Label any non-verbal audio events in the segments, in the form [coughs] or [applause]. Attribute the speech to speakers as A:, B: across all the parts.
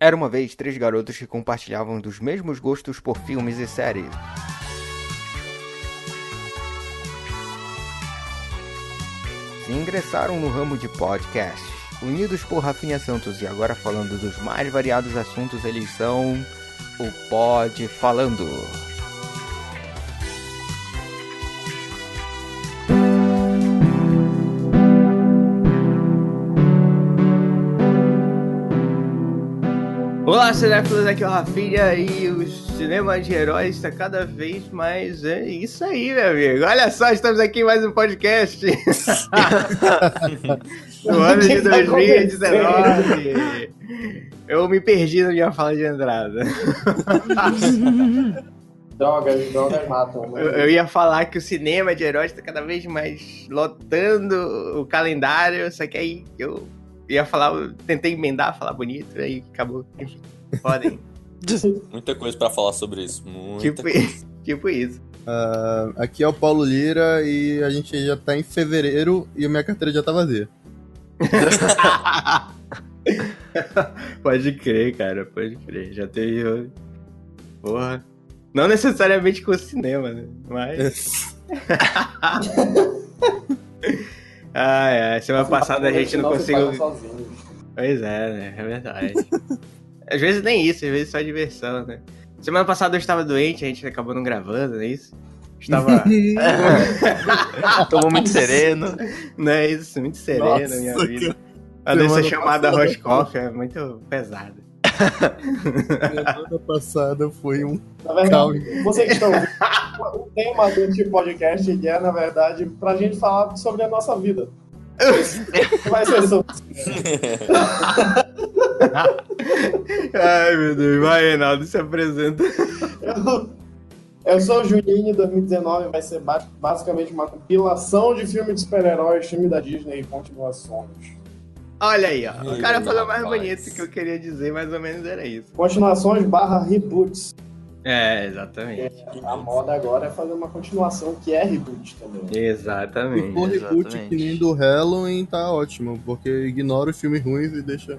A: Era uma vez três garotos que compartilhavam dos mesmos gostos por filmes e séries. Se ingressaram no ramo de podcasts. Unidos por Rafinha Santos e agora falando dos mais variados assuntos, eles são o Pod Falando.
B: Olá, cinéfilos, aqui é o Rafinha e o cinema de heróis está cada vez mais... É isso aí, meu amigo. Olha só, estamos aqui em mais um podcast do ano de 2019. Eu me perdi na minha fala de entrada.
C: Drogas, drogas matam. né?
B: Eu, eu ia falar que o cinema de heróis está cada vez mais lotando o calendário, só que aí eu ia falar, eu tentei emendar, falar bonito, aí acabou. Enfim, Podem.
D: Muita coisa pra falar sobre isso. Muita
B: tipo,
D: coisa.
B: isso, [laughs] tipo isso.
E: Ah, aqui é o Paulo Lira e a gente já tá em fevereiro e a minha carteira já tá vazia.
B: Pode crer, cara, pode crer. Já teve. Porra. Não necessariamente com o cinema, né?
F: [laughs]
B: Mas. Ai, ai, Ah, é. semana passada a gente não
C: Nossa,
B: conseguiu.
C: paga sozinho.
B: Pois é, né? É verdade. [laughs] às vezes nem isso, às vezes só diversão, né? Semana passada eu estava doente, a gente acabou não gravando, não é isso?
E: [laughs]
B: Estava.
F: Tomou muito sereno.
B: não é isso, muito sereno na minha
E: Nossa,
B: vida. A doença
E: Semana
B: chamada
E: passada.
B: Roscoff é muito pesada.
E: Semana passada foi um
C: Na verdade,
E: caos.
C: vocês que estão ouvindo, o tema deste podcast ele é, na verdade, pra gente falar sobre a nossa
B: [laughs]
C: vida. Não Vai ser sobre.
B: Ai, meu Deus. Vai, Reinaldo, se apresenta.
C: Eu, eu sou o Juninho, 2019 vai ser ba- basicamente uma compilação de filme de super-heróis, filme da Disney e continuações.
B: Olha aí, ó. O
D: Ih,
B: cara falou mais
D: rapaz.
B: bonito que eu queria dizer, mais ou menos era isso.
C: Continuações barra reboots.
B: É, exatamente.
C: A moda agora é fazer uma continuação que é reboot também.
E: E
B: Exatamente.
E: por reboot
F: Exatamente.
E: um que nem do Halloween tá ótimo, porque ignora os filmes ruins e deixa.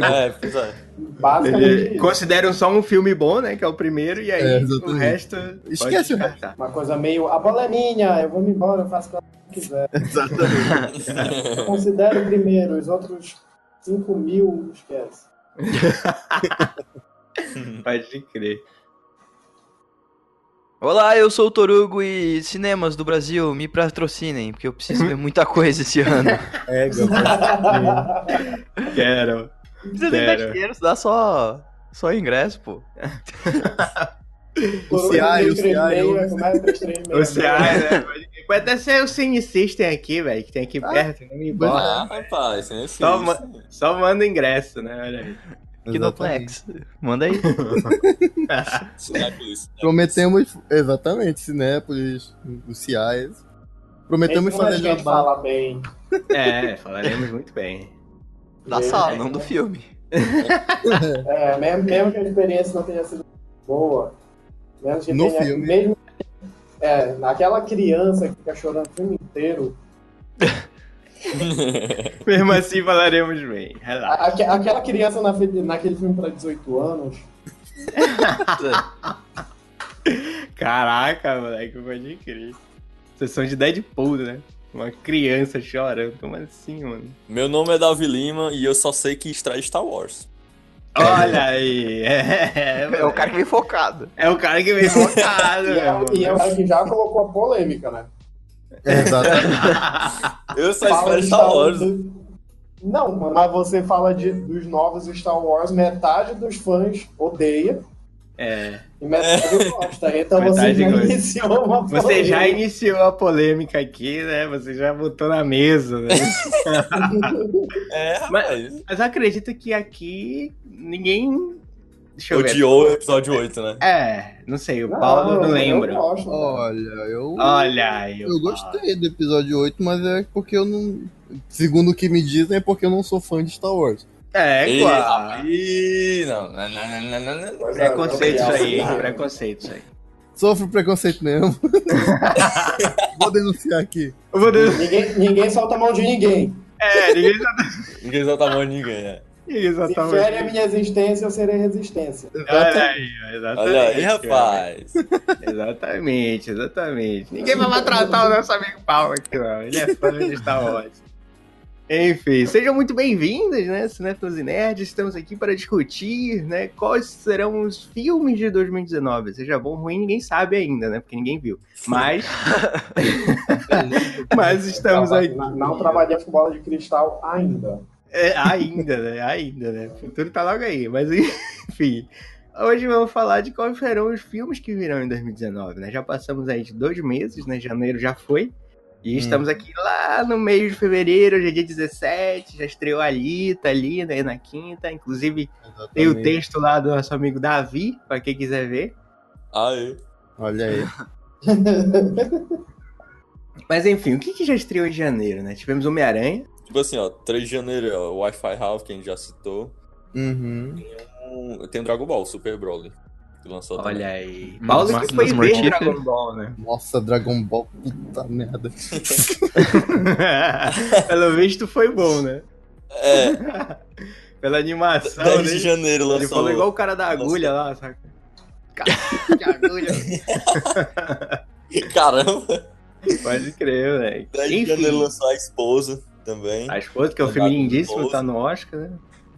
D: [laughs]
E: bom.
D: É, pois é.
C: Basicamente
B: Ele
C: isso.
B: consideram só um filme bom, né? Que é o primeiro, e aí
E: É,
B: o
E: exatamente.
B: resto.
E: Esquece o
B: resto.
C: Uma coisa meio, a bola é minha, eu vou me embora, eu faço o que eu quiser.
E: Exatamente.
C: Eu considero primeiro, os outros 5 mil,
E: [laughs]
C: esquece.
B: Pode crer.
F: Olá, eu sou o Torugo e cinemas do Brasil me patrocinem, porque eu preciso ver muita
B: [laughs]
F: coisa esse ano.
E: É, Gabriel.
B: Quero.
F: Não precisa nem dar
B: Sério?
F: dinheiro, você dá só, só ingresso, pô.
E: O CA, o CA,
C: é
E: eu-
B: O CA, né? Pode crer. Pode até ser o Cine System aqui, velho, que tem aqui perto, não me importa.
D: Ah, rapaz, sem esse.
B: Toma. Só manda ingresso, né? Olha aí.
F: Que Kinoplex. Manda aí.
D: Cinépolis.
E: Prometemos. Exatamente, Cinépolis, o CIA. Prometemos fazer
C: gente
E: jabá.
C: fala bem.
B: É, falaremos muito bem.
F: Da
C: Ele-
F: sala, não do filme.
C: É, mesmo, mesmo que a experiência não tenha sido boa. Mesmo que
E: No
C: tenha,
E: filme.
C: Mesmo, é, naquela criança que fica chorando o filme inteiro.
B: Mesmo assim, falaremos bem. Relaxa.
C: a- aque- aquela criança na, fi- naquele filme pra 18 anos.
B: Caraca, moleque, pode crer. Sessão de Deadpool, né? Uma criança chorando. Como assim, mano?
D: Meu nome é Davi Lima e eu só sei que extrai Star Wars.
B: Olha aí. [laughs] É,
F: É o cara que vem focado.
B: é o cara que vem
C: [laughs]
B: focado, né,
C: E é,
B: meu
C: e é
B: irmão.
C: o que já colocou a polêmica, né?
E: Exatamente.
D: Eu só extrai Star Wars.
C: Não, mano, mas você fala de, dos novos Star Wars, metade dos fãs odeia
B: [laughs] É.
C: e metade gosta. Então você
B: Metade
C: já
B: gosta.
C: iniciou uma
B: Você já
C: polêmica.
B: iniciou a polêmica aqui, né? Você já botou na mesa,
C: [laughs]
B: né?
D: É, rapaz.
B: Mas eu acredito que aqui ninguém. Deixa eu ver.
D: Odiou o episódio 8, né?
B: É, não sei, o Paulo não, lembra.
C: Eu gosto,
E: Olha, eu.
B: Olha aí. o
E: Eu gostei do episódio 8, mas é porque eu não. Segundo o que me dizem, é porque eu não sou fã de Star Wars.
B: É,
D: Ih,
B: igual.
D: Ih, não. não, não, não, não, não.
C: Pois é,
B: Preconceito isso aí,
C: obrigado.
B: preconceito isso aí.
E: Sofro preconceito
B: [laughs]
E: mesmo. Vou denunciar aqui.
B: Eu vou
C: Ninguém, ninguém solta a mão de ninguém.
B: É, ninguém sabe.
D: Ninguém solta a mão de ninguém, né?
C: Se
B: Exatamente.
C: fere é a minha existência, eu serei resistência.
B: Olha aí, exatamente.
D: Olha aí,
B: cara.
D: rapaz.
B: Exatamente, exatamente. Ninguém vai maltratar o nosso amigo Paulo aqui, não. Ele é fã de Star Wars. Enfim, sejam muito bem-vindos, né, Cinéfilos e Nerds. Estamos aqui para discutir, né, quais serão os filmes de 2019. Seja bom ou ruim, ninguém sabe ainda, né, porque ninguém viu. Mas... [laughs] Mas estamos
C: Trava-
B: aqui.
C: na- Não trabalhamos com bola de cristal ainda.
B: É, ainda, né? Ainda, né? O futuro tá logo aí. Mas [laughs] enfim. Hoje vamos falar de quais serão os filmes que virão em 2019, né? Já passamos aí de dois meses, né? Janeiro já foi. E
F: Hum.
B: estamos aqui lá no mês de fevereiro, hoje é dia 17, já estreou a Alita ali, né? Na quinta. Inclusive, tem o texto lá do nosso amigo Davi, pra quem quiser ver.
D: Aí.
E: Olha aí.
B: Mas enfim, o que, que já estreou em janeiro, né? Tivemos Homem-Aranha.
D: Tipo assim, ó, 3 de janeiro, ó, Wi-Fi Half, que a gente já citou.
E: Uhum.
D: Um- tem o Dragon Ball, Super Broly. Que lançou também.
B: Olha aí.
F: Mas-
B: Paulo
F: Hum, mas-
B: que foi
F: mas
B: ver
F: Mortífero-
B: Dragon Ball, né?
E: Nossa, Dragon Ball, puta merda.
B: [laughs] Pelo visto foi bom, né?
D: É,
B: [laughs] Pela animação,
D: 10 de
B: né?
D: janeiro
B: Ele falou
D: lançou.
B: igual o cara da
D: lançou.
B: agulha lá, saca? Cara de agulha.
D: Caramba,
B: Pode crer, velho.
D: 10 de janeiro
B: Enfim,
D: lançou a esposa também.
B: a esposa, que é um filme lindíssimo, tá no Oscar, né?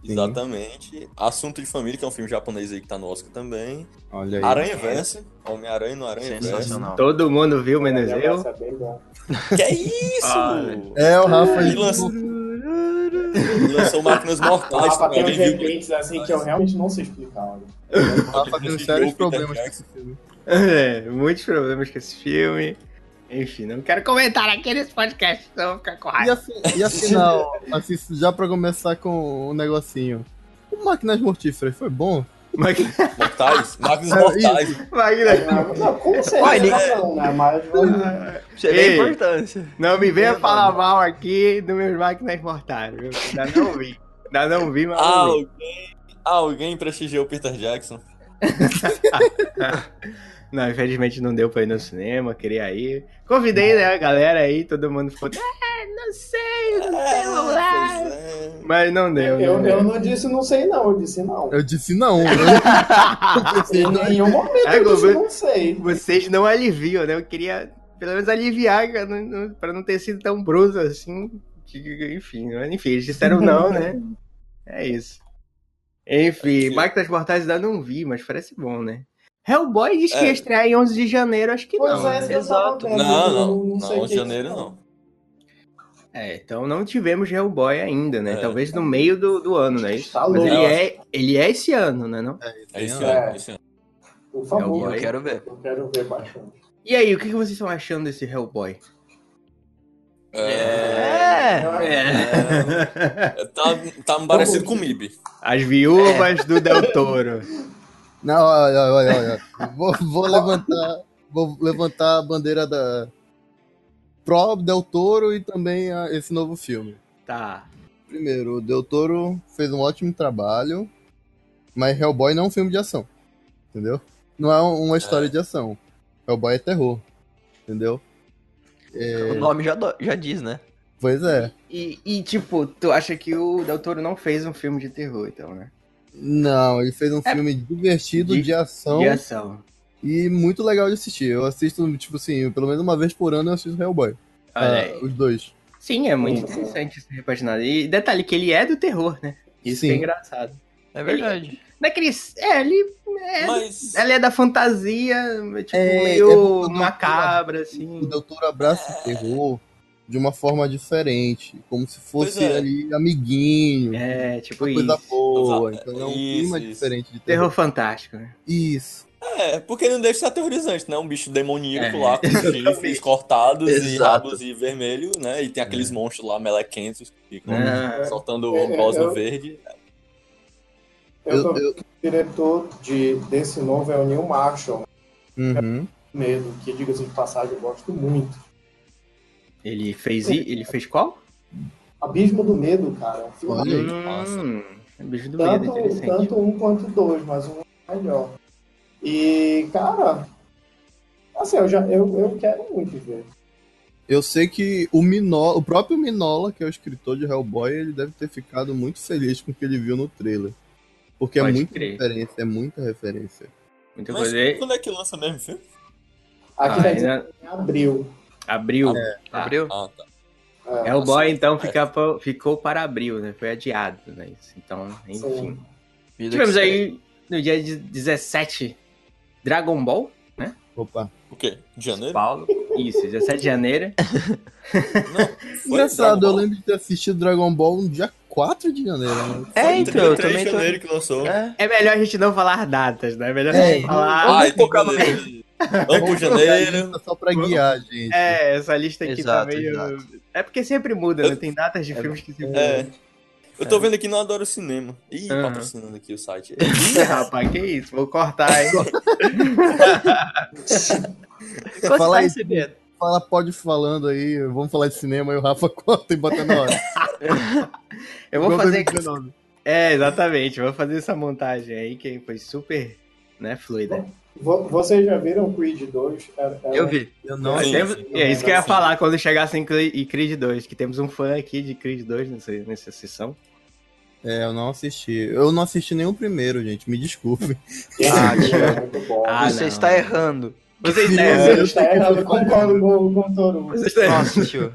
D: Exatamente. Assunto de Família, que é um filme japonês aí que tá no Oscar também.
E: Olha aí.
D: Aranha Vence. Homem-Aranha no Aranha Vence.
F: É Sensacional.
B: Todo mundo viu, menos
C: Ela
B: eu.
C: vai saber, né?
D: Que isso?
B: Ah,
E: É, o Rafa.
D: Ele lançou, ele lançou Máquinas
C: O
D: Mortais
C: Rafa tem
D: também.
C: uns
D: Ele viu
C: reprises assim que eu realmente não sei explicar. olha.
E: O Rafa tem
D: Esse
E: sérios
D: jogo, Peter
E: problemas com
D: Jackson.
E: esse filme.
B: [laughs] É, muitos problemas com esse filme. Enfim, não quero comentar [laughs] aqui nesse podcast, senão eu vou ficar com
E: E,
B: raiva.
E: assim, e afinal, assim, já pra começar com um negocinho. O Máquinas Mortíferas foi bom?
B: Mas- né?
D: Mortais?
E: É,
D: Máquinas Mortais.
B: Magna,
C: Não, como
F: Ué,
C: seria
D: ele-
C: não, né? Mas vamos-
F: Você vê a
B: Ei.
F: importância.
B: não me
D: É,
B: venha falar mal aqui dos meus máquinas mortais, viu? Ainda não vi. Ainda não
E: É
B: vi,
E: um
B: mas
D: Ah,
B: não vi.
D: Alguém, alguém prestigiou o Peter Jackson.
B: Não, infelizmente não deu pra ir no cinema, queria ir. Convidei, né, a galera aí, todo mundo ficou. Ah, não sei, não sei, vamos lá.
D: É, pois é.
B: Mas não deu.
C: Eu,
B: Não
C: eu
B: deu.
C: não disse não sei, não. Eu disse não.
E: Eu disse não. né?
B: [laughs]
C: Em nenhum momento
B: É,
C: eu disse
B: governo-
C: não sei.
B: Vocês não aliviam, né? Eu queria pelo menos aliviar cara, não- não- pra não ter sido tão bruto assim. que- Enfim, né? mas enfim, eles disseram não,
C: [laughs]
B: né? É isso. Enfim,
D: Aqui.
B: Máquinas Mortais ainda não vi, mas parece bom, né? Hellboy diz que ia
D: É.
B: estrear em 11 de janeiro, acho que
C: Pois
B: não.
C: é,
B: né?
C: isso que eu tava
F: Exato.
C: vendo,
D: Não,
C: eu
D: não. Não,
C: sei o
D: 11
C: que-
D: de
C: tá.
D: janeiro não.
B: É, então não tivemos Hellboy ainda, né?
D: É.
B: Talvez no meio do, do ano, né?
C: Tá
B: Mas
C: louco.
B: ele é, ele é esse ano, né? Não?
D: É esse
E: É.
D: ano, esse ano.
C: Por
B: Eu-
C: favor.
F: Eu quero ver.
C: Eu quero ver bastante.
B: E aí, o que que vocês estão achando desse Hellboy?
D: É,
B: É.
E: [laughs]
D: tá, tá parecido com o Mib.
B: As viúvas do Del Toro.
E: Não, olha, olha, olha, olha. Vou, vou levantar, vou levantar a bandeira da Pro Del Toro e também a- esse novo filme.
B: Tá.
E: Primeiro, o Del Toro fez um ótimo trabalho, mas Hellboy não é um filme de ação, entendeu? Não é um- uma história de ação. Hellboy é terror, entendeu?
F: O nome já, do- já diz, né?
E: Pois é.
B: [laughs] E, e, tipo, tu acha que o Del Toro não fez um filme de terror, então, né?
E: Não, ele fez um filme divertido
B: É, De-
E: de ação
B: De ação.
E: e muito legal de assistir. Eu assisto, tipo assim, pelo menos uma vez por ano eu assisto Hellboy.
B: Olha
E: Ah,
B: aí.
E: os dois.
B: Sim, é muito interessante isso repaginado. E detalhe que ele é do terror, né? Isso
E: Sim.
B: que é engraçado.
F: É verdade.
B: Daquele. É, ele. É,
D: Mas.
B: Ela é da fantasia, tipo,
E: É, é
B: meio
E: porque o
B: macabra,
E: o
B: assim.
E: doutor abraça o terror de uma forma diferente, como se fosse
D: Pois é.
E: ali amiguinho,
B: É, tipo
E: uma
B: isso.
E: coisa boa.
D: Exato.
E: Então é um
D: Isso,
E: clima
D: isso.
E: diferente de terror.
B: Terror fantástico, né?
E: Isso.
D: É, porque não deixa de ser aterrorizante, né? Um bicho demoníaco
B: É,
D: lá,
B: [laughs]
D: com chifres cortados e
F: Exato.
D: rabos e vermelho, né? E tem aqueles monstros lá, melequentos, que ficam
B: É.
D: soltando
C: É, é,
D: gosma
C: eu-
D: verde.
C: Eu tô
E: Eu- eu-
C: diretor de, desse novo é o Neil Marshall.
E: Uhum.
C: Medo, que diga-se de passagem, eu gosto muito.
B: Ele fez. i- Ele fez qual?
C: Abismo do Medo, cara. É um filme
E: Olha aí.
D: Nossa.
B: Hum, bicho do medo,
C: tanto,
B: interessante.
C: tanto um quanto dois, mas um é melhor. E, cara, assim, eu, já, eu, eu quero muito ver.
E: Eu sei que o Minola, o próprio Minola, que é o escritor de Hellboy, ele deve ter ficado muito feliz com o que ele viu no trailer. Porque é
B: Pode
E: muita
B: crer.
E: referência, é muita referência.
B: Muita
D: Mas
B: coisa. E-
D: quando é que lança mesmo o filme?
C: Aqui
B: Ah,
C: tá dizendo
B: ainda-
C: que é em abril.
B: Abril. Ah.
F: Abriu?
D: Ah, tá.
C: É,
B: É o boy, então, fica pra- ficou para abril, né? Foi adiado, né? Então, enfim.
C: sim.
F: Vida
B: Tivemos
F: que segue.
B: aí, no dia de 17, Dragon Ball,
E: Opa.
D: O quê? De janeiro?
B: Paulo. Isso, 17 de janeiro.
D: Foi
E: Engraçado,
D: Dragon
E: eu
D: Ball?
E: lembro de ter assistido Dragon Ball no dia 4 de janeiro. Né?
F: É,
D: Foi
F: então, eu
D: 33 de
F: também tô.
D: janeiro que lançou.
F: É.
B: É melhor a gente não falar datas, né? É melhor
E: É.
B: não falar.
F: Ah,
D: Ai, tem
F: focar no-
D: janeiro.
F: [laughs]
D: Amo É, janeiro.
E: Só pra guiar, gente.
B: É, essa lista aqui
F: Exato,
B: tá meio.
F: exato.
B: É porque sempre muda, né? Tem datas de
F: É.
B: filmes que se
D: É.
B: mudam.
D: Eu tô vendo aqui não adoro cinema. Ih,
F: Ah.
B: Aham.
D: patrocinando aqui o
F: [laughs]
D: site.
B: Ih, rapaz, que isso? Vou cortar, hein?
C: [laughs]
F: Quanto
E: Fala
F: tá
E: aí.
F: recebendo?
E: Fala, pode falando aí, vamos falar de cinema e o Rafa [laughs] corta e bota na hora.
B: Eu vou
E: Igual
B: fazer.
E: 2019.
B: É, exatamente. Vou fazer essa montagem aí que foi super, né, fluida.
C: Vo- Vocês já viram Creed É, 2? Era- era-
F: Eu vi.
E: Eu não
D: Sim,
B: Temos-
D: sim.
B: é isso que eu ia
D: Sim.
B: falar quando chegasse em Cre- em Creed 2, que temos um fã aqui de Creed 2 nessa, nessa sessão.
E: É, eu não assisti. Eu não assisti nenhum primeiro, gente. Me desculpe.
F: Ah,
C: é muito bom.
B: Ah,
F: Você
B: não.
F: está errando.
B: Você
E: É,
C: Você
E: eu
B: entende?
C: está
E: sei que
C: errando,
E: foi
C: eu concordo com, com o Toru.
B: Você
C: Você
B: está errando.
F: Nossa, tio.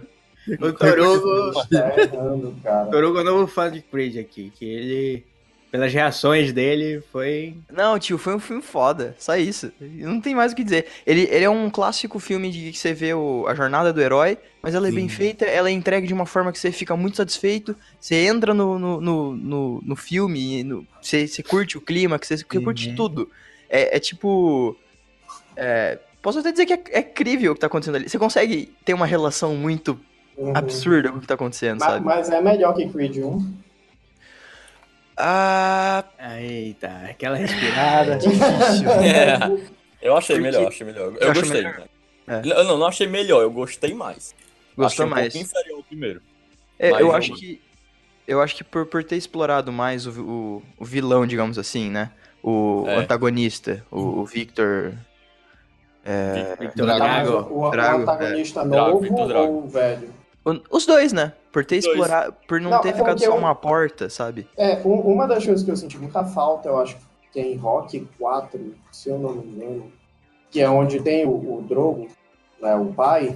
B: O Torugo,
C: está errando, cara.
B: Torugo é um novo fã de Creed aqui, que ele, pelas reações dele, foi...
F: Não, tio, foi um filme foda. Só isso. Não tem mais o que dizer. Ele, ele é um clássico filme de que você vê o- a jornada do herói, mas ela é bem
E: Sim.
F: feita, ela é entregue de uma forma que você fica muito satisfeito. Você entra no, no, no, no, no filme, e no- você, você curte o clima, que você, você curte tudo. É, é tipo. é, posso até dizer que é, é crível o que tá acontecendo ali. Você consegue ter uma relação muito
C: Uhum.
F: absurda com o que tá acontecendo,
C: Mas,
F: sabe?
C: mas é melhor que Creed 1.
F: Ah,
B: Ah, Eita, aquela respirada. [laughs]
F: difícil.
D: É. Eu achei
F: Porque-
D: melhor, achei melhor.
F: Eu
D: Eu
F: acho
D: gostei.
F: melhor.
D: né?
F: É.
D: Eu não, não achei melhor, eu gostei mais.
F: Gostou
D: achei um
F: mais.
D: pouquinho inferior ao primeiro.
F: É,
D: Mas
F: eu
D: eu
F: acho
D: gosto.
F: que. Eu acho que por, por ter explorado mais o, vi- o, o vilão, digamos assim, né? O
D: É.
F: antagonista, o, o Victor.
B: Victor
E: Drago.
C: Mas
B: Drago.
C: Tá o, o
F: Drago,
C: antagonista
D: Drago,
C: novo
D: Vitor Drago.
C: ou o velho?
F: o- os dois, né? Por ter
D: Os dois.
F: explorado. Por não,
C: Não,
F: ter
C: é
F: ficado
C: porque
F: só
C: eu-
F: uma porta, sabe?
C: É, um- uma das coisas que eu senti muita falta, eu acho que é em Rock 4, se eu não me engano, que é onde tem o, o Drogo, né, o pai,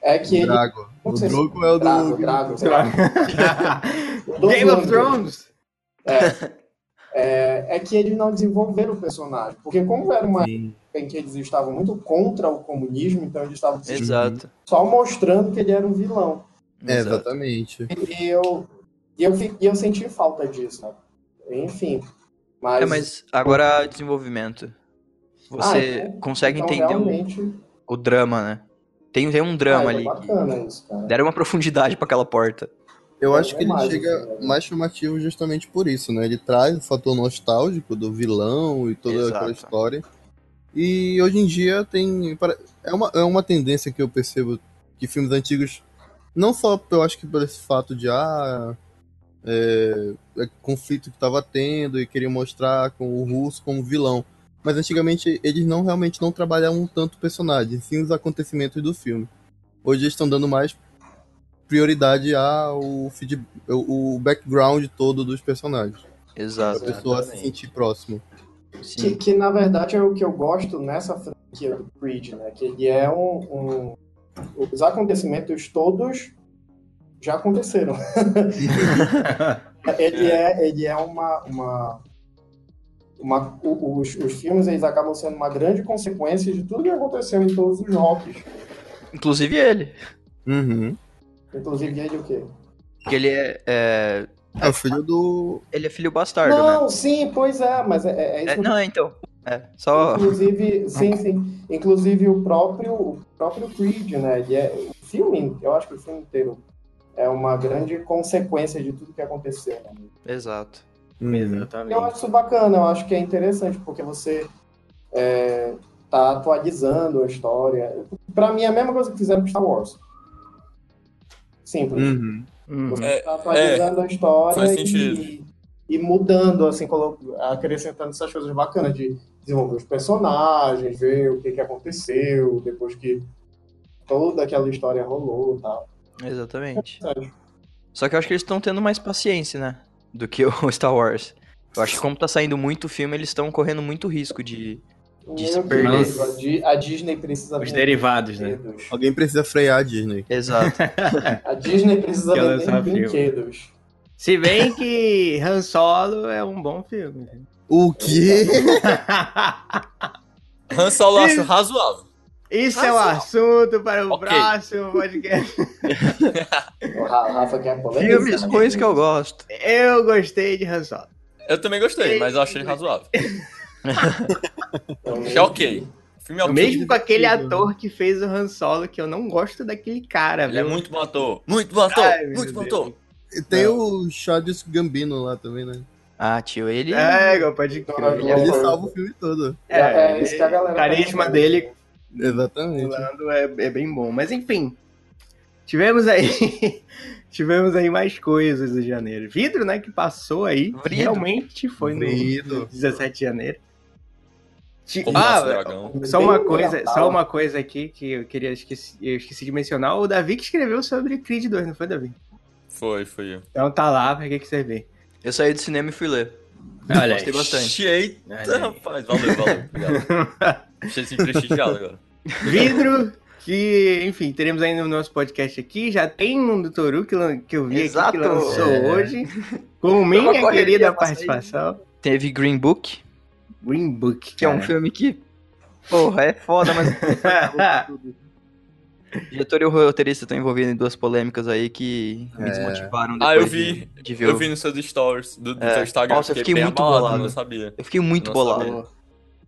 C: é que ele...
E: Drago. O
C: não sei se-
E: Drogo é o
C: Drago,
E: do.
C: Drago, sei lá. O do
B: Game of
C: Drogo.
B: Thrones!
C: É, é que eles não desenvolveram o personagem, porque como era uma
E: Sim.
C: época em que eles estavam muito contra o comunismo, então eles estavam se-
F: Exato.
C: só mostrando que ele era um vilão.
E: É,
F: Exato.
E: exatamente.
C: E eu, e eu, fi- e eu senti falta disso, né? Enfim, mas...
F: É, mas agora desenvolvimento. Você
C: Ah, então-
F: consegue
C: então,
F: entender o-
C: realmente...
F: o, drama, né? Tem, tem um drama
C: Ah, é
F: ali.
C: bacana isso, cara.
F: Deram uma profundidade pra aquela porta.
E: Eu
C: É,
E: acho que ele
C: imagem,
E: chega
C: né?
E: mais chamativo justamente por isso, né? Ele traz o fator nostálgico do vilão e toda
F: Exato.
E: aquela história. E hoje em dia tem. pare- É uma, é uma tendência que eu percebo que filmes antigos. Não só eu acho que por esse fato de ah. É, é, conflito que tava tendo e queria mostrar com o russo como vilão. Mas antigamente eles não realmente não trabalhavam tanto o personagem, sim os acontecimentos do filme. Hoje eles estão dando mais prioridade ao feed, o, o background todo dos personagens. Pra
F: Exato.
E: pessoa se sentir próximo.
C: Que,
F: Sim.
C: que na verdade é o que eu gosto nessa franquia do Creed, né? Que ele é um. um- os acontecimentos todos já aconteceram. [laughs] ele é, ele é uma. uma, uma o- os, os filmes eles acabam sendo uma grande consequência de tudo que aconteceu em todos os rocks.
F: Inclusive ele.
E: Uhum.
C: Inclusive ele o quê?
F: Porque ele é. é-
E: É o filho do.
F: ele é filho bastardo, né?
C: não, sim, pois é, mas é, é- é isso Uhum.
F: É,
C: que eu
F: não, então. É, só.
C: Inclusive, sim, sim. Inclusive o próprio, o próprio Creed, né? Ele é, o filme, eu acho que o filme inteiro é uma grande consequência de tudo que aconteceu. né?
F: Exato.
C: Eu
B: Exatamente.
C: acho isso bacana, eu acho que é interessante, porque você é, tá atualizando a história. Pra mim é a mesma coisa que fizeram com Star Wars. Simples.
E: Uhum.
B: Uhum.
D: É,
C: Tá atualizando a história
D: faz
C: e,
D: sentido.
C: e mudando, assim, colo- acrescentando essas coisas bacanas de desenvolver os personagens, ver o que, que aconteceu depois que toda aquela história rolou e tal.
F: Exatamente.
C: Sabe?
F: Só que eu acho que eles estão tendo mais paciência, né? Do que [laughs] o Star Wars. Eu acho que como tá saindo muito filme, eles estão correndo muito
C: [laughs]
F: risco de. De se
C: Eu que
F: perder.
C: vejo, a Di- A Disney precisa
B: Os
C: vender
B: derivados, né?
C: brinquedos.
E: Alguém precisa frear a Disney.
F: Exato.
C: A Disney precisa
B: Que ela só
C: vender
B: filma.
C: brinquedos.
B: Se bem que Han Solo é um bom filme.
E: O quê?
D: Han Solo eu acho razoável.
B: Isso é um
D: Han
B: assunto para o
D: Ok.
B: próximo podcast.
C: O Ra- Rafa quer polêmica. né?
F: Filmes ruins que eu gosto.
B: Eu gostei de Han Solo.
D: Eu também gostei, mas eu achei razoável.
C: Então,
D: É ok. O filme é ok.
B: Mesmo com aquele
E: divertido,
B: ator que fez o Han Solo, que eu não gosto daquele cara,
D: Ele é
B: viu?
D: muito bom ator. Muito bom ator.
B: Ai, meu
D: muito bom
B: Deus.
D: ator.
E: E [laughs] Tem o Chadius Gambino lá também, né?
F: Ah, tio, ele.
B: É, igual pode
C: Ele
B: crer.
C: é-
E: Ele salva o filme todo.
C: É, é isso que a galera.
B: o carisma
C: tá
B: dele
E: Exatamente.
B: Orlando é, é bem bom. Mas enfim, tivemos aí [laughs] tivemos aí mais coisas em janeiro. Vidro, né, que passou aí,
F: Vidro.
B: realmente foi no
E: Vidro.
B: 17 de janeiro. Ti-
D: Como
B: ah,
D: nosso dragão.
B: só uma coisa,
C: Natal.
B: só uma coisa aqui que eu queria esqueci, eu esqueci de mencionar, o Davi que escreveu sobre Creed 2, não foi Davi?
D: Foi, foi eu.
B: Então tá lá pra que que servir.
F: Eu saí do cinema e fui ler.
B: Olha,
F: Gostei bastante.
D: Eita,
B: Olha aí.
D: rapaz. Valeu, valeu. Obrigado. Achei esse prestigiado agora.
F: [laughs]
B: Vidro, que, enfim, teremos ainda o nosso podcast aqui. Já tem um do Toru que, lan- que eu vi aqui
F: Exato.
B: que lançou
F: É.
B: hoje. Com
F: uma
B: minha
F: correria
B: querida
F: pra sair.
B: participação.
F: Teve Green Book,
B: Green Book.
F: que é um
B: cara.
F: filme que. Porra, é foda, mas.
B: [laughs]
F: o [laughs] Diretor e o roteirista estão envolvidos em duas polêmicas aí que me desmotivaram depois
D: Ah, eu vi.
F: De, de ver.
D: Eu
F: o-
D: vi nos seus stories do, do seu Instagram.
F: Nossa, eu fiquei
D: bem
F: muito
D: abalado,
F: bolado.
D: Não sabia.
F: eu fiquei muito
D: Nossa,
F: bolado.
D: eu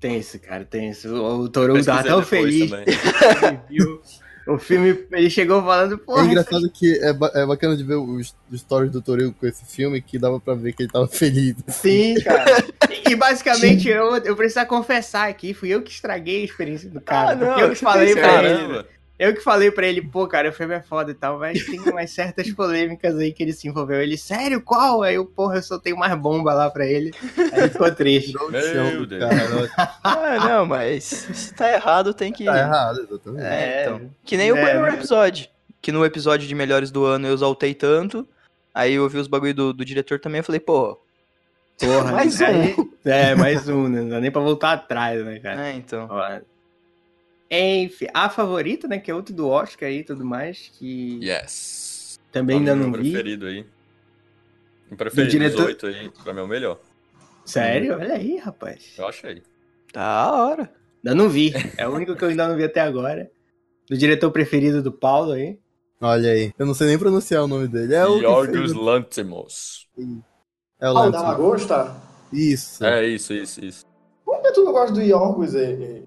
B: Tem isso, cara, tem isso. O Toru
D: pesquisei
B: tava tão
D: depois
B: feliz
D: também.
B: que ele viu. [laughs] O filme, ele chegou falando,
E: É
B: porra,
E: engraçado que é, ba- é bacana de ver os os stories do Toril com esse filme, que dava pra ver que ele tava [laughs] feliz.
B: sim, cara. E- E basicamente eu, eu preciso confessar aqui, fui eu que estraguei a experiência do cara.
F: Ah, não,
B: porque eu que
F: isso
B: falei
F: tem
B: pra ele.
D: Caramba.
B: Eu que falei pra ele, pô, cara, o filme é foda e tal, mas tem umas certas polêmicas aí que ele se envolveu. Ele, sério, qual? Aí eu, porra, eu soltei mais bomba lá pra ele. Aí ele ficou triste.
E: Tirou o
D: Meu
E: chão do
D: Deus.
E: cara. olha,
F: Ah, não, mas se tá errado tem que.
E: Tá errado, exatamente.
F: [laughs] É, então. Que nem o
B: É,
F: primeiro
B: né?
F: episódio. Que no episódio de melhores do ano eu exaltei tanto. Aí eu vi os bagulho do, do diretor também eu falei, pô.
B: Porra,
F: mais um.
B: aí- É, mais um, né? Não dá nem pra voltar atrás, né, cara?
F: É, então.
B: Ó. Enfim, a favorita, né? Que é outro do Oscar aí e tudo mais, que
D: Yes.
B: também
D: Pra
B: ainda
D: mim,
B: não
D: meu
B: vi.
D: preferido aí. Meu preferido
B: diretor-
D: dos oito aí, pra mim é o melhor.
B: Sério? Olha aí, rapaz.
D: Eu achei.
F: Da hora.
B: Ainda não vi. É o único que eu ainda não vi até agora. Do diretor preferido do Paulo aí.
E: Olha aí. Eu não sei nem pronunciar o nome dele. É o. que
D: Yorgos
E: fez o-
D: Lanthimos.
E: É o
C: Ah, o
E: Lance.
C: da Lagosta?
E: Isso.
D: É isso, isso, isso.
C: Por que tu não gosta do Yorgos? eh, eh?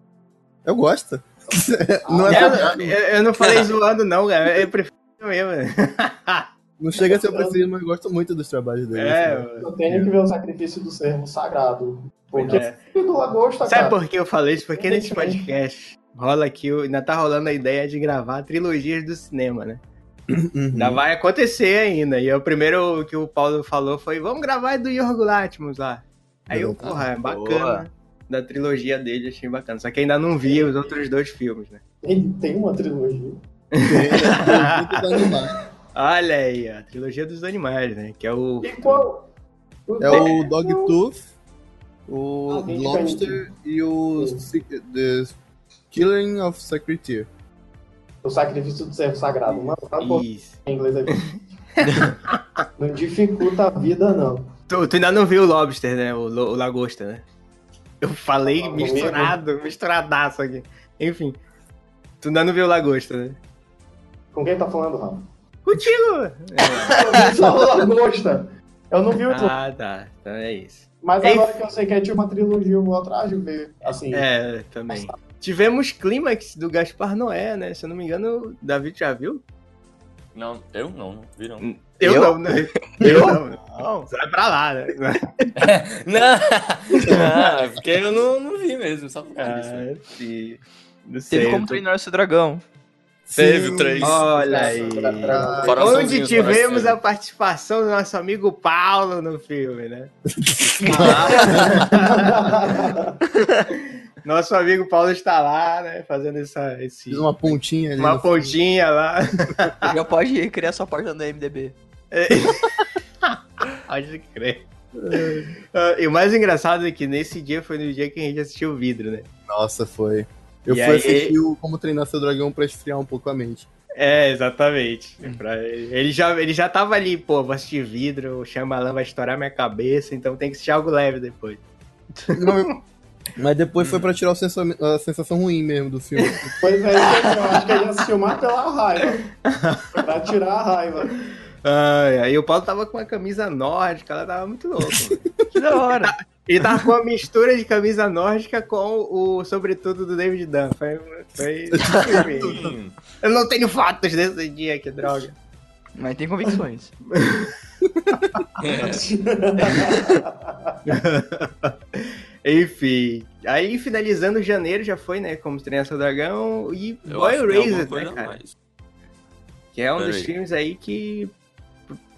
E: Eu gosto. [laughs] não, é,
B: Eu, eu- eu não falei zoando, não, cara. Eu prefiro mesmo.
E: não chega a ser o preferido, mas eu gosto muito dos trabalhos dele.
B: É,
E: assim.
C: Eu tenho que ver o sacrifício do servo sagrado. Porque
B: É.
C: o do Lagosta,
B: Sabe
C: cara.
B: por que eu falei isso? Porque nesse
C: Entendi.
B: podcast rola aqui, o- ainda tá rolando a ideia de gravar trilogias do cinema, né?
E: Uhum.
B: Ainda vai acontecer ainda. E o primeiro que o Paulo falou foi: vamos gravar do Yorgo Latmos lá. Aí eu,
E: Exato.
B: porra, é bacana. Da trilogia dele, achei bacana. Só que ainda não vi os outros dois filmes, né?
C: Tem, tem uma trilogia.
E: é Muito pra animar.
B: Olha aí, ó, a trilogia dos animais, né? Que é o.
C: E qual?
E: É o Dogtooth, o
C: Ah, bem
E: Lobster e o Se- The Killing of Secreteer.
C: [laughs] O sacrifício do servo sagrado. Mano, tá bom
B: Isso.
C: em inglês aqui. não dificulta a vida, não.
B: Tu, tu ainda não viu o Lobster, né? O, lo- o Lagosta, né? Eu falei
C: Comigo.
B: misturado, misturadaço aqui. Enfim. Tu ainda não viu o Lagosta, né?
C: Com quem tá falando, Rafa?
B: Contigo!
C: Só o Lagosta. Eu não vi o outro.
B: É. Ah, tá. Então é isso.
C: Mas
B: Ei.
C: agora que eu sei que é de uma trilogia, eu vou atrás de ver. Assim,
B: É, também. Tivemos clímax do Gaspar Noé, né? Se eu não me engano, o David já viu?
D: Não, eu não, não vi não. [laughs]
B: Eu,
F: Eu?
B: não, né? Eu não. não. Sai pra lá, né?
D: Não, é porque eu não, não vi mesmo, só por causa disso. né?
B: Ah, sim. Não sei.
F: Teve
B: eu
F: como
B: tô-
F: treinar esse dragão.
D: Teve o três.
B: Olha aí.
C: Ah,
D: Coraçãozinho,
B: Onde tivemos
D: coração.
B: a participação do nosso amigo Paulo no filme, né? [laughs] Nosso amigo Paulo está lá, né? Fazendo essa, esse,
E: Fiz uma pontinha ali.
B: uma
E: no-
B: pontinha lá.
F: Já pode [laughs] criar sua página no MDB.
B: [laughs] Pode crer. Ah, e o mais engraçado é que nesse dia foi no dia que a gente assistiu o vidro, né?
E: Nossa, foi. Eu
B: E
E: fui
B: aí-
E: assistir o Como Treinar Seu Dragão pra esfriar um pouco a mente.
B: É, exatamente. Pra- Ele, já, ele já tava ali, pô, vou assistir vidro, o Shyamalan vai estourar minha cabeça, então tem que assistir algo leve depois.
E: Mas depois foi pra tirar o sensa- a sensação ruim mesmo do filme.
C: Pois é, isso aí, eu acho que ele assistiu mais pela raiva. Pra tirar a raiva.
B: [laughs]
C: [laughs]
B: Ai, aí o Paulo tava com uma camisa nórdica, ela tava muito louco. mano.
F: Que
B: [laughs]
F: da hora.
B: ele tava com uma mistura de camisa nórdica com o sobretudo do David Dunn. Foi. foi...
D: [laughs] Hum,
B: Eu não tenho fatos desse dia, que droga.
F: Mas tem convicções.
B: Enfim, aí finalizando janeiro já foi, né? Como treinar seu dragão e
D: eu
B: Boy
D: acho que tem alguma
B: Raised,
D: coisa
B: né,
D: a
B: cara?
D: mais.
B: Que é um
D: Pera
B: dos
D: aí.
B: filmes aí que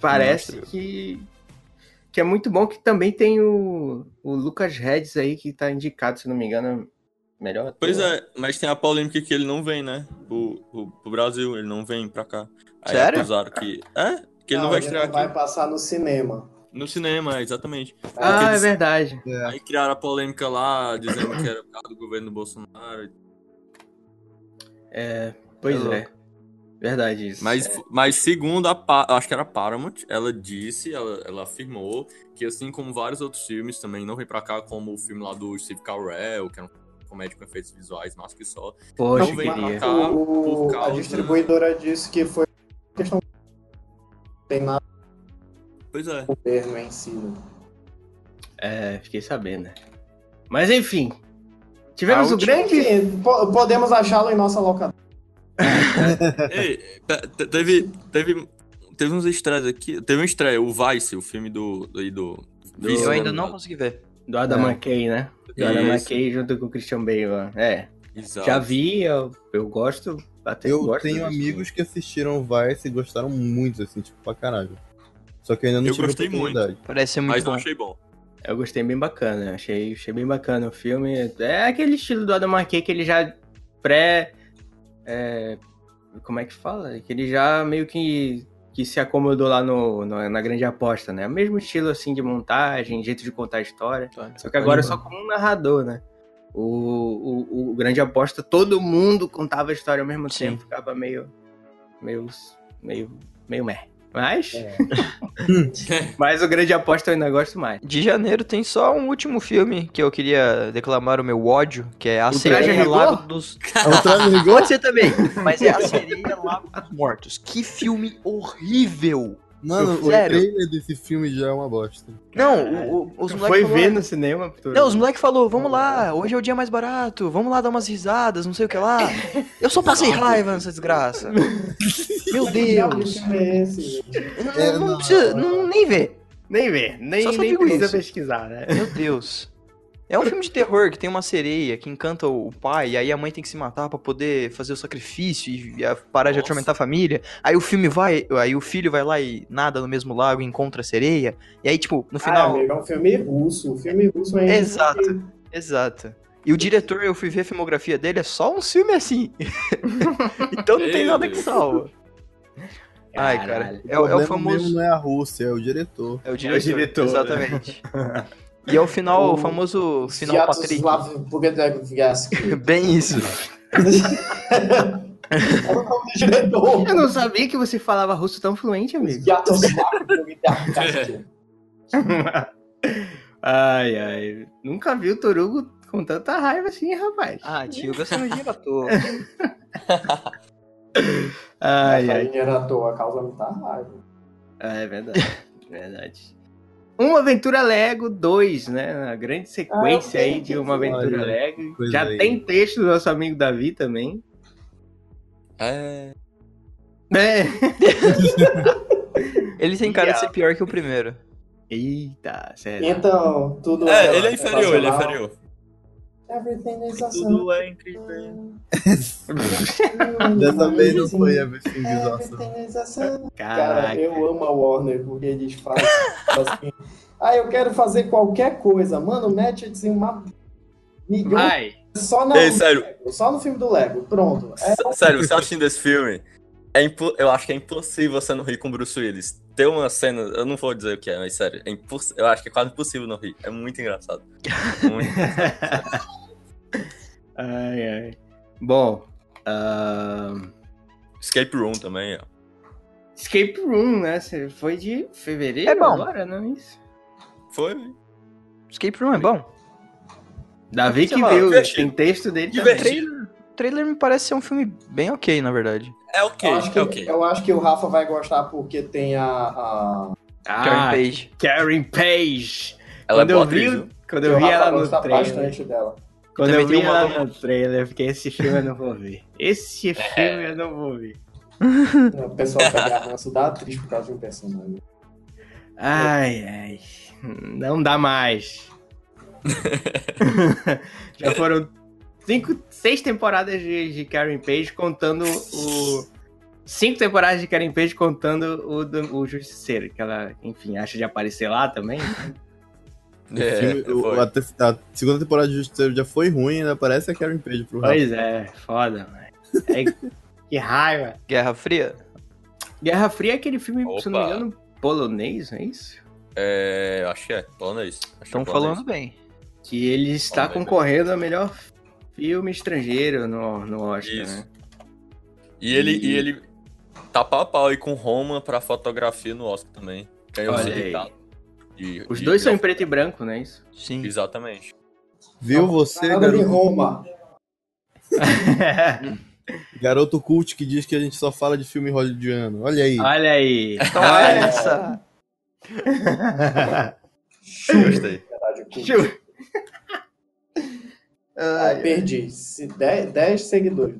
B: parece
D: Nossa.
B: que que é muito bom, que também tem o, o Lucas Hedges aí, que tá indicado, se não me engano, melhor. ator.
D: Pois é, mas tem a polêmica que ele não vem, né? Pro, pro, pro Brasil, ele não vem pra cá. Aí
F: Sério?
D: acusaram que. É? Que ele não, vai estrear
C: não
D: aqui
C: vai passar no cinema.
D: no cinema, exatamente.
B: Ah, é
D: Eles-
B: verdade.
D: Aí criaram a polêmica lá, dizendo que era por causa do governo do Bolsonaro.
B: É, pois
F: É
B: é. Verdade isso.
D: Mas, mas segundo a Pa- acho que era a Paramount, ela disse, ela, ela afirmou que assim como vários outros filmes também não vem pra cá, como o filme lá do Steve Carell, que é um comédia com efeitos visuais, mas que só.
B: Poxa,
D: não vem pra
B: queria.
D: cá
C: O-
D: por
C: a
D: causa...
C: distribuidora disse que foi questão. Tem nada
D: Pois é. [laughs]
C: do governo em si. né?
B: É, fiquei sabendo. né? Mas enfim. Tivemos
F: A
B: o
F: última-
B: grande
C: Enfim, po- podemos achá-lo em nossa locadora.
D: Ei, te- te- teve, teve, teve uns estreias aqui. Teve um estreia, o Vice, o filme do. do, do, do
F: Eu ainda não consegui ver.
B: do Adam
E: Não.
B: McKay, né? Do Adam McKay junto com o Christian Bale. ó. É, já vi, eu, eu gosto. Até
E: Eu
B: gosto
E: tenho
B: desse
E: amigos que assistiram Vice e gostaram muito, assim, tipo, pra caralho. Só que eu ainda não
D: Eu
E: tive
D: gostei
E: oportunidade.
F: Parece ser muito
D: Mas não
F: bom.
D: achei bom.
B: Eu gostei bem bacana, achei, achei bem bacana o filme. É aquele estilo do Adam McKay que ele já pré... é, como é que fala? Que ele já meio que, que se acomodou lá no, no- na grande aposta, né? O mesmo estilo, assim, de montagem, jeito de contar a história. Só que agora só como um narrador, né? O, o, o grande aposta, todo mundo contava a história ao mesmo
F: Sim.
B: tempo, ficava meio... meio... meio... meio meh. Mas... [laughs] mas o grande aposta eu ainda gosto mais.
F: De janeiro tem só um último filme que eu queria declamar o meu ódio, que é A
B: Traje a
F: Sereia
B: Rigor?
F: Lago dos...
E: É um trago rigor?
F: Pode ser também, [laughs] mas é A Sereia Lago dos Mortos. Que filme horrível!
E: Mano, o
F: Sério?
E: trailer desse filme já é uma bosta.
F: Não, o- o- os
B: Foi
F: moleques
B: ver
F: falaram...
B: no cinema, Arthur?
F: Não, os moleques falou, vamos lá, hoje é o dia mais barato, vamos lá dar umas risadas, não sei o que lá. Eu só passei raiva nessa desgraça. Meu
C: Que diabo de
F: Deus.
C: filme é esse, gente?
F: Não,
E: É,
F: não
E: não.
F: precisa, não, nem ver.
B: Nem ver, nem,
F: Só só
B: nem
F: digo
B: precisa
F: isso.
B: pesquisar, né?
F: Meu Deus. É um filme de terror que tem uma sereia que encanta o pai, e aí a mãe tem que se matar pra poder fazer o sacrifício e e a- parar de
D: Nossa.
F: atormentar a família. Aí o filme vai, aí o filho vai lá e nada no mesmo lago e encontra a sereia. E aí, tipo,
C: Ah,
F: no final.
C: amigo, é um filme russo. O filme russo é
F: Exato. Exato. E o diretor, eu fui ver a filmografia dele, é só um filme assim. então não tem
D: Meu
F: nada que
D: Deus.
F: salva. Ai, cara.
B: Caralho.
F: É, o- é
E: problema
F: o famoso.
E: mesmo não é a Rússia, é o diretor.
F: É o
B: diretor.
F: Exatamente. e é o final, o famoso final Patrick.
C: é [laughs] Patrick.
F: [laughs] Bem isso.
C: diretor.
B: Eu não sabia que você falava russo tão fluente, amigo.
C: Sviatoslav Bogatyagin.
D: [laughs]
B: ai, ai. Nunca vi o Torugo com tanta raiva assim, rapaz.
F: Ah, tio, você não gira à toa.
B: Ai, ai.
C: Dinheiro à toa, causa tá muita raiva.
B: Ah, é verdade. verdade. Uma Aventura Lego 2, né? A grande sequência
C: Ah, eu
B: aí de Uma
C: entendi.
B: Aventura
E: Olha,
B: Lego.
E: coisa
B: Já
E: aí.
B: tem texto do nosso amigo Davi também.
D: É.
B: É.
F: Ele tem cara de
B: Yeah.
F: ser pior que o primeiro.
B: Eita, é sério.
C: Então, tudo
D: É, ele é inferior, ele é
C: sensacional.
D: inferior.
C: Everything is awesome.
D: Tudo é incrível.
E: Dessa vez não foi a vez que
C: Everything is awesome. Cara,
B: Caraca.
C: eu amo a Warner porque eles fazem assim. [laughs] Ah, eu quero fazer qualquer coisa. Mano, mete assim uma milhão
B: Vai.
C: Só, na,
D: Ei, sério.
C: só no filme do Lego. Pronto. É,
D: S- Sério, você tá assistindo esse filme, é impo- eu acho que é impossível você não rir com Bruce Willis. Tem uma cena, eu não vou dizer o que é, mas sério, é imposs... eu acho que é quase impossível não rir. É muito
F: [laughs]
D: engraçado. Muito.
B: Ai, ai. Bom. ahn,
D: Escape Room também, ó.
B: Escape Room, né? Cê- Foi de fevereiro
F: É bom.
B: agora, não é isso?
D: Foi
F: Escape Room é bom.
B: Davi
D: Sei
B: que
D: lá,
B: viu,
D: divertido.
B: tem texto dele também.
D: divertido.
F: O trailer me parece ser um filme bem ok, na verdade.
D: É ok,
C: eu, acho que,
D: é ok.
C: eu acho que o Rafa vai gostar porque tem a. a-
F: Karen
B: Ah,
F: Page.
B: Karen Page.
D: Ela é
B: quando
D: boa
B: eu
D: atriz,
B: vi,
D: viu?
B: quando
C: o
B: eu vi
C: Rafa
B: ela
C: vai
B: no
C: gostar
B: trailer,
C: bastante dela.
B: quando
F: Também
B: eu vi
F: tem uma- É.
B: ela no trailer, eu fiquei, esse filme eu não vou ver. Esse filme eu não vou ver.
C: O pessoal tá pega ranço da atriz por causa de um personagem.
B: Ai, ai. Não dá mais. Já foram cinco, seis temporadas de, de Karen Page contando o. Cinco temporadas de Karen Page contando o, do- o Justiceiro, que ela, enfim, acha de aparecer lá também.
D: É,
E: Filme- o-
D: foi.
E: a, te- a segunda temporada de Justiceiro já foi ruim, ainda parece a Karen Page pro Rafa.
B: Pois é, foda, mano. É- que raiva.
F: Guerra Fria?
B: Guerra Fria é aquele filme, se eu não me
D: Opa.
B: engano, polonês, não é isso?
D: É, eu acho que é, polonês. Acho que é
F: Estão
D: polonês.
F: falando bem.
B: Que ele está
D: Polonês,
B: concorrendo a melhor filme estrangeiro no, no Oscar,
D: Isso.
B: né?
D: E ele, e ele tá pau a pau aí com Roma pra fotografia no Oscar também. Ganhou
B: Olha
D: esse
B: aí.
D: ditado de-
B: Os
D: de-
B: dois são em
D: de-
B: preto e branco, não é isso?
F: Sim.
D: Exatamente.
E: Viu você,
C: Nada de
E: garoto,
C: Roma.
E: garoto cult que diz que a gente só fala de filme hollywoodiano. Olha aí.
B: Olha aí.
C: É,
F: Olha essa.
C: é,
D: Gostei.
C: Verdade, o culto.
B: Ju-
C: Ah, perdi. 10 seguidores.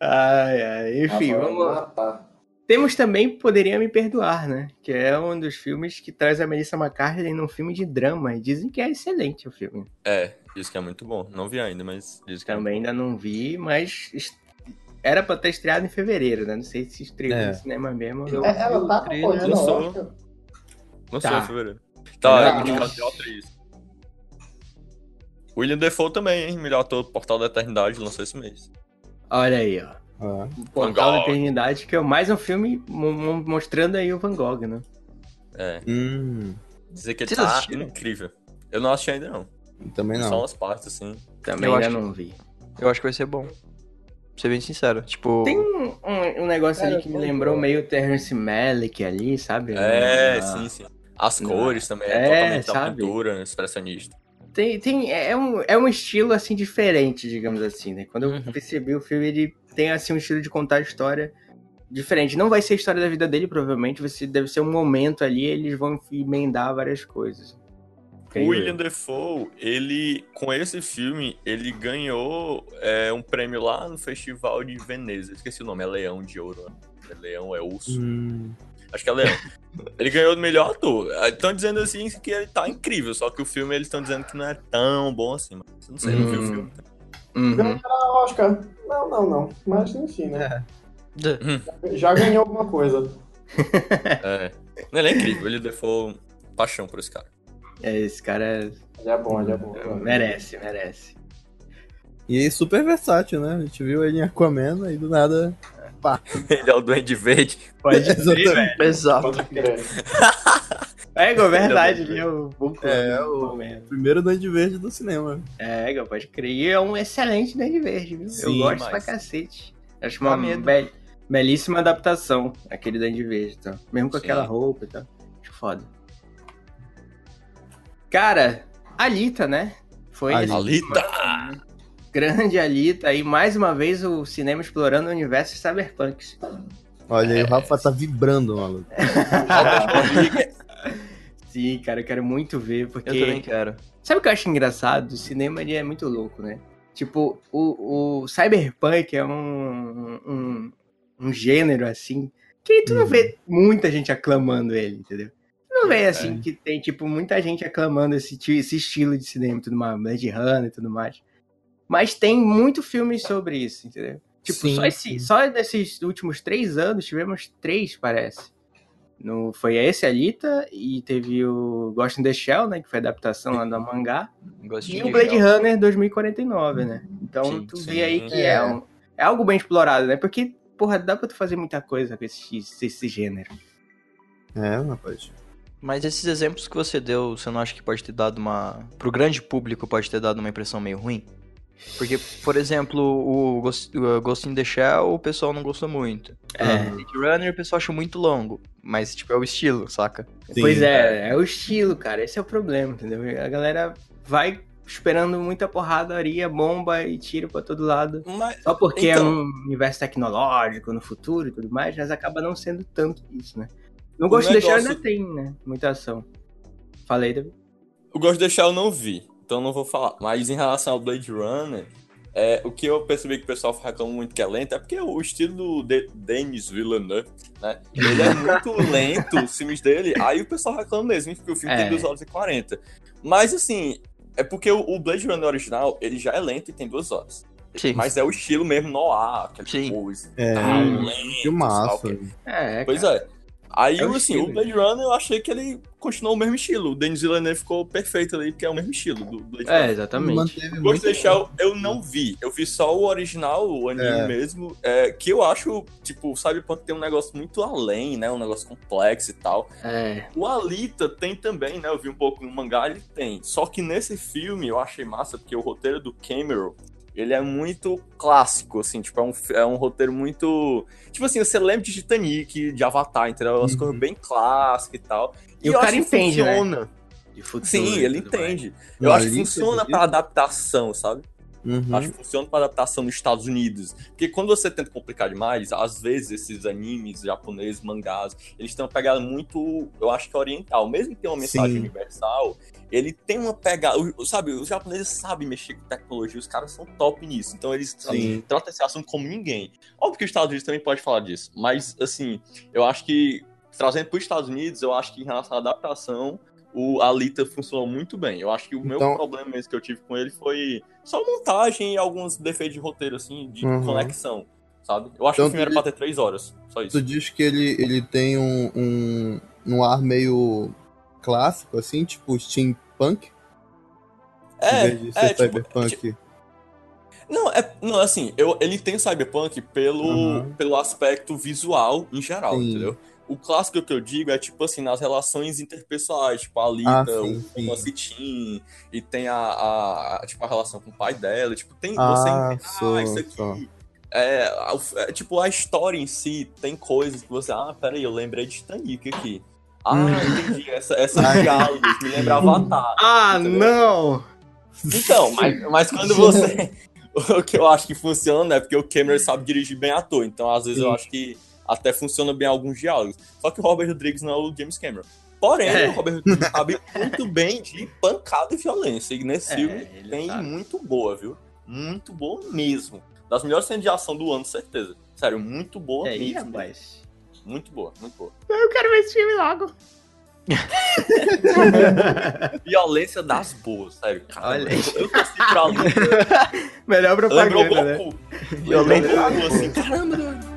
B: ai, ai. Enfim,
C: Rafa vai
B: vamos lá.
C: matar.
B: Temos também Poderia Me Perdoar, né? Que é um dos filmes que traz a Melissa McCarthy num filme de drama. E dizem que é excelente o filme.
D: É, diz que é muito bom. Não vi ainda, mas diz que é
B: Também ainda não vi, mas est- era pra ter estreado em fevereiro, né? Não sei se estreou
E: É.
B: no cinema mesmo. ou
F: Eu-
B: não.
C: É, ela tá né?
F: Trailer,
C: concorrendo
D: eu
C: ao
D: sou-
C: Oscar.
D: Não
B: Tá.
D: sei, fevereiro. Tá,
C: Tá.
D: indicado de atriz. William Defoe também, hein? Melhor ator do Portal da Eternidade, lançou esse mês.
B: Olha aí, ó.
E: Ah,
B: O Portal da
D: Gogh.
B: Eternidade, que é mais um filme mo- mo- mostrando aí o Van Gogh, né?
D: É.
E: hum,
D: Dizer que ele
F: Vocês
D: tá
F: assistiram?
D: incrível. Eu não assisti ainda, não.
E: também
D: Só
E: não.
D: umas partes, assim.
B: Também
F: Eu
B: ainda
F: acho que-
B: não vi.
F: Eu acho que vai ser bom. Pra ser bem sincero. Tipo.
B: Tem um, um- um negócio
C: Cara,
B: ali que me
C: eu tô-
B: lembrou meio Terrence Malick ali, sabe?
D: É,
B: Ah,
D: sim, sim. As
B: Não.
D: cores também,
B: É,
D: é, totalmente da
B: sabe?
D: pintura, né, expressionista.
B: Tem, tem, é, um, é um estilo, assim, diferente, digamos assim, né? Quando eu
F: Uhum.
B: percebi o filme, ele tem, assim, um estilo de contar a história diferente. Não vai ser a história da vida dele, provavelmente. Vai ser, deve ser um momento ali, eles vão emendar várias coisas.
D: O William Defoe, ele, com esse filme, ele ganhou é, um prêmio lá no Festival de Veneza. Esqueci o nome, é Leão de Ouro. né? É Leão, é urso.
E: Hum,
D: Acho que é
B: [laughs]
D: Leão. ele ganhou do melhor ator. Estão dizendo assim que ele tá incrível, só que o filme eles estão dizendo que não é tão bom assim. Mas não sei, não vi o
B: Hum.
D: filme.
B: Uhum.
C: Ah, Oscar. Não, não, não. Mas enfim, né?
F: D-
B: É.
C: Já ganhou alguma coisa.
D: É. Não, Ele é incrível, ele defou paixão por esse cara.
B: É, esse cara
C: Ele é bom, ele é bom.
B: merece, merece.
E: E aí, super versátil, né? A gente viu ele em Aquaman e do nada.
D: [laughs] Ele é o Duende Verde.
B: Pode
E: Exatamente.
F: Exato.
C: Pode crer.
B: É, Igor, verdade, ele é o Buco.
E: É, o- Primeiro Duende Verde do cinema.
B: É, Igor, pode crer. E é um excelente Duende Verde, viu? Eu
E: Sim,
B: gosto
D: mas-
B: pra cacete. Acho uma
F: Dá medo.
B: be- belíssima adaptação, aquele Duende Verde, tá? Mesmo com
D: Sim.
B: aquela roupa e tal. Acho foda. Cara, Alita, né? Foi
E: Alita.
B: esse-
D: Alita!
B: grande Alita e mais uma vez o cinema explorando o universo cyberpunk.
E: Olha aí, o Rafa tá vibrando, maluco.
B: Sim, cara, eu quero muito ver, porque
F: Eu também quero.
B: Sabe o que eu acho engraçado? O cinema ele é muito louco, né? Tipo, o, o cyberpunk é um, um, um gênero assim que tu não
E: Uhum.
B: vê muita gente aclamando ele, entendeu? Tu não vê assim que tem, tipo, muita gente aclamando esse, ti- esse estilo de cinema e tudo mais, Blade Runner e tudo mais. Mas tem muito filme sobre isso, entendeu? Tipo,
E: Sim,
B: só, esse,
E: sim.
B: só nesses últimos três anos tivemos três, parece. No, foi esse, Alita, e teve o Ghost in the Shell, né? Que foi a adaptação lá do mangá. E
F: Gostinho
B: o
F: de
B: Blade
F: gel.
B: Runner 2049, né? Então
D: Sim,
B: tu
D: sim.
B: vê aí que
E: É.
B: é, um- é algo bem explorado, né? Porque, porra, dá pra tu fazer muita coisa com esse, esse gênero.
E: É, rapaz.
F: Mas esses exemplos que você deu, você não acha que pode ter dado uma. Pro grande público pode ter dado uma impressão meio ruim? Porque, por exemplo, o Ghost, o Ghost in the Shell, o pessoal não gostou muito.
B: É.
F: Blade Runner, o pessoal acha muito longo. Mas, tipo, é o estilo, saca?
E: Sim.
B: Pois é, é o estilo, cara. Esse é o problema, entendeu? A galera vai esperando muita porradaria, bomba e tiro pra todo lado.
D: Mas,
B: Só porque é
D: Então.
B: um universo tecnológico no futuro e tudo mais, mas acaba não sendo tanto isso, né?
D: O
B: No Ghost in the Shell
D: negócio-
B: ainda tem, né? Muita ação. Falei, David?
D: o Ghost in the Shell eu não vi, então não vou falar. Mas em relação ao Blade Runner, é, o que eu percebi que o pessoal reclama muito que é lento é porque o estilo do De Denis Villeneuve, né? Ele é
F: [laughs]
D: muito lento, os filmes dele. Aí o pessoal reclama mesmo, porque o filme
B: É.
D: tem 2 horas e 40. Mas assim, é porque o o Blade Runner original, ele já é lento e tem 2 horas.
F: Sim.
D: Mas é o estilo mesmo noir, aquela
F: Sim.
D: coisa.
E: É,
D: tal,
B: Hum,
D: lento,
E: que massa.
D: tal, que-
B: É,
D: Pois
B: cara.
D: é. Aí,
B: É o
D: assim,
B: estilo,
D: o Blade Runner eu achei que ele continuou o mesmo estilo. O Denis Villeneuve ficou perfeito ali, porque é o mesmo estilo do Blade
B: É,
D: Runner.
B: exatamente.
E: Manteve
D: O
E: muito.
D: Ghost in the Shell eu não vi. Eu vi só o original, o anime
E: É.
D: mesmo, é, que eu acho, tipo, o Cyberpunk tem um negócio muito além, né? Um negócio complexo e tal.
B: É.
D: O Alita tem também, né? Eu vi um pouco no mangá, ele tem. Só que nesse filme eu achei massa, porque o roteiro do Cameron, ele é muito clássico, assim, tipo, é um, fi- é um roteiro muito. Tipo assim, você lembra de Titanic, de Avatar, entendeu? As
E: Uhum.
D: coisas bem clássicas e tal.
B: E o
D: eu
B: cara
D: acho que
B: entende, né?
D: funciona.
B: De futuro
D: Sim,
B: e
D: ele
B: tudo mais.
D: entende.
E: No
D: Eu acho que
E: Alita,
D: funciona
E: inclusive.
D: pra adaptação, sabe?
E: Uhum.
D: Acho que funciona para adaptação nos Estados Unidos. Porque quando você tenta complicar demais, às vezes esses animes japoneses, mangás, eles têm uma pegada muito, eu acho que oriental. Mesmo que tenha uma mensagem
E: Sim.
D: universal, ele tem uma pegada. o- Sabe, os japoneses sabem mexer com tecnologia, os caras são top nisso. Então eles tra-
E: Sim.
D: tratam esse assunto como ninguém. Óbvio que os Estados Unidos também pode falar disso, mas assim, eu acho que trazendo para os Estados Unidos, eu acho que em relação à adaptação. O Alita funcionou muito bem. Eu acho que o meu
E: Então-
D: problema mesmo que eu tive com ele foi só montagem e alguns defeitos de roteiro, assim, de
E: Uhum.
D: conexão, sabe? Eu acho que
E: Então,
D: o filme era pra ter três horas, só isso.
E: Tu diz que ele, ele tem um, um, um ar meio clássico, assim, tipo steampunk, em vez de ser
D: É, é, tipo,
E: cyberpunk.
D: não, é, não, assim, eu, ele tem cyberpunk pelo,
E: Uhum.
D: pelo aspecto visual em geral,
E: Sim.
D: entendeu? O clássico que eu digo é, tipo assim, nas relações interpessoais, tipo a
E: Ah,
D: Alita,
E: sim,
D: o
E: sim.
D: Capacitim, e tem a, a- a- tipo, a relação com o pai dela, tipo, tem,
E: Ah,
D: você entende,
E: só,
D: ah, isso aqui
E: só.
D: É, a- é, tipo, a história em si tem coisas que você. Ah, peraí, eu lembrei de Titanic aqui. Ah,
E: Hum.
D: entendi. Essa,
E: [laughs]
D: essa diálogo me lembra Avatar.
B: Ah,
D: Entendeu?
B: não!
D: Então, mas, mas quando você. [laughs] o que eu acho que funciona é porque o Cameron sabe dirigir bem ator. Então, às vezes, eu
E: Sim.
D: acho que até funciona bem alguns diálogos. Só que o Robert Rodrigues não é o James Cameron. Porém,
B: É.
D: o Robert Rodrigues sabe muito bem de pancada e violência. E nesse
B: É,
D: filme
B: ele
D: tem
B: sabe.
D: muito boa, viu? Muito boa mesmo. Das melhores cenas de ação do ano, certeza. Sério, muito boa
B: É isso,
D: mesmo.
B: rapaz.
D: Muito boa, muito boa.
B: Eu quero ver esse filme logo.
D: Violência das boas, sério. Cara,
B: Olha aí.
D: eu torci pra Lembra
B: Melhor
D: o
B: propaganda, né?
D: Goku.
F: Violência
D: Lembrou o
F: das
D: Goku,
F: boas.
D: assim, caramba, doido.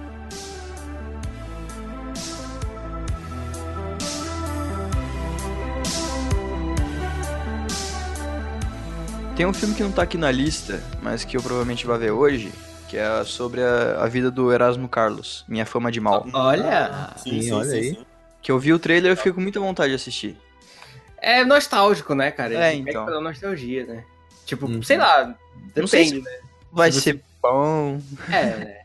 F: Tem um filme que não tá aqui na lista, mas que eu provavelmente vai ver hoje, que é sobre a, a vida do Erasmo Carlos, Minha Fama de
D: Ah.
F: Mal.
B: Tá. Olha!
E: Sim, olha aí.
D: assim, sim.
F: Que eu vi o trailer e eu fiquei com muita vontade de assistir.
B: É nostálgico, né, cara?
F: É,
B: Ele pega
F: então.
B: Pela nostalgia, né? Tipo,
E: Uhum.
B: sei lá,
F: Não sei
B: depende, né?
F: Vai ser bom.
B: É, né?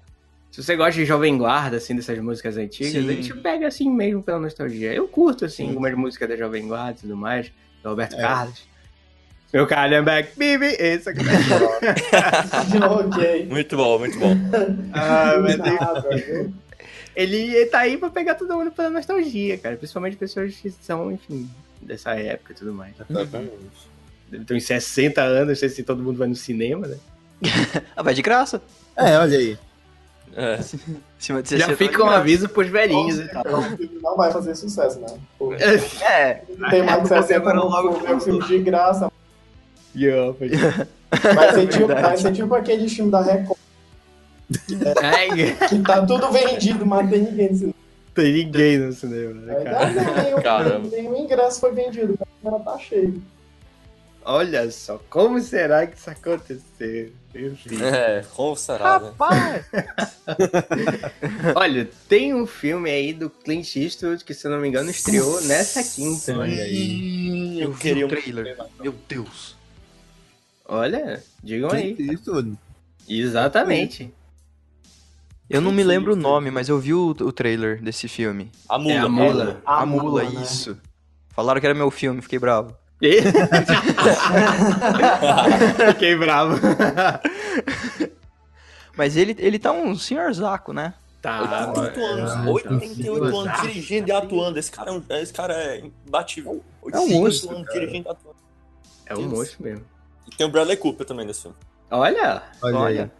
B: Se você gosta de Jovem Guarda, assim, dessas músicas antigas,
F: Sim.
B: ele te pega assim mesmo pela nostalgia. Eu curto, assim, algumas músicas da Jovem Guarda e tudo mais, do Alberto Carlos. Meu calhão back, baby, esse é aqui.
C: [laughs] ok.
D: Muito bom, muito bom.
B: Ah, mas ele-
C: Nada, viu?
B: ele tá aí pra pegar todo mundo pela nostalgia, cara. Principalmente pessoas que são, enfim, dessa época e tudo mais.
E: Tá Exatamente.
B: Então, em 60 anos, não sei se todo mundo vai no cinema, né?
F: Ah, vai de graça.
E: É, olha aí.
D: É.
F: Cima de
B: Já
F: 60
B: fica um
F: vai de
B: aviso pros velhinhos e tal. [laughs]
C: Então, o filme não vai fazer sucesso, né? Pô,
F: graça. É,
C: Tem mais de
B: Agora
C: 60 anos,
B: logo
C: vou ver o filme de graça.
B: Yeah, foi-
C: Vai ser, tipo,
F: Verdade.
C: vai ser tipo aquele filme da Record,
B: Ai,
C: que tá tudo vendido, mas não tem ninguém.
B: tem ninguém no cinema, né,
C: Aí,
B: cara?
C: ah, nenhum,
D: Caramba.
C: nenhum ingresso foi vendido, mas tá cheio.
B: Olha só, como será que isso aconteceu?
D: [laughs]
B: Enfim.
D: É, como será, né?
F: Rapaz!
B: Olha, tem um filme aí do Clint Eastwood que, se eu não me engano, estreou nessa quinta. Olha aí.
F: Hum,
D: Eu
F: vi
D: queria
F: o
D: um-
F: trailer. Meu Deus.
B: Olha, digam aí.
E: Isso, mano.
B: Exatamente.
F: Eu não me
D: Clint
F: lembro o
D: Eastwood.
F: nome, mas eu vi o, o trailer desse filme.
D: A mula.
B: É a mula.
F: A,
C: Ah,
F: Mula,
C: né?
F: isso. Falaram que era meu filme, fiquei bravo.
B: [laughs] Fiquei bravo.
F: Mas ele, ele tá um senhorzaco, né?
B: Tá,
D: 88 anos, 88 anos dirigindo e atuando. Esse cara é, um- esse cara é imbatível. 88
E: monstro,
D: anos dirigindo e atuando.
B: é um monstro mesmo.
D: E tem o Bradley Cooper também nesse filme.
B: Olha,
E: Olha aí.
B: olha.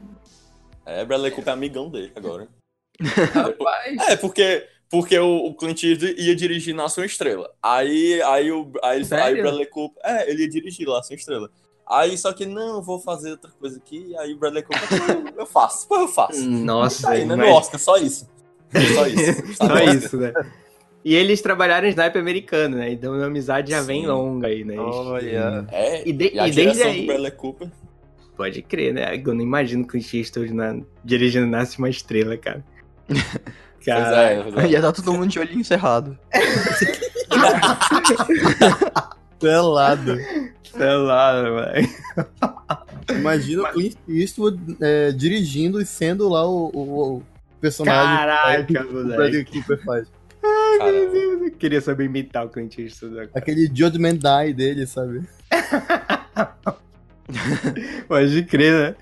D: É, Bradley Cooper é amigão dele agora.
B: [laughs] Rapaz.
D: É, porque, porque o, o Clint Eastwood ia dirigir Nação Estrela. Aí, aí, o, aí, aí
B: Sério?
D: o Bradley Cooper. É, ele ia dirigir Nação Estrela. Aí só que, não, eu vou fazer outra coisa aqui. Aí o Bradley
B: [laughs]
D: Cooper, "Não, eu faço, pô, eu faço.
B: Nossa,
D: Aí, né,
B: Hum, mas-
D: no Oscar, só isso. Só isso. Tá no
B: [laughs] Só
D: Oscar.
B: isso, né? E eles trabalharam em snipe americano, né? Então a amizade já vem
D: Sim.
B: longa aí, né?
F: Olha.
D: É,
B: E de-
D: a
B: e desde
D: direção
B: aí-
D: do Bradley Cooper.
B: Pode crer, né? Eu não imagino que o Clint Eastwood na... dirigindo Nasce uma Estrela, [laughs] cara.
D: Pois
B: cara,
D: é, pois é.
F: [laughs] Ia dar todo mundo de olhinho cerrado.
E: Pelado.
B: sei lá, mano.
E: Imagina o Clint Eastwood é, dirigindo e sendo lá o, o- o personagem
B: Caraca,
E: que o
B: moleque.
E: Bradley Cooper faz.
D: Cara,
B: Eu queria saber imitar o Clint Eastwood. né? Cara.
E: Aquele Judgment Die dele, sabe?
B: Pode crer, né?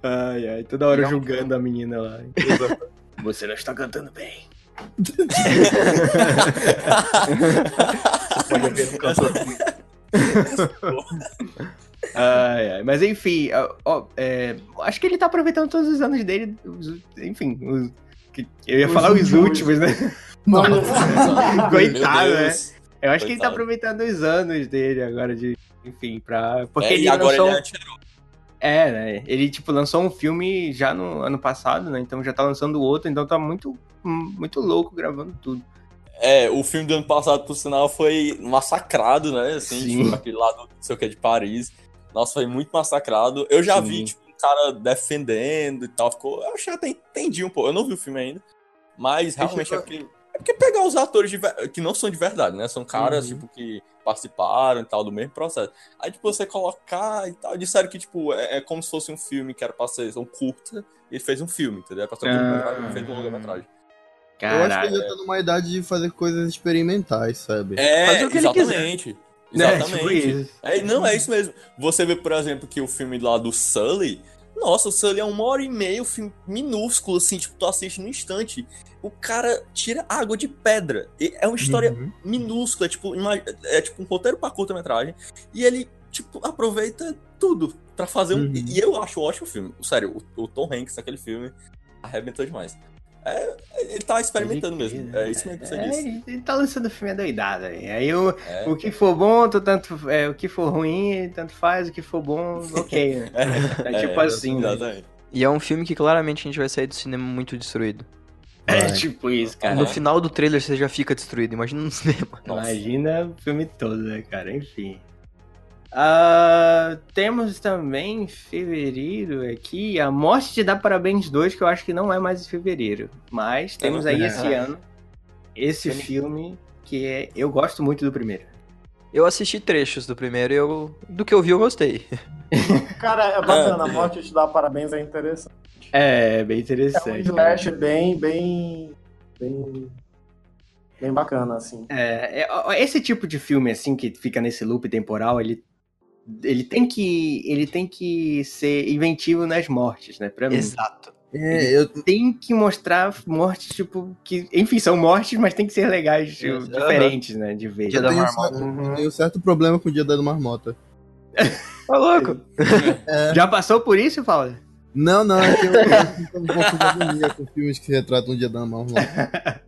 B: Ai, ai, toda hora
F: Não.
B: julgando a menina lá. [laughs] Você não está cantando bem. Pode ver no cantor. Ai, ai. Mas enfim, ó, ó, é, acho que ele tá aproveitando todos os anos dele. os- enfim, os- que- eu ia
C: Os
B: falar os
C: últimos.
B: últimos, né? [laughs] [laughs] Coitado,
D: Meu
B: né?
D: Deus.
B: Eu acho que ele tá
D: Coitado.
B: aproveitando os anos dele agora de. Enfim, pra. Porque
D: É,
B: ele
D: e agora
B: lançou. um
D: ele é anti-herói.
B: É, né? Ele, tipo, lançou um filme já no ano passado, né? Então já tá lançando outro, então tá muito, muito louco gravando tudo.
D: É, o filme do ano passado, por sinal, foi massacrado, né? Assim,
B: Sim.
D: tipo, aquele lá do não sei o que de Paris. Nossa, foi muito massacrado. Eu já
B: Sim.
D: vi, tipo, um cara defendendo e tal. Ficou. Eu acho que até entendi um pouco. Eu não vi o filme ainda. Mas realmente é porque. É porque pegar os atores de ver- que não são de verdade, né? São caras,
B: Uhum.
D: tipo, que participaram e tal, do mesmo processo. Aí, tipo, você colocar e tal. Disseram que, tipo, é, é como se fosse um filme que era pra ser um curta. E ele fez um filme, entendeu? Era pra ser um
B: Ah.
D: curta-metragem, ele fez um longa-metragem.
E: Eu acho que
B: Caralho.
E: ele já tá numa idade de fazer coisas experimentais, sabe?
D: É,
F: Fazer o que ele quiser.
D: exatamente.
B: É,
D: Exatamente.
B: tipo isso.
D: É, não, é isso mesmo. Você vê, por exemplo, que o filme lá do Sully. Nossa, o Sully é uma hora e meia, um filme minúsculo, assim, tipo, tu assiste num instante. O cara tira água de pedra. E é uma história
B: Uhum.
D: minúscula, é tipo, ima- é tipo um roteiro pra curta-metragem. E ele, tipo, aproveita tudo pra fazer um.
E: Uhum.
D: E eu acho um ótimo filme. Sério, o, o Tom Hanks naquele filme arrebentou demais. É, ele tá experimentando
B: Pode crer,
D: mesmo.
B: né?
D: É isso mesmo que você
B: É,
D: disse.
B: ele ele tá lançando filme adoidado aí. Aí o,
D: É.
B: o que for bom, tu tanto, é, o que for ruim, tanto faz, o que
D: [laughs]
B: for bom, ok, né? É, tipo assim, né?
D: exatamente.
F: E é um filme que claramente a gente vai sair do cinema muito destruído.
B: É tipo isso, cara.
F: No
D: Aham.
F: final do trailer você já fica destruído, imagina no cinema.
D: Nossa.
B: Imagina o filme todo, né, cara? Enfim. Ah, temos também em fevereiro aqui a Morte de Dá Parabéns 2, que eu acho que não é mais em fevereiro. Mas temos aí
F: É.
B: esse ano esse filme que é, eu gosto muito do primeiro.
F: Eu assisti trechos do primeiro e eu. Do que eu vi, eu gostei.
C: Cara, é bacana, a morte te dá parabéns, é interessante.
B: É, bem
C: É um
B: interessante. né?
C: slash bem, bem, bem, bem bacana, assim.
B: É, é, ó, esse tipo de filme assim que fica nesse loop temporal, ele ele tem que ele tem que ser inventivo nas mortes, né, para mim.
F: [laughs] Exato.
E: É, eu,
B: tem que mostrar mortes, tipo, que. Enfim, são mortes, mas tem que ser legais, tipo,
F: Aham.
B: diferentes, né? De ver.
F: Dia da
E: tenho
F: marmota.
E: eu tenho certo problema com o dia da marmota.
F: Ô, Tá louco!
B: [laughs] Já passou por isso, Paulo?
E: Não, não, é que eu, eu tenho um pouco de agonia com filmes que retratam o dia da marmota.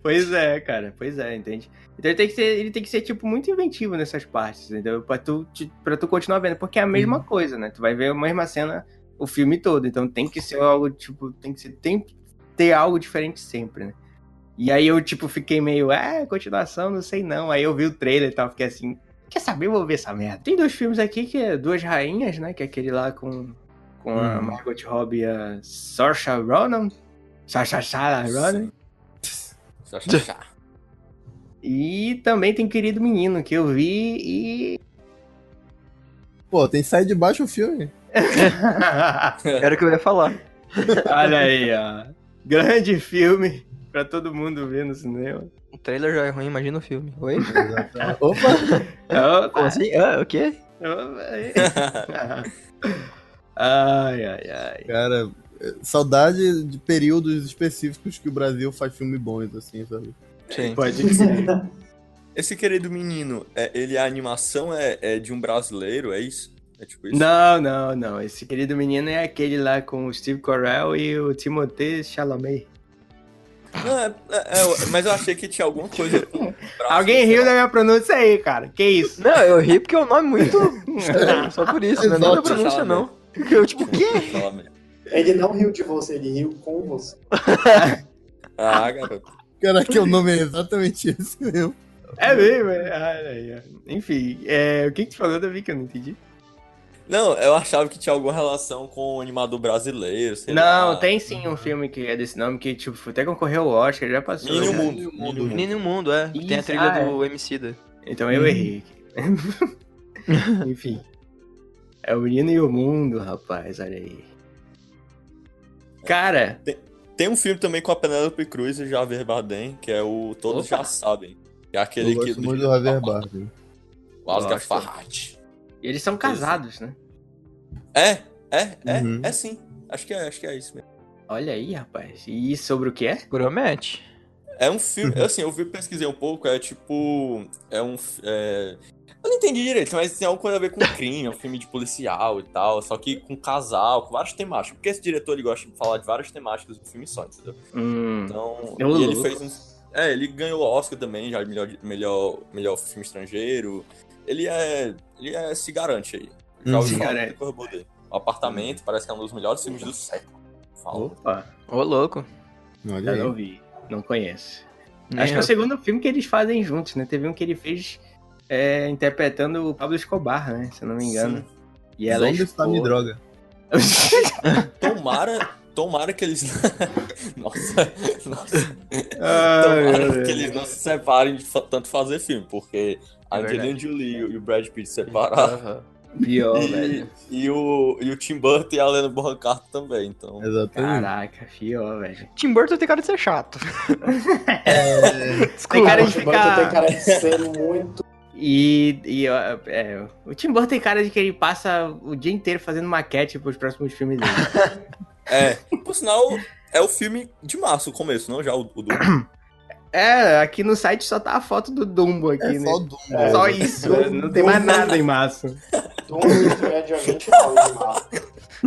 B: Pois é, cara. Pois é, entende? Então ele tem que ser, ele tem que ser tipo, muito inventivo nessas partes, entendeu? Pra tu, te- pra tu continuar vendo. Porque é a mesma coisa, né? Tu vai ver a mesma cena o filme todo. Então tem que ser algo, tipo, tem que ser. Tem que ter algo diferente sempre, né? E aí eu, tipo, fiquei meio, é, continuação, não sei não. Aí eu vi o trailer e tal, fiquei assim, quer saber, eu vou ver essa merda. Tem dois filmes aqui que é Duas Rainhas, né? Que é aquele lá com, com a Margot Robbie e a Saoirse Ronan. Saoirse Ronan.
D: Só
E: [laughs]
D: chachá.
B: E também tem Querido Menino, que eu vi e... [laughs]
E: Pô, tem que sair de baixo o filme.
F: Era o que eu ia falar.
B: Olha aí, ó. Grande filme pra todo mundo ver no cinema.
F: O trailer já é ruim, imagina o filme. Ah, Oi?
E: Opa!
B: É
F: Como assim? Ah, o quê?
B: Ai, ai, ai.
E: Cara, é, saudade de períodos específicos que o Brasil faz filme bons, assim, sabe?
D: Sim.
B: Pode ser.
D: Esse querido menino, é, ele a animação é, é de um brasileiro, é isso? É tipo isso?
B: Não, não, não. Esse querido menino é aquele lá com o Steve Carell e o Timothée Chalamet.
D: Não, é, é- é, eu- mas eu achei que tinha alguma coisa com o braço,
B: [laughs] Alguém
D: sei
B: riu
D: lá.
B: da minha pronúncia aí, cara. Que isso?
F: Não, eu ri porque é um nome muito estranho, só por isso, né? Não é da
B: [laughs]
E: Exótico,
F: pronúncia,
D: sabe?
F: não. Eu, tipo, o quê?
D: Fala mesmo.
C: Ele não riu de você, ele riu com você.
D: Ah, garoto.
E: Caraca, o nome é exatamente esse mesmo.
B: É mesmo? é. Olha aí, ó. Enfim, é, o que que tu falou, Davi, que eu não entendi?
D: Não, eu achava que tinha alguma relação com o animador brasileiro, sei
B: não,
D: lá.
B: tem sim um filme que é desse nome que, tipo, até concorreu ao Oscar, já passou. né?
D: Mini
B: já.
D: Mundo. Mini Mundo.
F: Menino Mundo, é. que Tem a
B: Isso,
F: trilha
B: ah,
F: do MC da.
B: Então eu errei aqui. [laughs] Enfim. É o menino e o mundo, rapaz, olha aí. Cara,
D: Tem um filme também com a Penélope Cruz e o Javier Bardem, que é o Todos
B: Opa.
D: Já Sabem. Que é
E: Eu
D: aquele que...
E: gosto muito do
D: [laughs]
E: Javier Bardem.
D: O Asghar
B: Gosto.
D: Farhad.
B: eles são casados, né?
D: É, é, é,
E: Uhum.
D: é sim. Acho que é, acho que é isso mesmo.
B: Olha aí, rapaz. E sobre o que é?
F: Promete.
D: É um
B: Uhum.
D: filme, assim, eu vi pesquisei um pouco, é tipo... É um... f- é- Eu não entendi direito, mas tem alguma coisa a ver
B: [laughs]
D: com crime, é um filme de policial e tal, só que com casal, com várias temáticas. Porque esse diretor, ele gosta de falar de várias temáticas do filme só, entendeu?
B: Hum,
D: Então,
B: Ô,
D: e ele
B: louco.
D: fez um. É, ele ganhou o Oscar também, já de melhor, melhor, melhor filme estrangeiro. Ele é. Ele é, se garante aí.
E: Hum,
D: Já ouvi
B: Uhum. se
D: falar
B: garante.
D: muita coisa boa dele. O apartamento parece que é um dos melhores filmes do século. Fala.
B: opa,
F: Ô, louco.
E: Hum. Olha
B: eu não
E: aí.
B: vi. Não conheço.
F: Nem
B: Acho que é
F: eu.
B: o segundo filme que eles fazem juntos, né? Teve um que ele fez é, interpretando o Pablo Escobar, né? Se eu não me engano.
D: Sim.
B: E ela
E: Zombie está me
B: ficou-
E: droga.
D: Tomara, tomara que eles. [laughs] nossa, nossa.
B: Ai, meu
D: Tomara
B: Deus.
D: que eles não se separem de fa- tanto fazer filme, porque a
F: É
D: Angelina
F: verdade.
D: Jolie e o Brad Pitt separaram.
F: Aham.
B: [laughs] Pior, velho.
D: E, e o, e o Tim Burton e a Helena Bonham Carter também, então.
E: Exatamente.
B: Caraca, pior, velho.
F: Tim Burton tem cara de ser chato.
E: É,
B: Tem cara de
C: Mas o Burton tem
B: ficar.
C: cara de ser muito.
B: E, e, ó, é, o Tim Burton tem cara de que ele passa o dia inteiro fazendo maquete pros próximos filmes dele.
D: É, por sinal, é o filme de março, o começo, não? Já o,
B: [coughs]
D: o do.
B: é, aqui no site só tá a foto do Dumbo aqui,
E: É
B: né?
E: só o Dumbo.
C: É,
B: Só isso, né? não tem mais nada em massa.
C: Doom e Red Agente Paulo de Massa.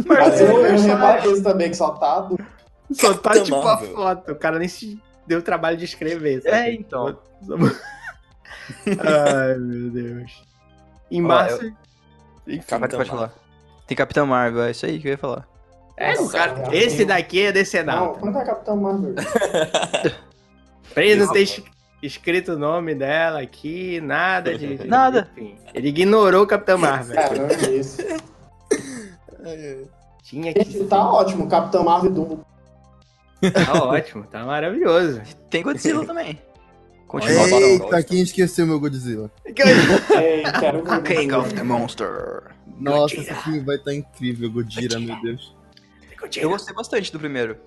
C: Mas eu, eu reparei isso também, que só tá do.
B: é Só tá
D: Capitã
B: tipo a
D: Marvel.
B: foto. O cara nem se deu trabalho de escrever. sabe?
F: É, então.
B: Só- [laughs] Ai, meu Deus. Em
F: Ó,
B: março.
F: Pode,
D: Capitão
F: Tá, pode
D: Marvel.
F: falar. Tem Capitão Marvel, é isso aí que eu ia falar.
B: É, o
C: Nossa,
B: cara,
C: cara.
B: esse daqui é
C: Não,
B: decenal.
C: quanto é Capitão Marvel?
B: Pra ele não
D: Não.
B: ter es- escrito o nome dela aqui, nada de.
F: Nada.
B: Enfim, ele ignorou o Capitão Marvel.
C: É, não é isso.
B: Tinha que.
C: Gente, tá ótimo, Capitão Marvel e Doom.
B: Tá ótimo, tá maravilhoso.
F: Tem Godzilla [laughs] também. Continua.
D: Ei.
E: Eita, quem esqueceu meu Godzilla?
C: Ei, quero ver.
F: King of the Monster.
E: Nossa,
F: Godzilla.
E: esse filme vai estar incrível, Godira, meu Deus.
F: Eu gostei bastante do primeiro.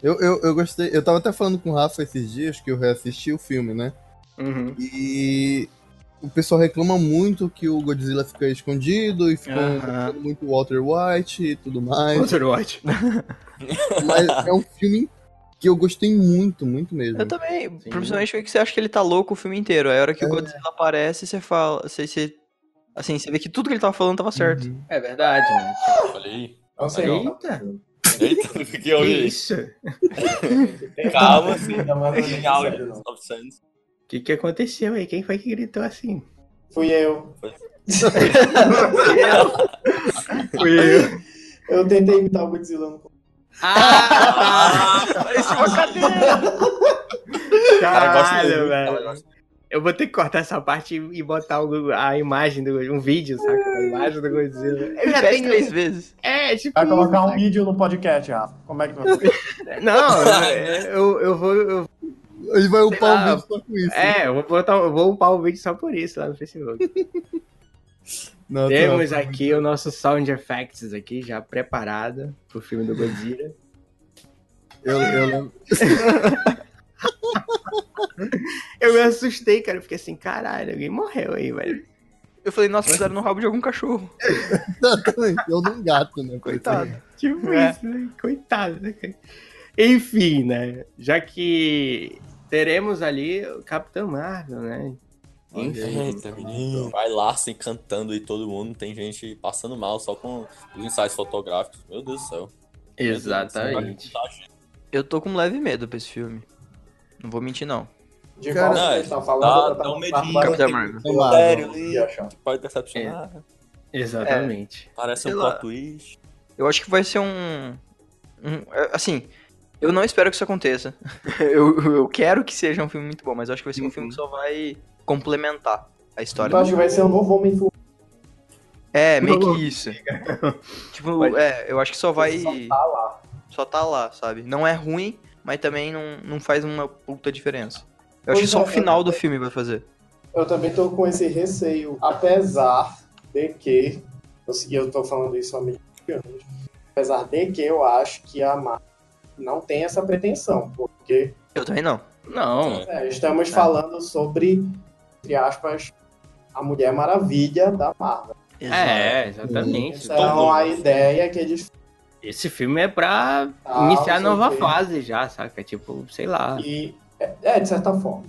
E: Eu, eu, eu gostei, eu tava até falando com o Rafa esses dias que eu reassisti o filme, né?
B: Uhum.
E: E o pessoal reclama muito que o Godzilla fica escondido e fica
B: Aham.
E: mostrando muito Walter White e tudo mais.
B: Monster Watch.
E: Mas é um filme que eu gostei muito, muito mesmo.
F: Eu também, principalmente porque você acha que ele tá louco o filme inteiro. Aí a hora que o
E: É.
F: Godzilla aparece, você fala. Você, você- assim, você vê que tudo que ele tava falando tava certo.
E: Uhum.
B: É verdade, né?
D: Olha aí.
C: Não sei.
B: Eita,
D: Eita, o que que
C: [laughs]
B: que
D: houve
B: isso? O
D: aí? Calma, filho.
C: Não, mas não é
D: Legal,
C: sério, não.
D: Obscene.
B: que, que aconteceu aí? Quem foi que gritou assim?
C: Fui eu.
B: Fui [laughs] eu.
C: Eu tentei imitar o Godzilla.
B: Ah!
D: Ah,
F: Parecia uma cadeira!
D: cara gosta muito,
B: velho.
D: cara gosta.
B: Eu vou ter que cortar essa parte e e botar o- a imagem do um vídeo, saca? A imagem do Godzilla. Eu já
F: Repete
B: tenho.
C: um.
F: três vezes.
B: É, tipo.
C: Vai colocar
B: isso,
C: um vídeo no podcast, Rafa. Como é que tu vai fazer?
B: saca? [laughs] Não, é, eu, eu vou. Eu,
E: Ele vai upar
B: lá.
E: o vídeo só com isso.
B: é, eu vou, botar, eu vou upar o vídeo só por isso lá no Facebook.
E: Não,
B: Temos aqui o nosso Sound Effects aqui, já preparado pro filme do Godzilla.
E: Eu, eu lembro. [laughs]
B: Eu me assustei, cara. Eu fiquei assim, caralho, alguém morreu aí, velho.
F: Eu falei, nossa, fizeram no rabo de algum cachorro.
E: Exatamente. Eu não gato, né?
F: Coitado.
B: [laughs] Tipo
F: É.
B: isso, né? Coitado, né, cara? Enfim, né? Já que teremos ali o Capitão Marvel, né?
D: Eita, menino. então, Vai lá se encantando e todo mundo. Tem gente passando mal só com os ensaios fotográficos. Meu Deus do céu.
B: Exatamente.
F: Eu tô com um leve medo pra esse filme. Não vou mentir, não.
C: De
E: Cara,
C: qual
D: não,
C: você tá falando?
D: Dá,
C: Eu
D: dá
C: tava-
D: um
C: tava-
D: medinho.
C: tava-
F: Capitão Marvel. É.
E: Sério,
C: ia achar.
D: Pode decepcionar.
B: Exatamente.
D: Parece
F: Sei
D: um
F: lá.
D: plot twist.
F: Eu acho que vai ser um. um- é, assim, eu não espero que isso aconteça. [laughs] eu, eu quero que seja um filme muito bom, mas eu acho que vai ser um filme que só vai complementar a história.
C: Eu acho que vai ser um novo homem formiga
F: É, meio
C: [laughs]
F: que isso. tipo,
B: Pode-
F: é, eu acho que só vai.
C: Só tá lá.
F: Só tá lá, sabe? Não é ruim, mas também não, não faz uma puta diferença. Eu acho que
C: Pois
F: só
C: é,
F: o final do filme vai fazer.
C: Eu também tô com esse receio, apesar de que. Eu, sei- eu tô falando isso há meio que anos. Apesar de que eu acho que a Marvel não tem essa pretensão, porque
F: Eu também não.
B: Não.
C: é, estamos falando sobre, entre aspas, a Mulher Maravilha da Marvel.
B: É, exatamente.
C: Então a ideia é que eles.
B: Esse filme é pra
C: Ah,
B: iniciar a
C: não sei
B: nova
C: o quê.
B: fase já, saca? Tipo, sei lá.
C: E, é, é, de certa forma.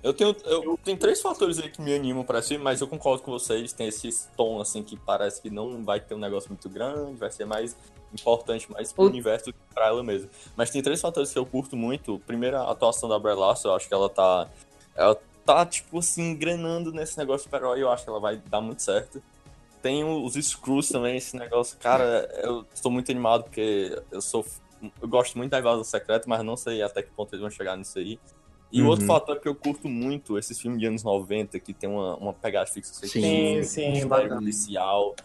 D: Eu tenho, eu, tem três fatores aí que me animam pra esse filme, mas eu concordo com vocês. Tem esse tom, assim, que parece que não vai ter um negócio muito grande, vai ser mais importante, mais pro
B: O-
D: universo que pra ela mesmo. Mas tem três fatores que eu curto muito. Primeiro, a atuação da Brie Larson, eu acho que ela tá... Ela tá, tipo assim, engrenando nesse negócio de super-herói, eu acho que ela vai dar muito certo. Tem os Screws também, esse negócio. Cara, eu estou muito animado, porque eu sou... Eu gosto muito da invasão secreta, mas não sei até que ponto eles vão chegar nisso aí. E o outro
B: Uhum.
D: fator que eu curto muito, esses filmes de anos 90, que tem uma, uma pegada fixa
B: Sim,
D: tem
C: sim,
D: história
C: bacana.
D: policial.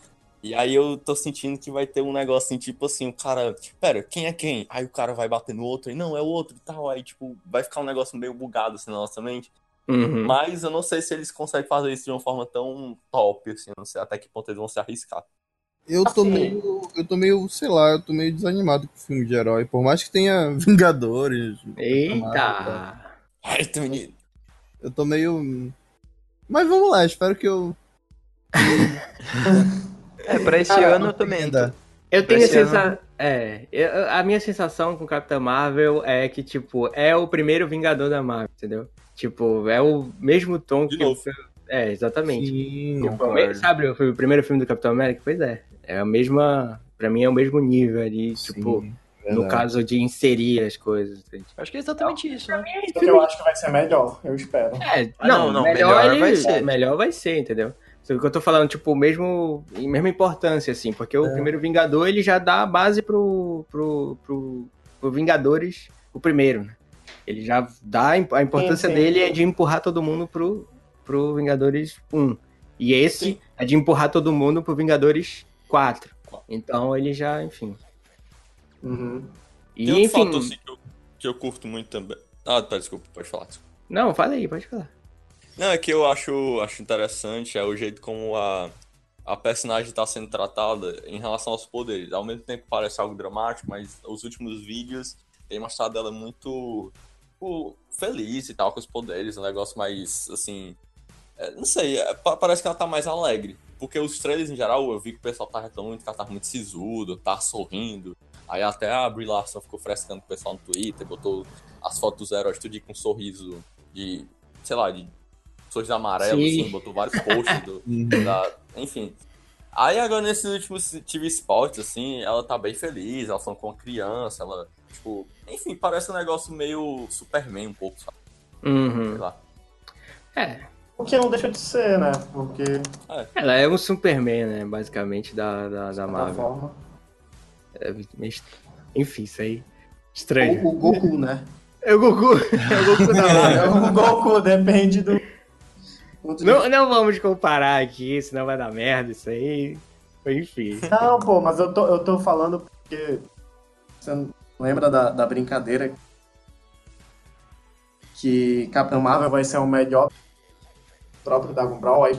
D: E aí eu tô sentindo que vai ter um negócio assim, tipo assim, o cara, pera, quem é quem? Aí o cara vai bater no outro, e não, é o outro e tal. Aí, tipo, vai ficar um negócio meio bugado assim na nossa mente.
B: Uhum.
D: Mas eu não sei se eles conseguem fazer isso de uma forma tão top, assim, eu não sei até que ponto eles vão se arriscar.
E: Eu tô
C: Assim.
E: meio. Eu tô meio, sei lá, eu tô meio desanimado com o filme de herói. Por mais que tenha [laughs] Vingadores.
B: Eita!
D: Ai, tu menino.
E: Eu tô meio. Mas vamos lá, espero que eu.
F: É, pra esse
C: Cara,
F: ano eu também. tô-
E: entenda.
B: Eu tenho a
F: Esse ano-
B: sensação. É, eu- a minha sensação com o Capitão Marvel é que, tipo, é o primeiro Vingador da Marvel, entendeu? Tipo, é o mesmo tom
D: De
B: que.
D: novo.
B: É, exatamente.
E: Sim,
B: Tipo, é o me- sabe, o filme- o primeiro filme do Capitão América? Pois é. É a mesma. Pra mim é o mesmo nível ali, tipo, no
E: verdade.
B: caso de inserir as coisas. entende?
F: Acho que é exatamente isso, né?
C: Só que eu acho que vai ser melhor, eu espero.
B: É,
F: Ah,
B: não,
F: não, não,
B: melhor,
F: melhor
B: ele-
F: vai ser.
B: Melhor vai ser, entendeu? Só que eu tô falando, tipo, mesmo, em mesma importância, assim, porque o primeiro Vingador, ele já dá a base pro, pro, pro, pro Vingadores, o primeiro, né? Ele já dá, a imp- a importância
C: sim.
B: dele é de empurrar todo mundo pro, pro Vingadores 1. E esse
D: Sim.
B: é de empurrar todo mundo pro Vingadores 4. Então ele já, enfim.
C: Uhum.
B: E,
D: Tem outro
B: enfim.
D: fator assim, que, eu, que eu curto muito também. Ah, tá, desculpa, pode falar. desculpa.
B: Não, fala aí, pode falar.
D: Não, é que eu acho, acho interessante é o jeito como a, a personagem está sendo tratada em relação aos poderes. Ao mesmo tempo parece algo dramático, mas os últimos vídeos tem mostrado ela muito tipo, feliz e tal com os poderes, um negócio mais assim. é, não sei, é, pa- parece que ela tá mais alegre. Porque os trailers em geral eu vi que o pessoal tá reclamando que ela tá muito sisuda, tá sorrindo. Aí até a Brie Larson ficou frescando com o pessoal no Twitter, botou as fotos dos heróis tudo com um sorriso de, sei lá, de sorriso amarelo,
B: Sim.
D: assim, botou vários posts do,
E: Uhum.
D: da- enfim. Aí agora nesses últimos TV Sports, assim, ela tá bem feliz, ela falando com a criança, ela, tipo, enfim, parece um negócio meio Superman um pouco, sabe?
B: Uhum.
D: Sei lá.
B: É,
C: O que não deixa de ser, né? Porque, de
B: Ela é um Superman, né? Basicamente, da, da, da
C: certa
B: Marvel.
C: forma.
B: É meio est- Enfim, isso aí.
C: O, [laughs]
B: Estranho.
C: o Goku, né?
B: É o Goku. É o Goku da lava.
C: É o Goku, depende do. do-
B: Não, não vamos comparar aqui, senão vai dar merda isso aí. Enfim.
C: Não, pô, mas eu tô, eu tô falando porque. Você não lembra da, da brincadeira? Que Capitão Marvel vai ser o melhor próprio da Gumball, aí.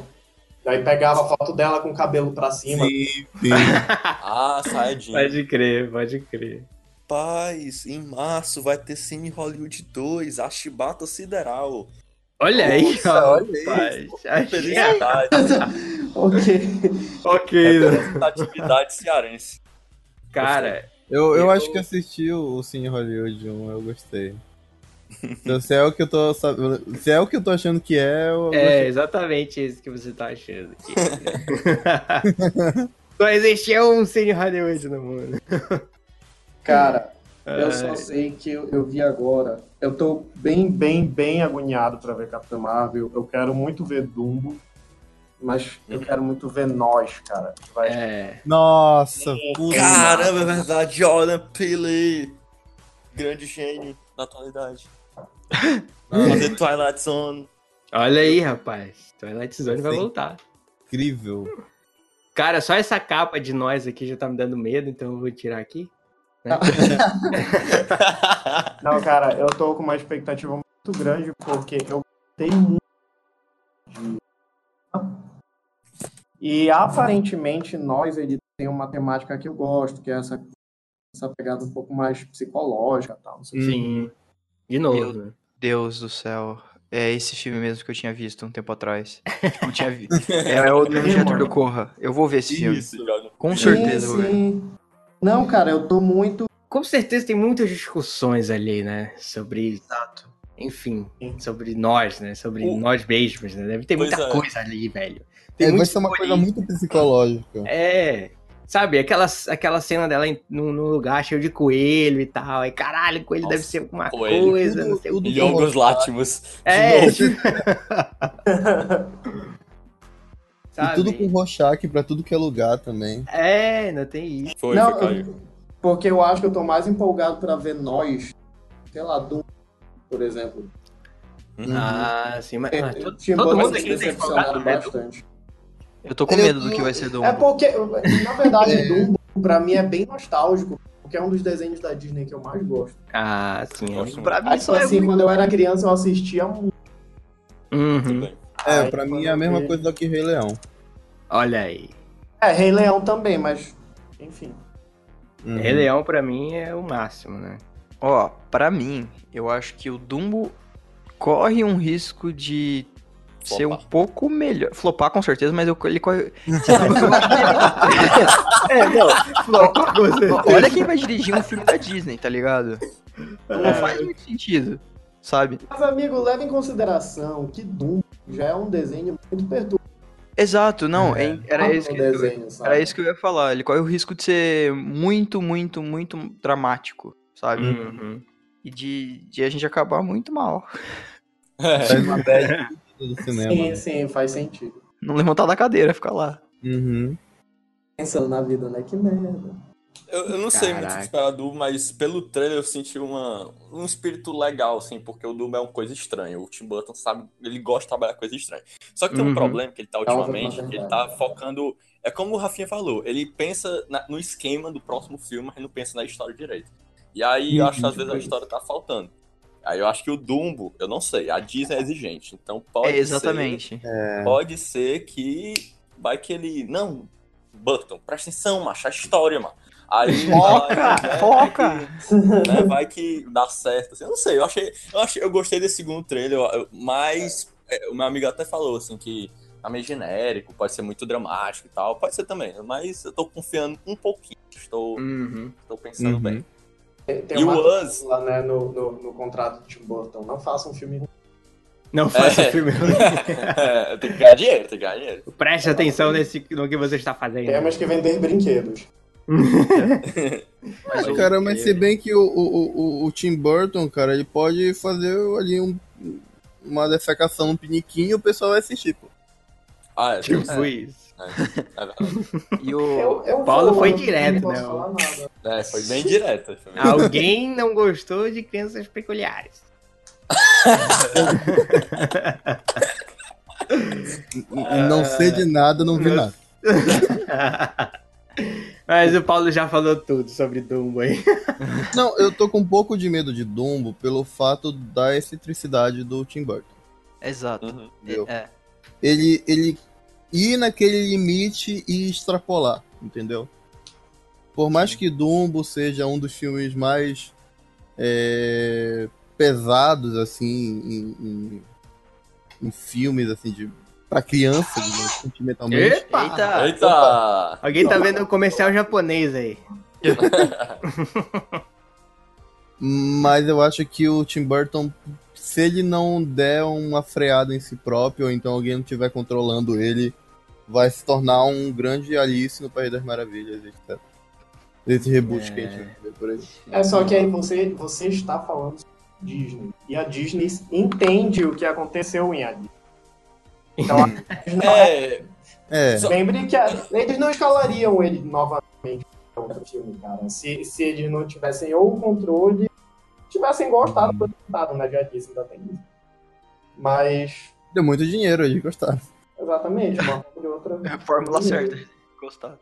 C: Daí pegava a foto dela com o cabelo pra cima.
E: Sim, sim.
D: Ah, saiyajin.
B: Pode crer, pode crer.
D: Paz, em março vai ter Cine Hollywood 2, a Chibata Sideral.
B: Olha aí,
D: Nossa,
B: ó.
D: olha
B: rapaz. Achei-
D: Felicidade,
C: Ok.
B: Ok,
D: representatividade cearense.
B: cara. é
E: Eu, eu
B: Eu-
E: acho que assisti o, o Cine Hollywood 1, eu
F: [laughs]
E: gostei. Então, se é o que eu tô sabendo, se é o que eu tô achando que é, eu
B: É exatamente isso que você tá achando. aqui. né? Só existia um Cine Hollywood no mundo.
C: Cara,
B: Ai.
F: É.
C: eu só sei que eu, eu vi agora. Eu tô bem, bem, bem agoniado pra ver Capitão Marvel. Eu quero muito ver Dumbo. Mas eu quero muito ver nós, cara. que Vai
B: É.
E: Nossa,
D: [laughs]
E: puta.
D: Caramba, é verdade, Jordan Peele. Grande gênio da atualidade. [laughs] Vai Fazer Twilight Zone.
B: Olha aí, rapaz. Twilight Zone vai
E: Sim.
B: voltar.
E: incrível.
B: Cara, só essa capa de nós aqui já tá me dando medo, então eu vou tirar aqui.
C: Não, cara, eu tô com uma expectativa muito grande porque eu gostei muito de- E aparentemente nós ele tem uma temática que eu gosto, que é essa, essa pegada um pouco mais psicológica, e tal, não sei o quê.
B: Sim. De novo. né?
F: Deus do céu. É esse filme mesmo que eu tinha visto um tempo atrás. Tipo, eu tinha [laughs] vi... é, é o do diretor do Corra. Eu vou ver esse filme.
D: Isso, Jordan.
F: Com certeza,
C: Sim,
F: eu vou ver. É,
C: sim. Não, cara, eu tô muito
B: Com certeza tem muitas discussões ali, né? Sobre. Exato. Enfim, sobre nós, né? Sobre
D: O-
B: nós mesmos, né? Deve ter
D: Pois
B: muita
D: é.
B: coisa ali, velho. Tem
E: É, vai
B: muito
E: ser uma coisa
B: simbolismo.
E: muito psicológica.
B: É. Sabe, aquela, aquela cena dela em, num, num lugar cheio de coelho e tal. Aí, caralho, coelho
D: Nossa,
B: deve ser alguma
D: coelho.
B: coisa, não
E: Tudo-
B: sei é, o
E: tudo
B: quê.
D: Jogos Látimos. De
B: É,
D: novo.
B: tipo,
E: E
B: sabe?
E: tudo com Rorschach pra tudo que é lugar também.
B: É, não tem
D: [laughs]
B: isso.
D: Foi,
C: Não,
D: foi, caiu.
C: eu- porque eu acho que eu tô mais empolgado pra ver nós, sei lá, do por exemplo.
E: Uhum.
B: Ah, sim, mas, mas todo,
C: Tinha
B: todo
C: botado
B: mundo aqui tem
C: decepcionado
B: empolgado, né?
C: bastante.
F: Eu tô com
E: Ele-
F: medo do que vai ser do.
C: É porque, na
B: [laughs]
C: verdade, Dumbo pra mim é bem nostálgico, porque é um dos desenhos da Disney que eu mais gosto.
B: Ah, sim.
D: Gosto
B: Pra mim,
C: Aí, tipo
B: só é...
C: assim, quando eu era criança eu assistia um- muito.
B: Uhum.
E: É,
C: Aí,
E: pra mim
C: quando
E: é a
C: eu
E: mesma
C: vi-
E: coisa do que Rei Leão.
B: Olha aí.
C: É, Rei Leão também, mas enfim.
E: Uhum.
B: Rei Leão pra mim é o máximo, né?
F: Ó, pra mim, eu acho que o Dumbo corre um risco de ser um
D: Flopar.
F: pouco melhor. Flopar com certeza, mas eu, ele corre. Você sabe que eu acho que ele- é, não. Olha quem vai dirigir um filme da Disney, tá ligado?
C: É.
F: Não
A: É.
F: faz muito sentido, sabe?
C: Mas, amigo, leva em consideração que Dumbo já é um desenho muito perturbado.
F: Exato, não. é- era, isso
C: um
F: que,
C: desenho, sabe?
F: era isso que eu ia falar. Ele corre o risco de ser muito, muito, muito dramático, sabe?
B: Uhum.
F: E de, de a gente acabar muito mal.
E: Faz uma bad do
C: Sim,
E: cinema.
C: sim, faz sentido.
F: Não levantar da cadeira, ficar lá.
E: Uhum.
C: Pensando na vida, né? Que merda.
D: Eu, eu não sei muito o
B: Caraca.
D: que esperar do Dumbo, mas pelo trailer eu senti uma, um espírito legal, assim, porque o Dumbo é uma coisa estranha. O Tim Burton sabe, ele gosta de trabalhar coisa estranha. Só que tem um
B: Uhum.
D: problema que ele tá
C: outra
D: ultimamente, que ele tá
C: possibilidade.
D: focando. É como o Rafinha falou, ele pensa na- no esquema do próximo filme, mas não pensa na história direito. E aí eu acho que às vezes a história tá faltando. Aí eu acho que o Dumbo, eu não sei, a Disney é exigente, então pode
F: é, exatamente.
D: ser, pode ser que vai que ele, não, Burton, presta atenção, macho, a história, mano. Aí vai, né,
F: Foca!
D: né? Vai que dá certo. assim. eu não sei, eu achei, eu achei, eu gostei desse segundo trailer, eu- eu- mas é, o meu amigo até falou assim que tá meio genérico, pode ser muito dramático e tal, pode ser também, mas eu tô confiando um pouquinho, estou,
B: Uhum.
D: estou pensando
E: Uhum.
D: bem.
C: Tem, tem
D: E
C: uma
D: o Us,
C: [laughs]
D: [laughs]
C: cláusula, né, no, no, no contrato de Tim Burton. Não faça um filme ruim.
B: Não faça
D: É.
B: filme.
D: é, tem que ganhar dinheiro, tem que ganhar dinheiro.
B: Preste atenção nesse, no que você está fazendo.
D: É,
C: Temos É, que vender brinquedos.
F: Mas o-
D: é
E: Cara, mas se bem que o, o, o, o Tim Burton, cara, ele pode fazer ali um, uma defecação, um piniquinho e o pessoal vai assistir, pô.
D: Ah, é.
B: Tipo isso.
D: É, verdade.
F: E o.
C: Eu, eu
B: Paulo
C: vou,
B: foi
C: eu não
B: direto,
C: posso
B: né?
C: falar nada.
D: É, foi bem direta. Foi bem-
B: Alguém não gostou de crianças peculiares.
E: Não sei de nada, não vi
B: Meu-
E: nada.
B: Mas o Paulo já falou tudo sobre Dumbo aí.
E: Não, eu tô com um pouco de medo de Dumbo pelo fato da excentricidade do Tim Burton.
F: Exato.
D: Uhum.
E: Entendeu?
F: É.
E: Ele, ele ir naquele limite e extrapolar, entendeu? Por mais que Dumbo seja um dos filmes mais é, pesados, assim, em, em- em filmes, assim, de, pra criança, digamos, sentimentalmente.
B: Ah,
F: Eita!
D: Eita!
B: Alguém tá vendo o comercial japonês aí.
E: Mas eu acho que o Tim Burton, se ele não der uma freada em si próprio, ou então alguém não estiver controlando ele, vai se tornar um grande Alice no País das Maravilhas, etc. Desse reboot que a gente vai ver por aí.
C: É só que aí você, você está falando sobre Disney. E a Disney entende o que aconteceu em Aladdin. Então, a Disney-
D: É,
E: É,
D: Só-
C: lembre que a- eles não escalariam ele novamente para outro filme, cara. Se, se eles não tivessem ou o controle, tivessem gostado do resultado, né? Já disse, ainda tem isso. Mas,
E: deu muito dinheiro, eles gostaram.
C: exatamente, uma forma de outra.
F: É a fórmula certa. Gostar.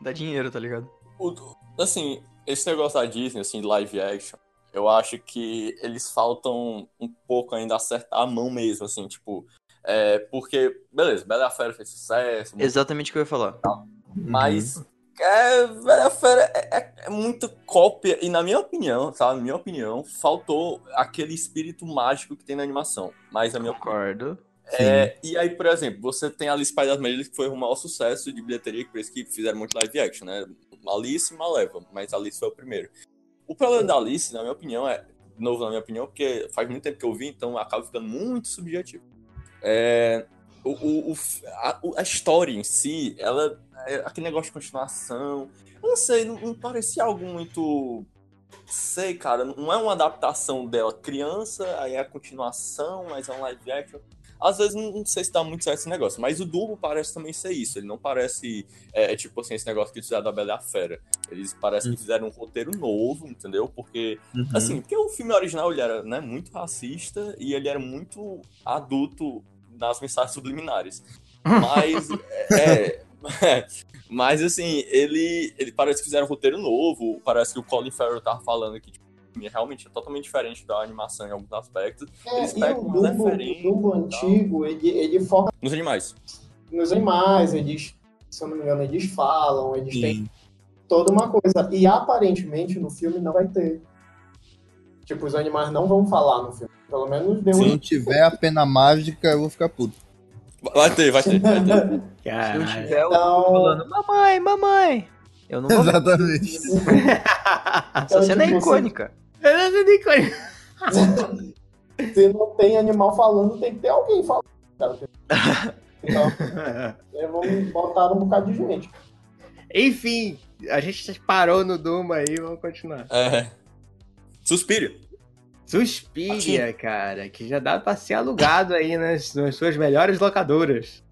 F: Dá dinheiro, tá ligado?
D: O- assim, esse negócio da Disney, assim, de live action, eu acho que eles faltam um pouco ainda acertar a mão mesmo, assim, tipo, é, porque, beleza, Bela e a Fera fez sucesso,
F: Exatamente o que eu ia falar.
E: Uhum.
D: mas é, Bela e a Fera é, é- é muita cópia, e na minha opinião, sabe, na minha opinião, faltou aquele espírito mágico que tem na animação, mas na minha
F: Concordo.
D: é, e aí, por exemplo, você tem Alice Pai das Maravilhas, que foi um maior sucesso de bilheteria, que por isso que fizeram muito live action, né? Alice e Malévola, mas Alice foi o primeiro. O problema da Alice, na minha opinião, é, de novo na minha opinião, porque faz muito tempo que eu vi, então acaba ficando muito subjetivo. É, o, o- o f- a, o- a história em si, ela é aquele negócio de continuação, eu não sei, não, não parecia algo muito. Sei, cara, não é uma adaptação dela criança, aí é a continuação, mas é um live action às vezes não, não sei se dá muito certo esse negócio, mas o Dumbo parece também ser isso. Ele não parece, é, é tipo assim, esse negócio que eles fizeram da Bela e a Fera. Eles parecem que fizeram um roteiro novo, entendeu? Porque, assim, porque o filme original ele era né, muito racista e ele era muito adulto nas mensagens subliminares. Mas, é. é, [laughs] Mas assim, ele, ele parece que fizeram um roteiro novo. Parece que o Colin Farrell tava falando que tipo, o filme realmente é totalmente diferente da animação em alguns aspectos.
C: É,
D: Eles
C: e
D: pegam
C: o
D: uma
C: Dumbo, o
D: referência
C: Dumbo
D: e tal.
C: antigo, ele, ele foca
D: Nos animais.
C: nos animais, eles, se eu não me engano, eles falam, eles têm toda uma coisa. E aparentemente no filme não vai ter. Tipo, os animais não vão falar no filme. Pelo menos deu
E: Uhum. Se
C: um.
E: não tiver a pena mágica, eu vou ficar puto.
D: Vai ter, vai ter. Vai ter.
F: Se eu
B: Caralho.
F: tiver o
C: Não.
F: falando, mamãe, mamãe. Eu não vou ver.
E: Exatamente.
F: Essa cena é
C: Tipo,
F: icônica.
B: Eu não sei nem qual-
C: Se não tem animal falando, tem que ter alguém falando.
F: [laughs]
C: cara. Então, é, vamos botar um bocado de gente.
B: [laughs] Enfim, a gente parou no Dumbo aí, vamos continuar.
D: É. Suspira.
B: Suspiria, cara, que já dá pra ser alugado aí nas, nas suas melhores
F: [laughs]
B: locadoras.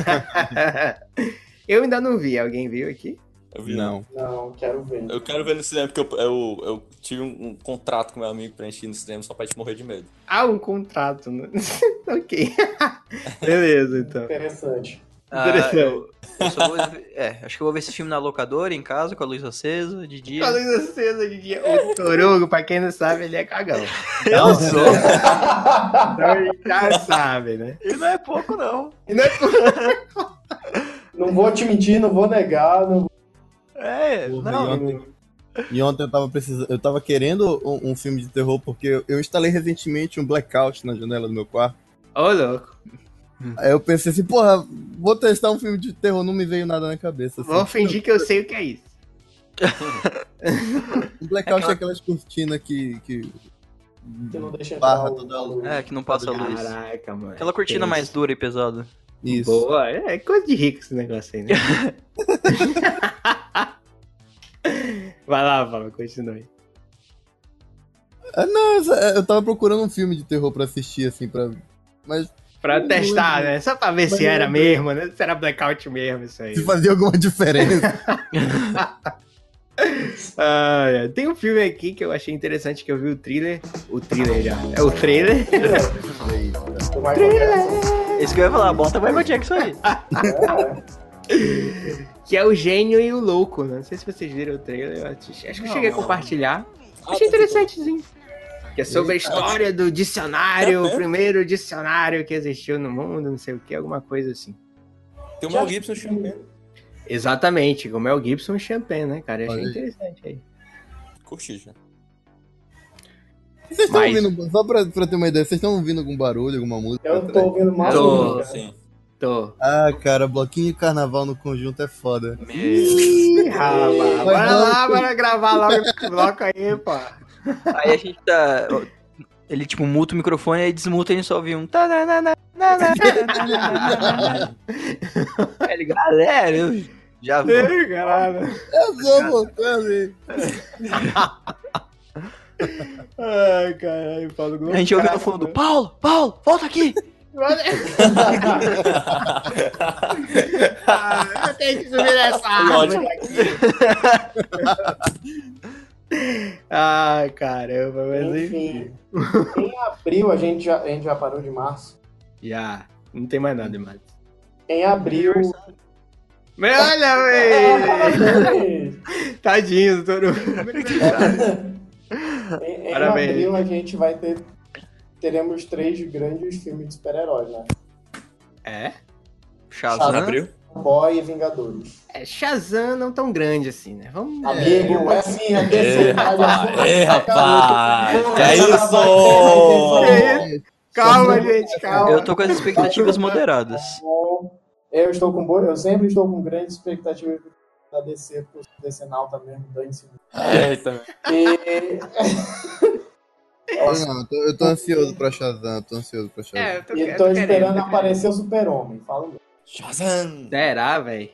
B: [laughs] eu ainda não vi, alguém viu aqui?
D: Eu vi, né?
E: Não.
C: Não, quero ver.
D: Eu quero ver no cinema, porque eu, eu, eu tive um, um contrato com meu amigo pra encher no cinema só pra gente morrer de medo.
B: Ah, um contrato, né? [laughs] ok. [laughs] Beleza, então.
C: Interessante. [laughs]
F: Ah,
B: Interessante.
F: eu, eu só vou ver- é, acho que eu vou ver esse filme na locadora, em casa, com a luz acesa, de dia.
B: Falando da cena de dia, o Torugo, pra quem não sabe, ele é cagão.
F: Eu sou.
B: Então ele já sabe, né?
F: E não é pouco, não.
C: Não vou te mentir, não vou negar. Não...
F: É,
E: Porra,
F: não.
E: e, ontem, e ontem eu tava precisando. Eu tava querendo um, um filme de terror, porque eu- eu instalei recentemente um blackout na janela do meu quarto.
B: Ô, louco.
E: Aí eu pensei assim, porra, vou testar um filme de terror, não me veio nada na cabeça. Assim.
B: Vou fingir que eu sei o que é isso.
E: Um blackout é aquelas cortinas que, que.
C: Que não deixa entrar
E: Barra
C: o-
E: toda a luz.
F: É, que não passa a luz.
B: Caraca, mano.
F: Aquela cortina
B: Que
F: mais dura e pesada.
E: Isso.
B: Boa, é coisa de rico esse negócio
F: [laughs]
B: aí, né? Vai lá, Paulo, continue.
E: é, Ah, não, é essa- eu tava procurando um filme de terror pra assistir, assim, pra. Mas
B: Pra testar, né? Só pra ver se
C: Mas-
B: era mesmo, né? Se era blackout mesmo
E: [laughs]
B: isso aí.
E: Se fazia alguma diferença.
B: Ah, é. tem um filme aqui que eu achei interessante que eu vi o thriller. O thriller já. É o trailer. [laughs]
C: Do Michael Jackson.
F: Isso que eu ia falar, bota Michael Jackson aí.
C: É,
B: Que é o gênio e o louco. né? Não sei se vocês viram o trailer. eu assisti- Acho que eu cheguei a compartilhar.
D: Ah, tá,
B: Achei interessantezinho. Que é sobre a história do
E: É,
B: dicionário,
E: né?
B: o primeiro dicionário que existiu no mundo, não sei o que, alguma coisa assim.
D: tá. Tem o Mel Gibson um
C: né?
D: chamando.
B: Exatamente, como é o Gibson e Champagne, né, cara? Eu achei
E: Olha aí.
B: interessante aí.
D: Curti já.
E: Vocês estão
B: Mas-
E: ouvindo, um só pra, pra ter uma ideia, vocês estão ouvindo algum barulho, alguma música?
C: Eu tô ouvindo um, uma
B: Tô.
C: música.
D: Sim.
B: Tô.
E: Ah, cara, bloquinho de carnaval no conjunto é foda.
B: Ih, rapaz, bora
E: não,
B: lá, bora gravar logo esse bloco aí,
E: [laughs]
B: pô.
F: Aí a gente tá. Ele, tipo, muta o microfone aí desmuta e a gente só ouve um. tananana, nananana, nananana. Aí ele, galera, Tá É, eu já vi.
B: Ih, Caralho.
E: Eu vou voltando aí.
B: Ai, caralho, Paulo Globo.
F: A gente ouviu no fundo, Paulo, Paulo, volta aqui!
B: Ah, eu tenho que subir nessa
C: Ah,
B: árvore
D: Lógico.
B: aqui. Ai, caramba, mas enfim.
C: Enfim, em abril a gente, já, a gente já parou de março.
B: Já, não tem mais nada mais.
C: Em abril. é,
B: Mas olha,
C: [laughs]
B: véi!
C: assim,
B: Tadinho, tô no...
C: em em
B: Parabéns.
C: abril a gente vai ter. Teremos três grandes filmes de super-herói, né?
B: É?
D: Pra
A: né?
F: Shazam.
D: abril?
C: Boy e Vingadores.
B: É, Shazam não tão grande assim, né? Vamos...
C: Amigo, é assim, é
D: É,
C: desse [laughs]
D: rapaz. É, rapaz. É
C: Essa tá
D: isso.
C: vai ter, vai ter, vai ter.
B: Calma, gente, calma.
F: Eu tô com as [laughs] expectativas moderadas.
C: É, Eu estou com boa, eu sempre estou com grandes expectativas da DC, porque eu sou decenalta mesmo, dane-se.
D: Eita.
B: [laughs]
C: E
E: Não, eu tô, eu tô ansioso pra Shazam, tô ansioso pra Shazam.
B: É, eu tô,
C: e
B: eu
C: tô
B: tô
C: esperando
B: querendo.
C: aparecer o Super-Homem, fala mesmo.
D: Shazam.
B: Será, velho?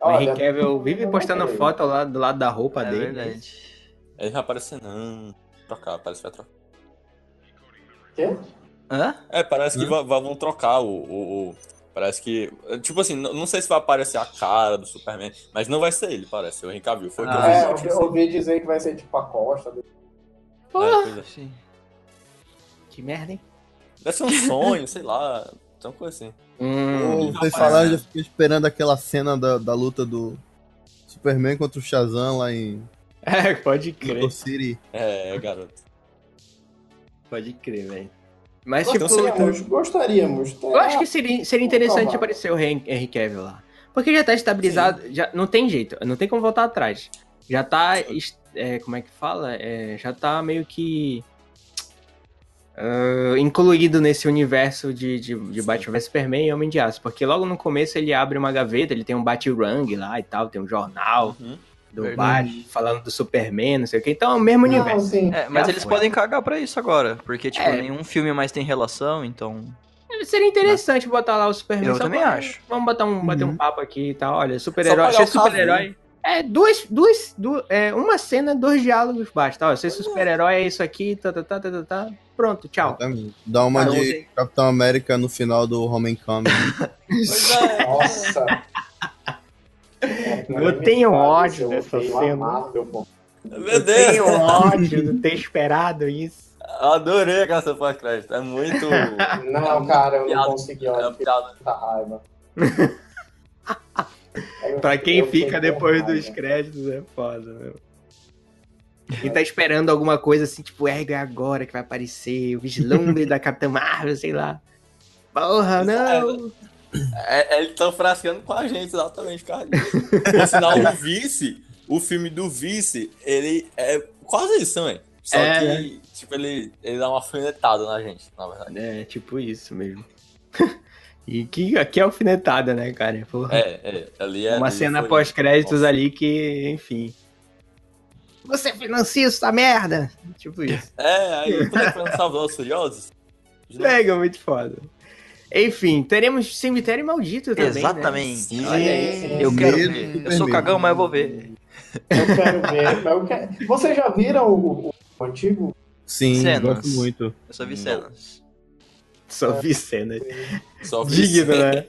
B: O
C: Olha,
B: Henry Cavill vive postando foto lá do lado da roupa
F: É
B: dele.
F: verdade.
D: Ele vai aparecer não. Trocar, parece que vai trocar.
C: quê?
F: Hã?
D: É, parece que va- va- vão trocar o, o- o- Parece que. Tipo assim, n- não sei se vai aparecer a cara do Superman, mas não vai ser ele, parece. O Henry Cavill. Foi o que eu
F: Ah,
D: vi,
C: é,
D: eu
C: eu
D: acho que
C: eu
D: sim.
C: ouvi dizer que vai ser tipo a Costa.
D: É, pois é.
F: Sim.
B: Que merda, hein?
D: Deve ser um sonho, sei lá. Então, coisa assim.
B: Hum.
E: Pô, vocês
D: rapaz, né?
E: falaram, eu já fiquei esperando aquela cena da, da luta do Superman contra o Shazam lá em
B: [laughs] É, pode
E: Motor
B: crer.
E: City.
D: É, garoto.
B: Pode crer, velho. Mas,
D: Então
B: tipo,
D: seria-
C: Gostaríamos, gostaríamos. né?
B: eu acho que seria, seria interessante aparecer o Henry, Henry Cavill lá. Porque já tá estabilizado, já não tem jeito, não tem como voltar atrás. Já tá, es- é, como é que fala? É, já tá meio que ah, incluído nesse universo de, de, de
D: Sim.
B: Batman vs Superman e Homem de Aço. Porque logo no começo ele abre uma gaveta, ele tem um Batirang lá e tal, tem um jornal
D: Uhum.
B: do
F: Verdade.
B: Batman falando do Superman, não sei o que. Então é o mesmo
C: Não,
B: universo.
C: sim.
F: É, mas
B: Já
F: eles
B: foi.
F: podem cagar pra isso agora, porque, tipo,
B: É.
F: nenhum filme mais tem relação, então.
B: Seria interessante botar lá o Superman.
F: Eu
B: só
F: também
B: pra-
F: acho.
B: Vamos botar um, bater um papo aqui e tal. Olha, super-herói.
D: Só pagar
B: Achei
D: o carro,
B: super-herói. É, duas, duas, du- é, uma cena, dois diálogos basta. Olha, se esse super-herói é isso aqui, tá, tá, tá, tá, tá, tá. Pronto, tchau.
E: Exatamente. Dá uma
F: Cara,
E: de Capitão América no final do Homecoming.
D: Pois é. [laughs]
C: Nossa. É,
B: Eu tenho ódio dessa cena.
D: Meu Deus.
B: ódio de ter esperado isso.
D: Adorei aquela cena pós-crédito. É muito.
C: Não, cara, eu não
D: Piada.
C: consegui,
D: É
C: olha,
D: uma
C: fiquei
D: piada.
C: com muita raiva. Eu-
B: [laughs] Pra quem
C: eu fiquei
B: fica
C: com
B: depois
C: raiva.
B: dos créditos é foda, meu. E tá esperando alguma coisa assim, tipo, é é agora que vai aparecer o [laughs] vislumbre da Capitã Marvel, sei lá. Porra, não!
D: É, é, eles estão frascando com a gente, exatamente, cara. Por sinal, o Vice, o filme do Vice, ele é quase isso também. Só
B: É,
D: que, tipo, ele, ele dá uma alfinetada na gente, na verdade.
B: É, tipo isso mesmo. [laughs] e que aqui é alfinetada, né, cara? Porra.
D: É, é. Ali é.
B: Uma
D: ali
B: cena
D: foi-
B: pós-créditos
D: Nossa.
B: ali que, enfim. Você financia essa merda! Tipo isso.
D: É, aí quando é que Salvador os Furiosos? De novo.
B: Pega, é muito foda. Enfim, teremos Cemitério Maldito também, né?
F: É. Exatamente.
D: Sim.
F: Olha aí, Eu
E: Medo
F: quero
E: do
F: ver. Eu
E: Superman.
F: sou cagão, mas eu vou ver.
C: Eu quero ver, mas eu quero... Vocês já viram o, o- o antigo?
E: Sim,
F: Cenas.
E: gosto muito.
F: Eu só vi
D: Não.
F: cenas.
B: Só vi cenas.
D: Só vi
B: Digno, né?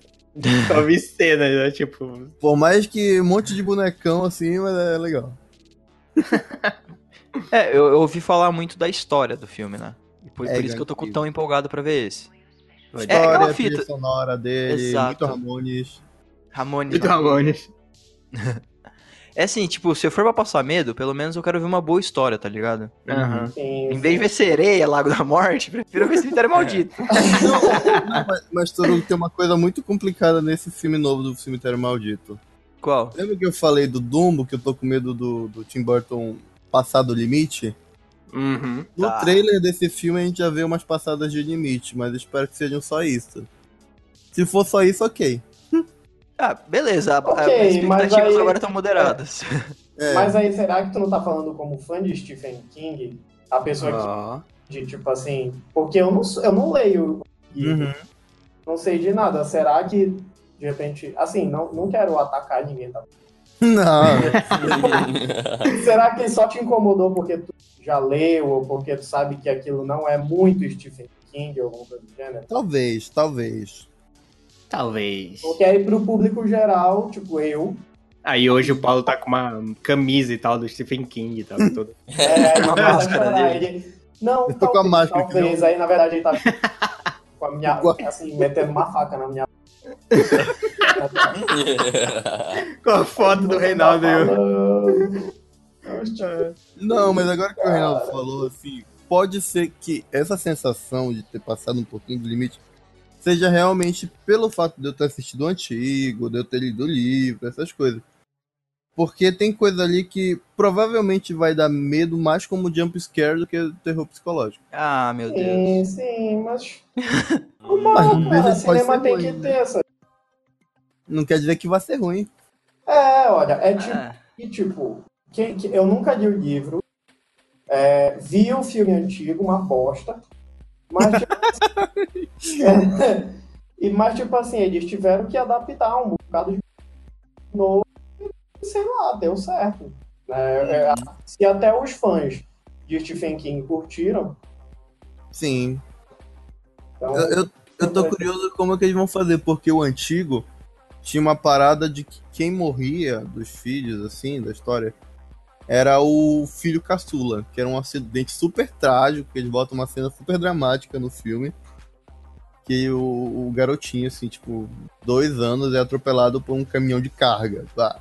B: Só vi cenas, né? Tipo,
E: Por mais que um monte de bonecão assim, mas é legal.
F: É, eu, eu ouvi falar muito da história do filme, né? E por,
E: É,
F: por isso que eu tô com- tão empolgado pra ver esse. É,
E: História,
F: aquela
E: trilha
F: fita.
E: sonora dele,
F: Exato.
E: muito Ramones.
F: Ramones.
B: muito
F: né?
B: Ramones.
F: É assim, tipo, se eu for pra passar medo, pelo menos eu quero ver uma boa história, tá ligado?
B: Aham.
C: Sim,
F: Em vez de ver sereia, Lago da Morte, [laughs] prefiro ver Cemitério Maldito.
E: Não, mas, mas Toru, tem uma coisa muito complicada nesse filme novo do Cemitério Maldito.
F: Qual?
E: Lembra que eu falei do Dumbo, que eu tô com medo do, do Tim Burton passar do limite?
B: Uhum.
E: No
F: Tá.
E: trailer desse filme a gente já vê umas passadas de limite, mas espero que sejam só isso. Se for só isso, ok.
F: Ah, beleza. a- a-
C: Ok,
F: as
C: mas
F: expectativas
C: aí-
F: agora estão moderadas. [laughs]
E: É,
C: Mas aí, será que tu não tá falando como fã de Stephen King? A pessoa que
B: Ó.
C: de tipo assim, porque eu não, sou- eu não leio, e
E: Uhum.
C: não sei de nada. Será que de repente, assim, não, não quero atacar ninguém. Tá?
E: [laughs]
C: [laughs]
E: não.
B: né?
C: Será que só te incomodou porque tu já leu ou porque tu sabe que aquilo não é muito Stephen King ou alguma coisa do gênero?
E: Talvez, talvez.
B: Talvez.
C: Porque aí pro público geral, tipo
F: [laughs]
C: eu,
B: Aí hoje o Paulo tá com uma camisa e tal do Stephen King e tal. Todo.
C: é, ele
F: Uma
C: começa a
F: máscara
C: chorar, ele, não,
E: Eu tô com a
C: talvez,
E: máscara,
C: talvez. aí na verdade
E: [laughs]
C: ele tá com a minha,
E: Com a-
C: assim, metendo uma faca na minha
B: Com a foto do Reinaldo. e o-
C: Falando.
E: Não, mas agora que o Reinaldo
C: Cara.
E: falou, assim, pode ser que essa sensação de ter passado um pouquinho do limite seja realmente pelo fato de eu ter assistido o antigo, de eu ter lido o livro, essas coisas. Porque tem coisa ali que provavelmente vai dar medo mais como jump scare do que terror psicológico.
F: Ah,
C: É.
F: meu Deus.
C: Sim, sim,
F: [laughs]
C: mas
E: Mas
C: Não,
E: às
C: cara,
E: vezes pode
C: cinema
E: ser
C: tem
E: ruim,
C: que
E: né?
C: ter essa.
E: Não quer dizer que vai ser ruim.
C: É, olha, é tipo,
F: Ah,
C: e, tipo quem, que- eu nunca li o livro, é, vi o filme antigo, uma bosta, mas tipo, assim, [laughs] e, mas, tipo assim, eles tiveram que adaptar um bocado de novo, e, sei lá, deu certo. né? É, se até os fãs de Stephen King curtiram,
E: Sim,
C: então,
E: Eu, eu, eu tô curioso como é que eles vão fazer, porque o antigo tinha uma parada de que quem morria dos filhos, assim, da história, era o filho caçula, que era um acidente super trágico, que eles botam uma cena super dramática no filme, que o, o garotinho, assim, tipo, dois anos, é atropelado por um caminhão de carga, tá?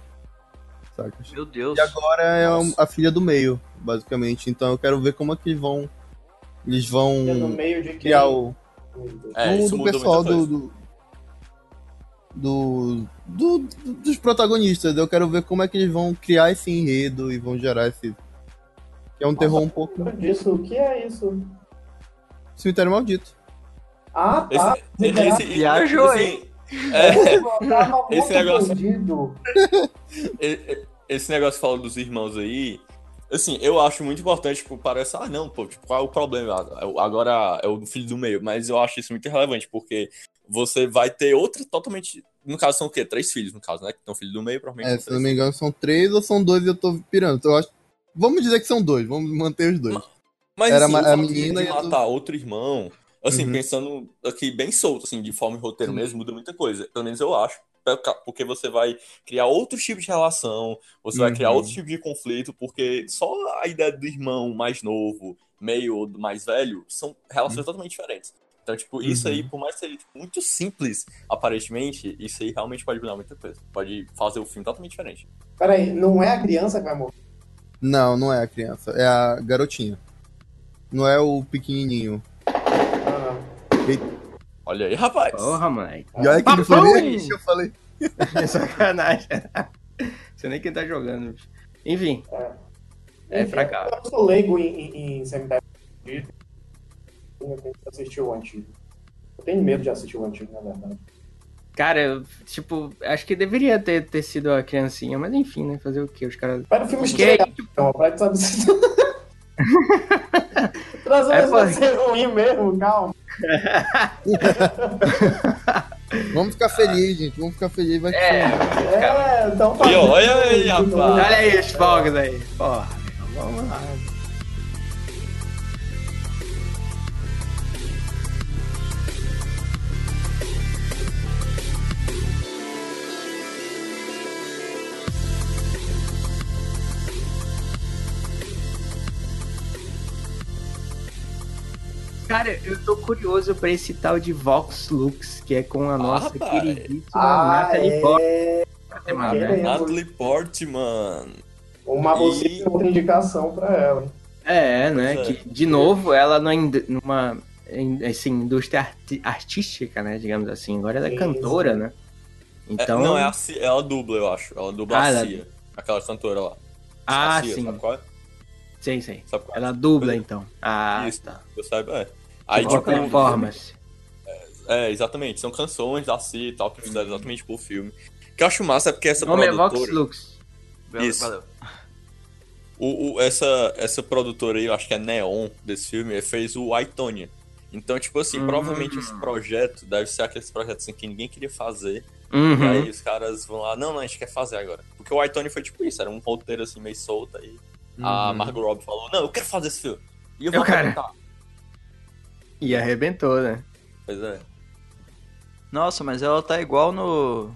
E: Saca?
F: meu Deus.
E: E agora é um- a filha do meio, basicamente. Então eu quero ver como é que eles vão. Eles
C: é no
E: vão
C: meio de quem...
E: criar o
D: [laughs] É,
E: do,
D: isso
E: do
D: mudou
E: pessoal
D: muita
E: do,
D: coisa.
E: do, do- do- do- dos protagonistas. Eu quero ver como é que eles vão criar esse enredo e vão gerar esse. Que é um terror um pouco.
C: Disso, o que é isso?
E: Cemitério maldito.
C: Ah, tá.
D: Esse-
F: Viajou,
D: esse-
F: hein?
D: É,
C: Esse
D: Esse negócio-
C: Bandido.
D: e- e- esse negócio falando dos irmãos aí, assim, eu acho muito importante, tipo, parece, ah, não, pô, tipo, qual é o problema? Ah, eu- Agora é o filho do meio, mas eu acho isso muito irrelevante, porque você vai ter outra totalmente. No caso, são o quê? Três filhos, no caso, né? Então, filho do meio, provavelmente.
E: É,
D: são
E: se não
D: três
E: me engano, são três ou são dois e eu tô pirando. Então, Eu acho... Vamos dizer que são dois, vamos manter os dois.
D: Mas
E: Era
D: assim,
E: ma-
D: o
E: a
D: fato de-
E: menina
D: de
E: e a do-
D: matar outro irmão, assim,
E: Uhum.
D: pensando aqui bem solto, assim, de forma e roteiro
E: Sim.
D: mesmo, muda muita coisa. Pelo menos eu acho. Porque você vai criar outro tipo de relação, você vai criar
E: Uhum.
D: outro tipo de conflito, porque só a ideia do irmão mais novo, meio ou do mais velho, são
E: Uhum.
D: relações totalmente diferentes. Então, tipo, isso aí, por mais que seja tipo, muito simples, aparentemente, isso aí realmente pode mudar muita coisa. Pode fazer o filme totalmente diferente.
C: Peraí, não é a criança que vai morrer?
E: Não, não é a criança, é a garotinha. Não é o pequenininho.
C: Não, não.
D: Olha aí, rapaz!
B: Porra, moleque.
E: E olha que ele
B: Papão!
E: foi nem- eu falei.
B: [laughs] É sacanagem. Você nem quem tá jogando. bicho. Enfim. É
C: Enfim,
B: pra cá.
C: Eu sou leigo em, em, em cemitério bandido. Eu tenho que assistir o antigo. Eu tenho medo de assistir o antigo, na verdade.
B: Cara, eu, tipo, acho que deveria ter, ter sido a criancinha, mas enfim, né? Fazer o quê? Os caras.
C: Para o filme
B: Porque é
C: estrear, então, pra tu saber
B: [laughs]
C: se... Trazer
B: É,
C: é,
B: pô.
C: vai ser ruim mesmo, calma.
E: Vamos ficar felizes, gente. Vamos ficar felizes. Vai é,
C: É, então
D: E olha aí, rapaz.
B: Olha aí os fogos aí. Porra, vamos lá. Cara, eu tô curioso pra esse tal de Vox Lux, que é com a nossa
D: rapaz.
B: queridíssima
C: Ah,
B: Natalie
C: é.
B: Portman,
C: Queremos.
B: né?
D: Natalie Portman.
C: Uma
D: E-
C: você tem outra indicação pra ela. hein?
B: É, né?
D: Pois é.
B: Que, de novo, ela na ind- numa em- assim, indústria arti- artística, né? Digamos assim. Agora ela é
C: Sim,
B: cantora, né?
D: É,
B: Então.
D: não, é a, Ci- ela dubla, eu acho. Ela dubla
B: Ah,
D: a
B: ela-
D: Cia. Aquela cantora lá.
B: Ah,
D: a Cia,
B: sim.
D: Sabe qual é?
B: Sim, sim.
D: Sabe qual é?
B: Ela dubla, então. Ah,
D: Isso.
B: tá.
D: Eu saiba, é. Aí,
B: Boa
D: tipo,
B: performance.
D: é, exatamente. São canções da Cia e tal, que
B: Uhum.
D: fizeram exatamente pro filme. O que eu acho massa é porque essa
B: O nome é Vox
D: produtora...
B: Lux.
D: Isso. O, o- essa, essa produtora aí, eu acho que é Neon desse filme, fez o Aitonia. Então, tipo assim,
B: Hum.
D: provavelmente esse projeto deve ser aqueles projetos assim, que ninguém queria fazer. E
B: Uhum.
D: aí os caras vão lá, não, não, a gente quer fazer agora. Porque o Aitonia foi tipo isso, era um roteiro assim meio solto aí. A Margot Robbie falou, não, eu quero fazer esse filme. E eu vou
B: Uhum. Eu quero.
D: apresentar.
B: E arrebentou, né?
D: Pois é.
F: Nossa, mas ela tá igual no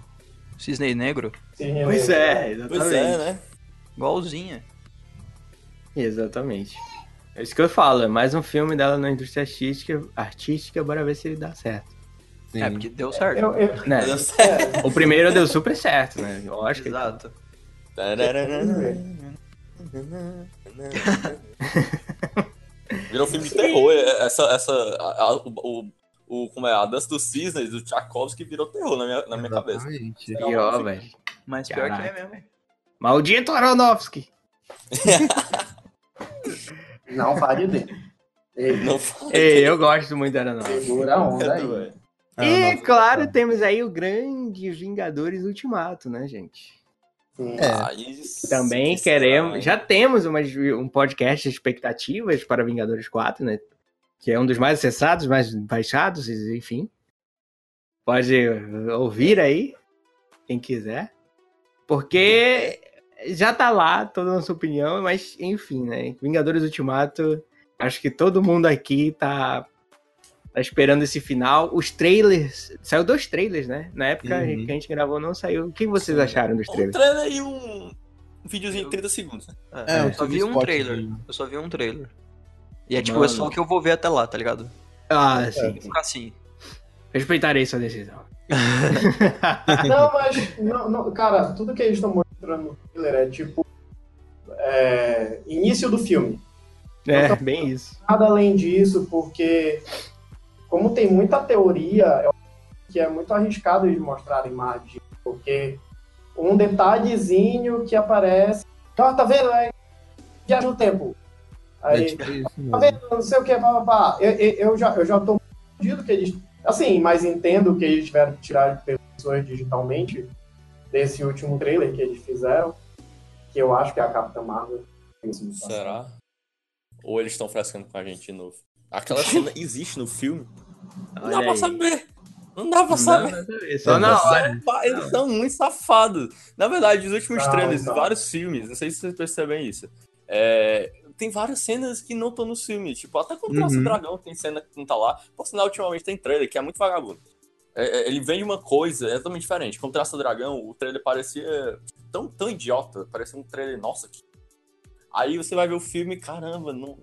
F: Cisne Negro.
C: Sim,
B: Pois
C: né?
B: é,
D: Pois
B: exatamente.
D: é, né?
F: Igualzinha.
B: Exatamente. É isso que eu falo, é mais um filme dela na indústria artística, artística, bora ver se ele dá certo.
E: um-" Sim.
F: É, porque deu certo.
C: Eu, eu,
B: Né?
D: Mas eu
C: é,
B: O primeiro deu super certo, né? Lógico.
F: Exato.
D: Virou filme de terror. é- Essa, essa, a- a- o, o, o- como é? A dança dos cisnes, do Tchaikovsky, virou terror na minha, é na minha cabeça.
E: Exatamente.
B: Que pior, velho.
F: Então, Mas pior que é
B: Caraca.
F: mesmo.
B: Maldito Aronofsky!
C: não fale dele. Ele
D: Não foi.
B: Ei, eu gosto muito do Aronofsky.
C: segura a
B: É,
D: É
C: onda aí.
E: Ah,
B: E,
E: nossa.
B: claro, temos aí o grande Vingadores Ultimato, né, gente?
C: Sim.
E: É.
B: Também queremos. Já temos umas- um podcast de expectativas para Vingadores 4, né? Que é um dos mais acessados, mais baixados, enfim. Pode ouvir aí, quem quiser. Porque já tá lá toda a nossa opinião, mas enfim, né? Vingadores Ultimato, acho que todo mundo aqui tá, tá esperando esse final. Os trailers. Saiu dois trailers, né? Na época
E: Uhum.
B: que a gente gravou, não saiu. O que vocês acharam dos
D: Um
B: trailers?
D: trailer e um, um videozinho de 30 segundos. né?
E: É,
F: eu
E: um
F: só vi um
E: spot
F: trailer.
E: aí.
F: Eu só vi um trailer. E é tipo, é
B: Mano.
F: só o que eu vou ver até lá, tá ligado?
B: Ah, sim.
F: Vou ficar assim.
B: Respeitarei sua decisão.
C: Não, mas, não, não, cara, tudo que eles estão mostrando no trailer é tipo. é, início do filme.
B: é, bem isso.
C: Nada além disso, porque, como tem muita teoria, eu acho que é muito arriscado eles mostrarem mais disso. Porque um detalhezinho que aparece. Ó, tá vendo? É, viaja no tempo.
E: É
C: Aí,
E: tipo isso
C: tá
E: mesmo.
C: vendo? Não sei o que, papapá. Eu, eu, eu, já, eu já tô fudido que eles. Assim, mas entendo que eles tiveram que tirar pessoas digitalmente desse último trailer que eles fizeram. Que eu acho que é a Capitã Marvel.
D: Será? Ou eles estão frescando com a gente de
B: [laughs]
D: novo? Aquela cena existe no filme? Não dá
B: Olha
D: pra
B: aí.
D: saber. Não dá pra
B: Não, é
D: saber.
B: Só na hora.
D: Pá, Eles são muito safados. Na verdade, os últimos
C: Não,
D: trailers de
C: não.
D: vários filmes, não sei se vocês percebem isso. é, tem várias cenas que não estão no filme. Tipo, até com o Traço
E: Uhum.
D: Dragão tem cena que não tá lá. Por sinal, ultimamente tem trailer que é muito vagabundo. É, é, ele vende uma coisa exatamente diferente. Com o Traço Dragão, o trailer parecia tão, tão idiota. Parecia um trailer, nossa. Que... Aí você vai ver o filme, caramba, não...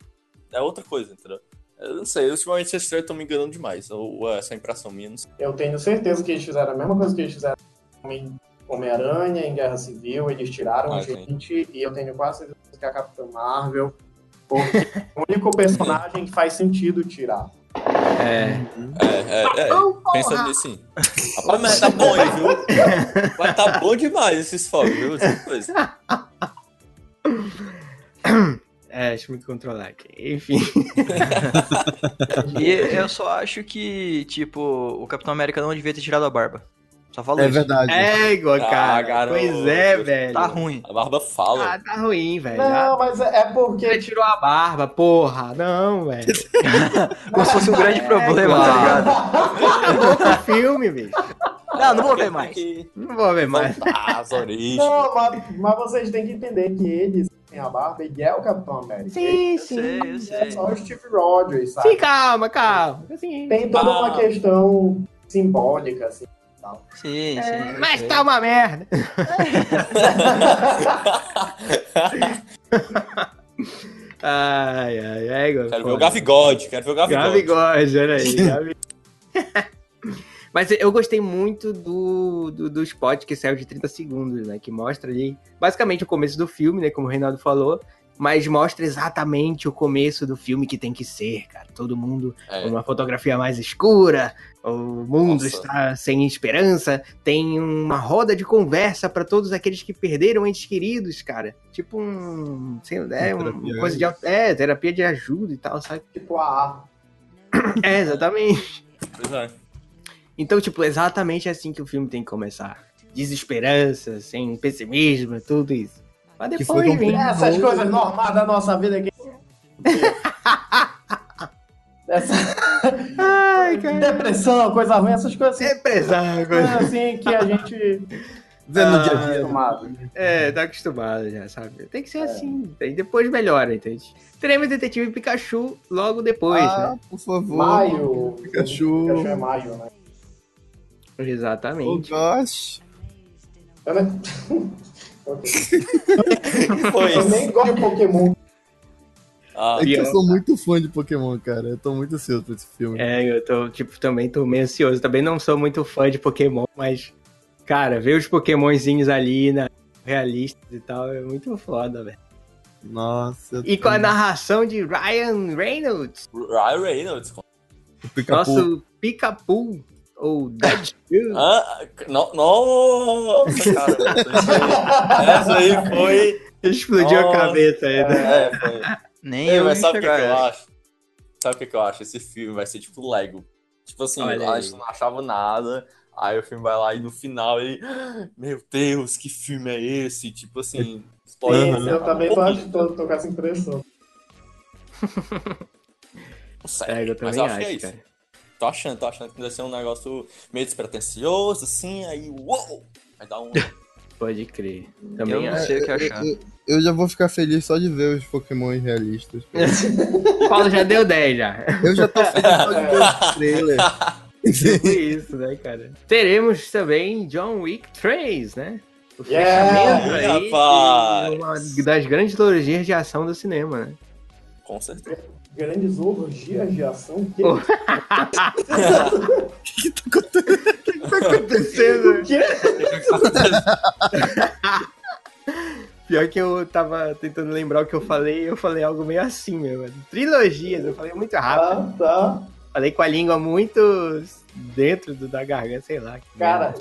D: é outra coisa, entendeu? Eu não sei, ultimamente esses trailers estão me enganando demais. Ou, ou essa é a impressão minha, não sei.
C: Eu tenho certeza que eles fizeram a mesma coisa que eles fizeram em Homem- Homem-Aranha, em Guerra Civil. Eles tiraram
D: Ah,
C: gente. E eu tenho quase certeza que é a Capitã Marvel. Porque é o único personagem que faz sentido tirar.
B: É.
D: É, é, é. Pensa nisso sim. Rapaz, mas tá bom, hein, viu? Mas tá bom demais esses fogos, viu? Essas coisas.
B: é, deixa eu me controlar aqui. [laughs] Enfim.
E: Tá
F: E eu só acho que, tipo, o Capitão América não devia ter tirado a barba. Só falou
E: É
F: isso.
E: verdade.
B: É igual,
D: Ah,
B: cara.
D: garoto.
B: pois é, velho.
F: Tá ruim.
D: A barba fala.
B: Ah, tá ruim, velho.
C: Não, mas é é porque
B: Ele tirou a barba, porra. Não, velho.
F: Como se fosse um
B: É,
F: grande problema,
B: igual.
F: tá ligado?
B: Acabou com o filme, bicho.
F: Não, não vou ver mais.
D: Tem que
B: Não vou ver mais.
D: voltar às origens.
C: Não, mas, mas vocês têm que entender que ele tem a barba, ele é o Capitão América.
B: Sim,
F: Eu sei, eu
C: Ele é
F: sei.
C: só o Steve Rogers, sabe?
B: Sim, calma, calma. Assim.
C: Tem toda uma
D: Ah.
C: questão simbólica, assim.
F: Sim,
B: É,
F: sim.
B: mas tá uma merda. Ai, ai, ai. Igor,
G: [laughs] Quero ver
B: foda.
G: o Gavigode, quero ver o Gavigode.
B: Gabigode, olha aí. Gabi- Mas eu gostei muito do, do, do spot que saiu de 30 segundos, né? Que mostra ali, basicamente, o começo do filme, né? Como o Reinaldo falou. Mas mostra exatamente o começo do filme que tem que ser, cara. Todo mundo
D: É.
B: com uma fotografia mais escura, o mundo
D: Nossa.
B: está sem esperança. Tem uma roda de conversa para todos aqueles que perderam entes queridos, cara. Tipo um. Sei, lá, é, uma
E: terapia,
B: coisa de. au- É, terapia de ajuda e tal, sabe?
C: Tipo, a
B: É, exatamente.
G: Pois é.
B: Então, tipo, exatamente assim que o filme tem que começar. Desesperança, sem pessimismo, tudo isso. Mas
E: Que foi
B: depois,
E: complicado.
B: vem.
C: essas coisas normais da nossa vida aqui. Essa
B: Ai, cara.
C: depressão, coisa ruim, essas coisas assim,
B: É pesado.
C: coisas assim que a gente
E: Vê no dia a
B: Ah,
C: tá
E: dia. né?
C: acostumado.
B: É, tá acostumado já, sabe? Tem que ser assim. E depois melhora, entende? Teremos Detetive Pikachu logo depois,
E: Ah,
B: né?
E: por favor.
C: Maio.
E: Pikachu.
C: Pikachu é maio, né?
E: Oh,
B: Exatamente.
E: gosh.
C: Eu nem,
G: Que foi
C: eu
B: [laughs]
G: isso?
C: nem gosto de Pokémon.
G: Ah,
E: É que eu
B: Pior.
E: sou muito fã de Pokémon, cara. Eu tô muito ansioso pra esse filme.
B: É, eu tô, tipo, também tô meio ansioso. Também não sou muito fã de Pokémon, mas, cara, ver os Pokémonzinhos ali na realistas e tal é muito foda, velho.
E: Nossa.
B: E é com a narração de Ryan Reynolds,
G: Ryan Reynolds.
E: Pica
B: nosso Picapu, ou Deadpool.
G: Ah, não, nossa, cara. Essa aí
B: [laughs]
G: foi.
B: Explodiu a
G: Nossa.
B: cabeça aí, né?
G: É, foi.
F: Nem
G: Ei,
F: eu
G: É, mas
F: vi
G: sabe o que,
F: chegar,
G: que eu
F: velho.
G: acho? Sabe o que, que eu acho? Esse filme vai ser tipo Lego. Tipo assim,
B: Olha
G: a
B: aí.
G: gente não achava nada. Aí o filme vai lá e no final ele. Meu Deus, que filme é esse? Tipo assim. spoiler,
B: Uhum.
C: Sim,
G: né?
C: Eu também tô,
G: Pô,
C: ach- tô, tô com essa impressão.
G: não sei,
B: É, eu
G: mas
B: também
G: eu acho,
B: acho,
G: que é isso.
B: cara.
G: Tô achando, tô achando que vai ser um negócio meio despretensioso, assim, aí. Uou! Vai
B: [laughs]
G: dar um.
B: Pode crer.
F: Eu
B: Também
F: não
B: acho.
F: sei o que achar.
B: É,
E: Eu, eu já vou ficar feliz só de ver os Pokémon realistas.
B: O Paulo já deu 10 [laughs] já.
E: Eu já tô feliz só de ver
G: [laughs]
E: os trailer.
B: Tipo isso, né, cara? Teremos também John Wick 3, né? O
C: Yeah!
B: fechamento aí de
G: Rapaz!
B: uma das grandes trilogias de ação do cinema, né?
G: Com certeza.
C: Grandes orgias de ação. Que...
B: Oh. [laughs] Acontecendo.
C: que-
B: [laughs] Pior que eu tava tentando lembrar o que eu falei, eu falei algo meio assim, meu. mano. Trilogias, eu falei muito rápido.
C: Ah, tá.
B: Falei com a língua muito dentro do, da garganta, sei lá.
C: Cara,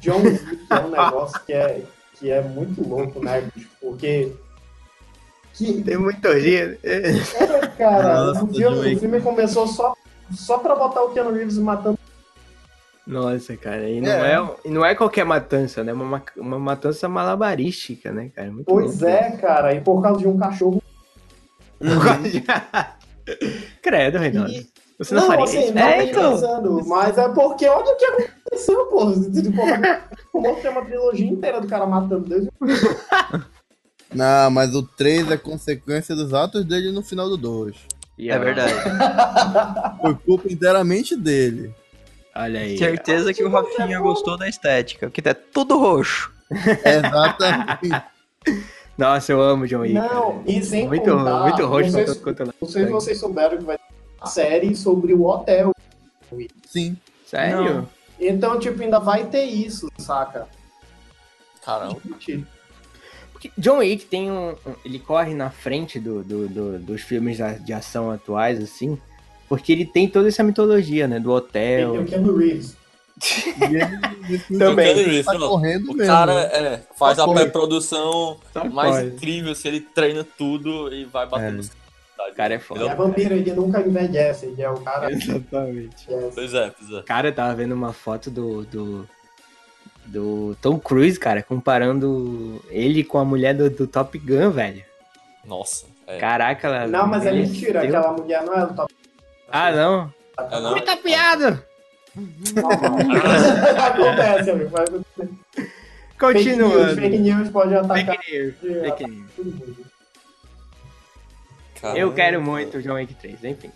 C: John Wick é um negócio que é, que é muito louco, né? bicho? Porque. Que,
B: Tem muita orgia.
C: é, [laughs] cara,
E: Nossa,
C: um dia
E: John Wick.
C: o filme começou só, só pra botar o Keanu Reeves matando.
B: Nossa, cara, e não
E: É.
B: é, e não é qualquer matança, né? Uma, ma- uma matança malabarística, né, cara? Muito
C: Pois é, cara, e por causa de um cachorro.
B: [laughs] Credo, Reinaldo.
C: E-
B: Você não, faria
C: assim,
B: isso?
C: não
B: é,
C: tem
B: então.
C: pensando, mas é porque olha o que aconteceu, pô. Tipo, Como tem uma trilogia inteira do cara matando Deus.
E: Não, mas o 3 é consequência dos atos dele no final do 2.
F: É verdade.
E: Foi culpa inteiramente dele.
B: Olha aí.
F: Certeza que o
G: é
F: Rafinha gostou da estética, porque tá tudo roxo.
E: Exatamente.
B: Nossa, eu amo John Wick.
C: Não,
B: cara.
C: e sem
B: Muito,
C: contar,
B: muito roxo
C: não sei se-
B: pra todo quanto é lá.
C: Não sei se vocês souberam que vai ter uma série sobre o hotel.
E: Sim.
B: Sério?
C: Então, tipo, ainda vai ter isso, saca?
G: Caramba.
B: Porque John Wick tem um. um- Ele corre na frente do, do- do- dos filmes da- de ação atuais, assim. Porque ele tem toda essa mitologia, né? Do
C: Tem
B: hotel.
C: o Keanu Reeves.
E: E ele- ele
G: Também.
E: Tá correndo
G: O
E: mesmo.
G: cara é, faz
E: Só
G: a
E: corre.
G: pré-produção
B: Só
G: mais
B: pode.
G: incrível, se ele treina tudo e vai bater
E: É.
G: nos
B: O cara é
C: Ele é
B: foda.
C: vampiro, ele nunca envelhece, ele é o cara.
B: Exatamente.
C: envelhece.
G: Pois é, pois é.
B: Cara, eu tava vendo uma foto do, do. do Tom Cruise, cara, comparando ele com a mulher do, do Top Gun, velho.
G: Nossa. É.
B: Caraca, ela.
C: Não, mas é
B: envelheceu.
C: mentira, aquela mulher não é do top.
B: Ah, não?
G: É, não?
B: Muita piada! [laughs]
C: Acontece, amigo. mas Fake news,
B: Continuando.
C: fake news pode atacar.
B: Fake news. Fake news.
C: todo mundo.
G: Caramba.
B: Eu quero muito o John Wick 3, enfim.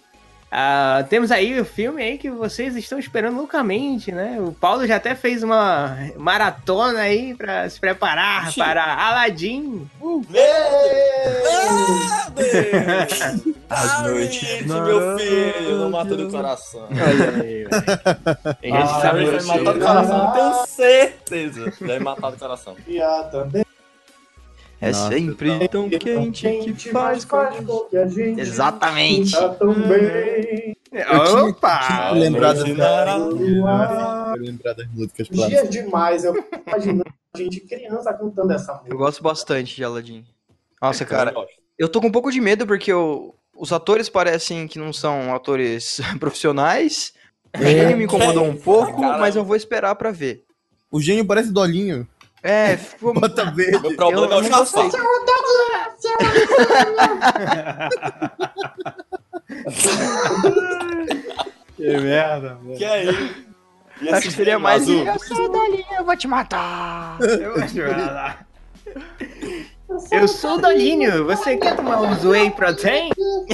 B: Ah, temos aí o filme aí que vocês estão esperando loucamente, né? O Paulo já até fez uma maratona aí pra se preparar
G: Ixi.
C: [laughs]
B: para Aladdin. Uh,
G: [laughs] As noites. Ah, meu filho, não mata do coração.
B: olha aí, velho. Tem gente que
C: [laughs] Ah,
B: sabe
G: ele vai
C: eu
G: matar do
C: sei.
G: coração, eu tenho certeza. Deve matar do coração.
C: Piada.
F: É
E: Nossa,
F: sempre
G: então
F: tão quente que faz com...
C: faz com que a gente
F: Exatamente.
C: tá tão bem.
E: tinha-
B: Opa!
E: Tinha lembrado
G: noite
E: da-
C: na-
E: lembrar das músicas
C: Dia
E: clássicas.
C: demais, eu fico imaginando a gente criança cantando essa
F: Eu
C: música.
F: gosto bastante de Aladdin. Nossa, cara,
G: Eu gosto.
F: eu tô com um pouco de medo porque eu- os atores parecem que não são atores [laughs] profissionais. O gênio me incomodou um pouco,
G: É. Cara.
F: mas eu vou esperar pra ver.
E: O gênio parece
C: [laughs]
E: Dolinho.
F: É, ficou...
E: Bota verde.
G: Meu problema é o
F: não gostei.
G: Jafar.
B: Que merda, mano.
G: Que é ele? E
F: Acho
G: esse
F: que seria
G: filme
F: mais...
G: azul?
F: Eu sou Dolinho, eu vou
B: [laughs]
F: te matar. um
B: Eu vou te falar. Eu sou o Dolinho, você quer tomar um Whey Protein? Tipo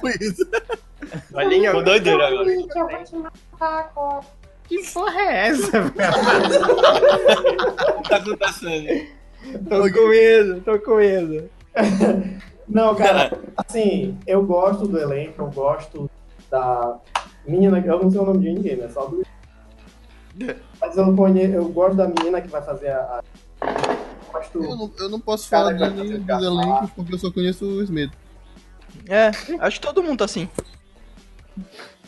E: Foi isso.
B: Dolinho,
G: Tô doideira agora.
B: que porra é essa?
G: O que tá acontecendo?
B: Tô com medo, tô com medo.
C: Não, [laughs] cara, assim, eu gosto do elenco, eu gosto da menina, eu não sei o nome de ninguém, né? Só [laughs] do. Mas eu, conhe... eu gosto da menina que vai fazer a. a- Gosto.
E: Eu não, eu não posso
C: Cara, tá
E: falar
C: vai
E: do
C: fazer
E: dos
C: café.
E: elencos porque eu só conheço o Smith.
F: É, acho que todo mundo tá assim.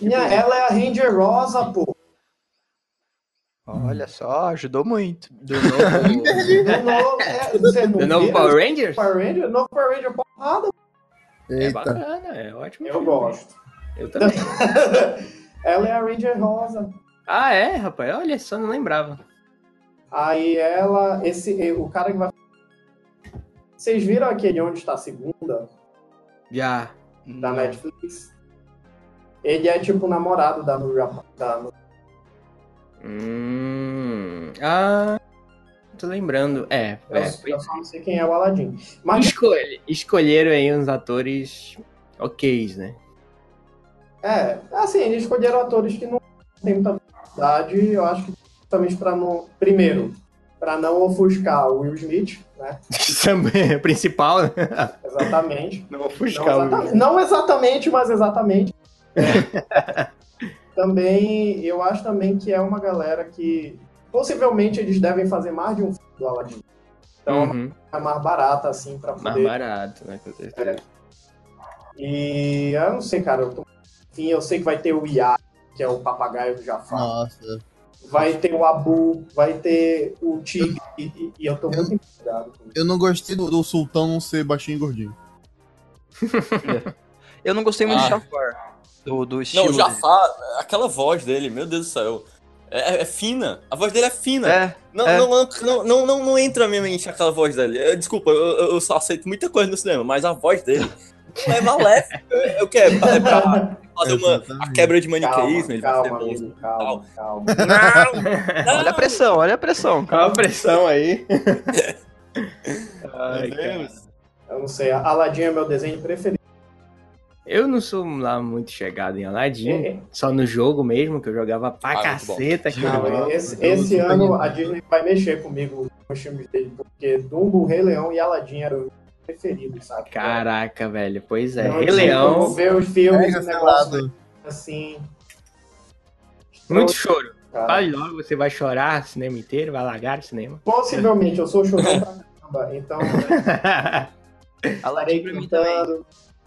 C: Minha, ela é a Ranger Rosa, pô.
F: Olha só, ajudou muito.
B: Do novo,
C: Do novo, é, você não
B: do novo
C: vira?
B: Power Rangers?
C: Power Ranger? Novo Power Ranger, porrada.
B: É
E: Eita.
B: bacana, é ótimo.
C: Eu gosto.
B: Eu também.
C: [laughs] ela é a Ranger Rosa.
B: Ah, é, rapaz, olha só, não lembrava.
C: Aí ela, esse, o cara que vai. Vocês viram aquele onde está a segunda
B: Já.
C: da Netflix? Ele é tipo o namorado da Nuri Rapaz.
B: Hum. Ah. Tô lembrando. É,
C: Eu,
B: é.
C: eu só não sei quem é o Aladdin. Mas
B: Escolhe- escolheram aí uns atores ok, né?
C: é, assim, eles escolheram atores que não têm muita habilidade, eu acho que justamente para não. Primeiro, para não ofuscar o Will Smith, né?
B: Também é principal, né?
C: Exatamente.
B: [laughs] Não vou
C: Não exatamente, não exatamente, mas
B: [laughs]
C: exatamente. É. também, eu acho também que é uma galera que possivelmente eles devem fazer mais de um filme do Aladdin. Então
B: Uhum.
C: é mais barata, assim, pra
B: Mais
C: poder.
B: barato, né? Com certeza.
C: E eu não sei, cara. Eu tô- Enfim, eu sei que vai ter o Ia, que é o papagaio do Jafar.
E: Nossa.
C: Vai ter o Abu, vai ter o Tigre. E, e- e eu tô muito empolgado
G: [laughs]
C: com isso.
E: Eu não gostei do, do Sultão não ser baixinho e gordinho.
F: Eu não gostei muito
G: Ah.
F: do Jafar. Do, do estilo.
G: Não, o
F: dele.
G: Jafar, aquela voz dele, meu Deus do céu. É, é- é fina. A voz dele é fina.
F: É,
G: Não,
F: é.
G: Não, não, não, não, não entra na minha mente aquela voz dele. Eu- desculpa, eu, eu- eu só aceito muita coisa no cinema, mas a voz dele é maléfica. É o que? É pra, é pra fazer uma a
E: Exatamente.
G: quebra de
C: Calma,
G: maniqueísmo, é né? ele
C: calma,
G: vai ser bom.
C: amigo, calma, calma.
G: Não,
F: olha a pressão, olha a pressão.
B: Qual a pressão aí? Ai,
G: Meu
B: cara.
G: Deus.
C: Eu não sei, Aladdin é meu desenho preferido.
B: Eu não sou lá muito chegado em Aladdin.
C: É-
B: Só no jogo mesmo, que eu jogava pra
G: Ah, muito bom.
B: caceta. Que
C: Não,
E: Não,
C: esse
E: eu
C: esse
E: não
C: ano
E: acompanhei.
C: a Disney vai mexer comigo com os filmes dele, porque Dumbo, Rei Leão e Aladdin eram os meus preferidos, sabe?
B: Caraca, velho. Pois é.
C: Então,
B: Rei
C: tipo,
B: Leão,
C: Ver os filmes,
E: É,
C: um negócio
E: cancelado.
C: assim. Então,
B: muito choro.
C: cara.
B: Fale logo, você vai chorar o cinema inteiro, vai largar o
C: [laughs]
B: cinema.
C: Possivelmente, eu sou chorão pra caramba, então
F: Aladdin
C: parei
F: pra mim também.
C: cantando.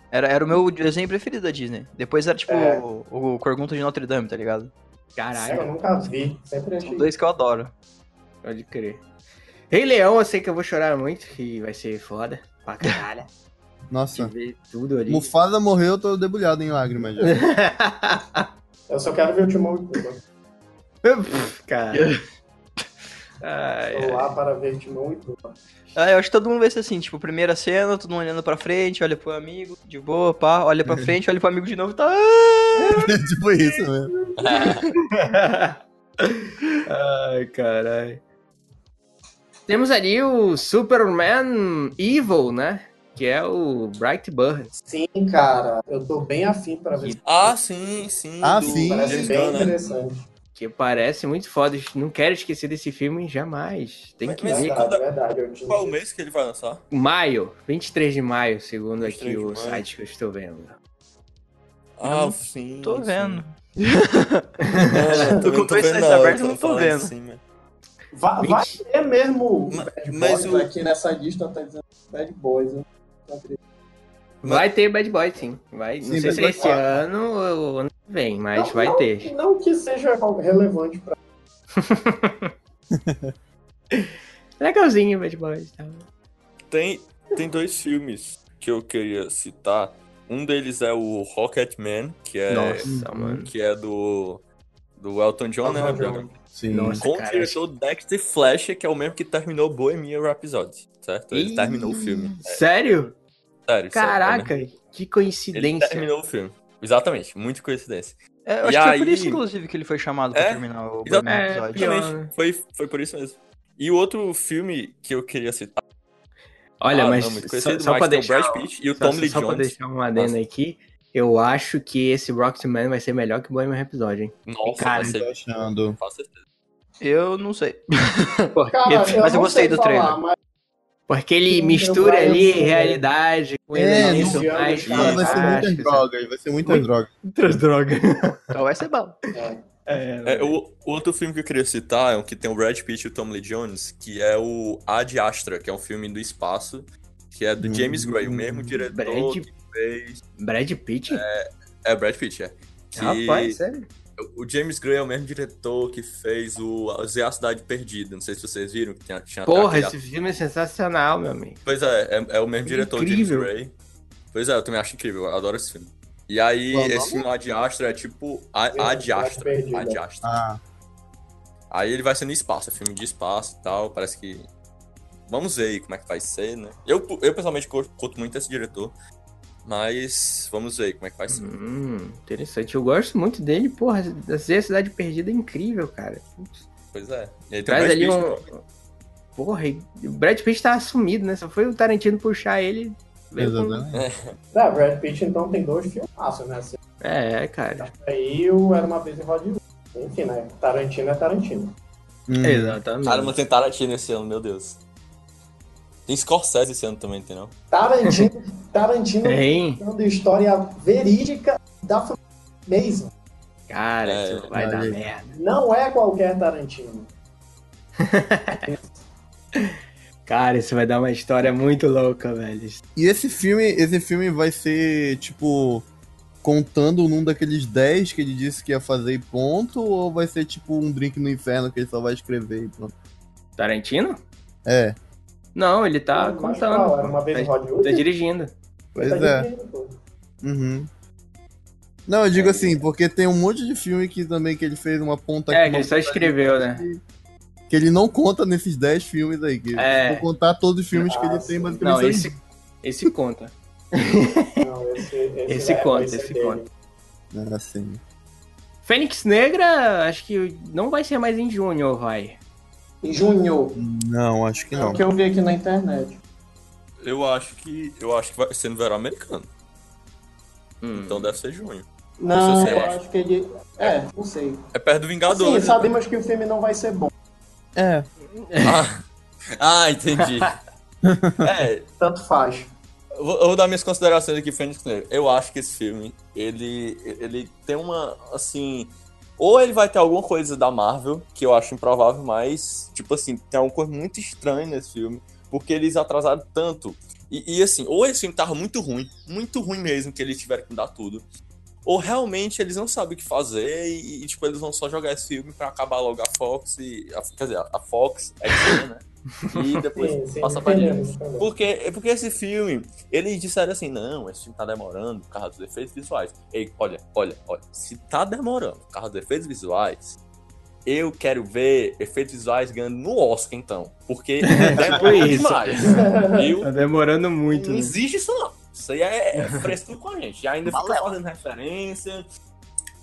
F: Era, era o meu desenho preferido da Disney. Depois era tipo
C: É.
F: o, o Corgunto de Notre Dame, tá ligado?
C: Eu
B: Caraca,
C: nunca vi, sempre achei.
F: São dois que eu adoro.
B: pode crer. Rei Leão, eu sei que eu vou chorar muito, que vai ser foda. Pra caralho. De
E: Nossa.
B: ver tudo ali.
E: Mufasa morreu, eu tô debulhado em
C: [laughs]
E: lágrimas. já. [laughs]
C: Eu só quero ver o Timão e Pumba.
B: Pff, Cara. Ai,
C: Estou lá para ver Timão e Pumba.
F: Ah, eu acho que todo mundo vai ser assim, tipo, primeira cena, todo mundo olhando pra frente, olha pro amigo, de boa, pá, olha pra frente, olha pro amigo de novo, tá...
E: tipo isso mesmo.
B: Ai, caralho. Temos ali o Superman Hum, Evil, né? que é o Bright Burns.
C: Sim, cara, eu tô bem afim pra ver.
D: Ah, sim, sim.
E: Ah,
D: do-
E: sim.
C: Parece
D: James
C: bem
D: Gunn, né?
C: interessante.
B: Que parece muito foda. Não quero esquecer desse filme jamais. Tem que
D: Mas-
B: ver.
C: Verdade, né, verdade. Eu tinha-
D: Qual o mês que ele vai lançar?
B: Maio, 23 de maio, segundo
D: 23
B: aqui
D: de
B: o
D: maio.
B: site que eu estou vendo.
D: Ah,
F: não
D: sim.
F: Tô
D: sim.
F: vendo.
D: É, eu
F: [laughs] Tô com
D: não
F: dois
D: vendo,
F: sites
D: eu
F: abertos,
D: tô
F: não tô
D: falando
F: vendo.
D: assim, mas-
C: Va- Vai ter mesmo.
D: Ma-
C: Bad Boys
D: mas o-
C: aqui nessa lista tá dizendo Bad Boys. né? eu não acredito.
B: Vai ter Bad Boy, sim. Vai, não
E: Sim,
B: sei
E: Bad
B: se é
E: Boy
B: esse
E: quatro.
B: ano ou ano que vem, mas
C: Não-
B: vai
C: não-
B: ter.
C: Não que seja relevante pra.
B: Legalzinho Bad Boy. tá?
D: Tem, tem dois filmes que eu queria citar. Um deles é o Rocketman, que é,
B: Nossa, mano.
D: que é do, do Elton John, né?
C: Elton John.
E: Sim.
B: Nossa.
D: Com
B: cara. é
D: o diretor Dexter Flesh, que é o mesmo que terminou Bohemian Rhapsody, certo? Ele
B: Ih.
D: terminou o filme. Sério, sério,
B: Sério?
D: é o mesmo.
B: Caraca, que
D: Ele
B: coincidência.
D: terminou o filme. Exatamente, muita coincidência.
F: É, eu
D: E
F: acho que foi por
D: aí-
F: isso, inclusive, que ele foi chamado pra
D: É?
F: terminar o
D: Exato.
F: primeiro episódio.
B: É,
D: Exatamente,
B: pior, né?
D: foi, foi por isso mesmo. E o outro filme que eu queria citar.
B: Olha,
D: ah,
B: mas
D: não, muito
B: só,
D: conhecido,
B: só
D: mas
B: pra
D: tem
B: deixar,
D: o Brad Pitt e o
B: só,
D: Tom Lee
B: só pra
D: Jones.
B: deixar um adendo aqui, eu acho que esse Rocketman vai ser melhor que o Bohemian Episódio, hein?
D: Nossa,
B: Cara, então-
D: vai ser.
E: Tô achando.
D: com certeza.
F: Eu não sei.
C: Cara,
F: Mas eu
C: não
F: gostei
C: sei
F: do
C: falar,
F: trailer.
C: mas
B: Porque ele
C: Sim,
B: mistura
C: eu vou-
B: ali realidade com
E: É,
B: elementos
E: não-
B: mais
C: Cara,
E: Cara, vai ser muitas
B: fantásticos.
E: drogas, vai ser muitas drogas.
B: Muitas drogas.
F: Então vai ser bom.
C: é,
D: É, o, o outro filme que eu queria citar é um que tem o Brad Pitt e o Tom Lee Jones, que é o Ad Astra, que é um filme do espaço, que é do James Gray, o mesmo diretor
B: Brad-
D: que fez.
B: Brad Pitt?
D: É, Tá Brad Pitt, é. Que
B: Rapaz, sério?
D: o James Gray é o mesmo diretor que fez o Zé a Cidade Perdida. Não sei se vocês viram que tinha, tinha até
B: Porra,
D: aquele
B: esse filme é sensacional, meu amigo.
D: Pois é, é, é o mesmo diretor,
B: Incrível.
D: James Gray. Pois é, eu também acho incrível, eu adoro esse filme. E aí,
E: Qual o nome?
D: esse filme Ad Astra é tipo a- Ad
C: Cidade
D: Astra,
C: Perdida.
D: Ad Astra.
E: Ah,
D: Aí ele vai ser no espaço, é filme de espaço e tal, parece que... Vamos ver aí como é que vai ser, né? Eu, eu pessoalmente, curto, curto muito esse diretor, mas vamos ver aí como é que vai ser.
B: Hum, interessante. Eu gosto muito dele, porra. Zé Cidade Perdida é incrível, cara.
D: Pois é. E aí tem o
B: Traz
D: Brad
B: ali
D: Pitt,
B: um. Porra, e o Brad Pitt tá assumido, né? Só foi o Tarantino puxar ele. veio com-
E: exatamente.
C: é, Brad Pitt então tem dois filmaços, né? Esse
B: É, cara.
C: Aí o Era Uma Vez em Hollywood. Enfim, né? Tarantino é Tarantino.
E: Hum.
B: Exatamente.
D: Cara, mas tem Tarantino esse ano, meu Deus. Tem Scorsese esse ano também, entendeu?
C: Tarantino, [laughs] Tarantino
B: Tem.
C: contando história verídica da família mesmo.
B: Cara,
D: É,
B: isso vai dar
E: olha aí.
B: merda.
C: Não é qualquer Tarantino.
B: Cara, isso vai dar uma história muito louca, velho.
E: E esse filme, esse filme vai ser, tipo, contando num daqueles 10 que ele disse que ia fazer e ponto, ou vai ser tipo um drink no inferno que ele só vai escrever e pronto?
B: Tarantino?
E: É,
B: Não, ele tá
C: Mas
B: contando.
C: qual? Era Uma Vez em
B: Tá, tá
C: Hollywood?
B: dirigindo.
E: pois
C: Tá
E: é.
C: dirigindo, pô.
E: Uhum. Não, eu digo assim, porque tem um monte de filme que também que ele fez uma ponta
B: é,
E: aqui,
B: que
E: uma
B: ele só escreveu, né?
E: que ele não conta nesses 10 filmes aí. Que
B: É.
E: Vou contar todos os filmes que ele
C: Ah,
E: tem,
C: sim.
E: basicamente.
B: Não,
E: são
B: esse, esse conta.
C: Não, esse, esse,
B: Esse
C: é-
B: conta,
C: é
B: esse
C: dele.
B: conta.
E: isso. É, assim.
B: Fênix Negra, acho que não vai ser mais em junho, vai.
C: Em junho.
E: Não, acho que
C: É
E: não.
C: o que eu vi aqui na internet.
D: Eu acho que. Eu acho que vai ser no verão americano.
B: Hum.
D: Então deve ser junho.
C: Não,
D: sei, eu
C: eu
D: acho.
C: acho que ele. É, não sei.
D: É perto do Vingador.
B: né?
C: Sim, sabemos que o filme não vai ser bom.
E: É.
D: Ah, ah,
B: [laughs]
D: entendi. é,
C: Tanto faz.
D: eu vou eu vou dar minhas considerações aqui, Fênix Negra. Eu acho que esse filme, ele, ele tem uma, assim... Ou ele vai ter alguma coisa da Marvel, que eu acho improvável, mas, tipo assim, tem alguma coisa muito estranha nesse filme, porque eles atrasaram tanto. E, e, assim, ou esse filme tava muito ruim, muito ruim mesmo, que eles tiveram que mudar tudo, ou realmente eles não sabem o que fazer e, e, tipo, eles vão só jogar esse filme pra acabar logo a Fox e... a- quer dizer, a Fox, é né? E depois
C: Sim, sim,
D: passa pra gente.
C: entendemos, entendemos.
D: Porque, é porque esse filme, eles disseram assim, não, esse filme tá demorando por causa dos efeitos visuais. Ei, olha, olha, olha, se tá demorando por causa dos efeitos visuais, eu quero ver efeitos visuais ganhando no Oscar, então.
B: [laughs]
D: Porque demora
B: Tipo isso.
D: demais. Viu?
B: [laughs] Tá demorando muito,
D: não
B: né?
D: existe isso, não. Isso aí é, é fresco com a gente. E ainda fica fazendo referência.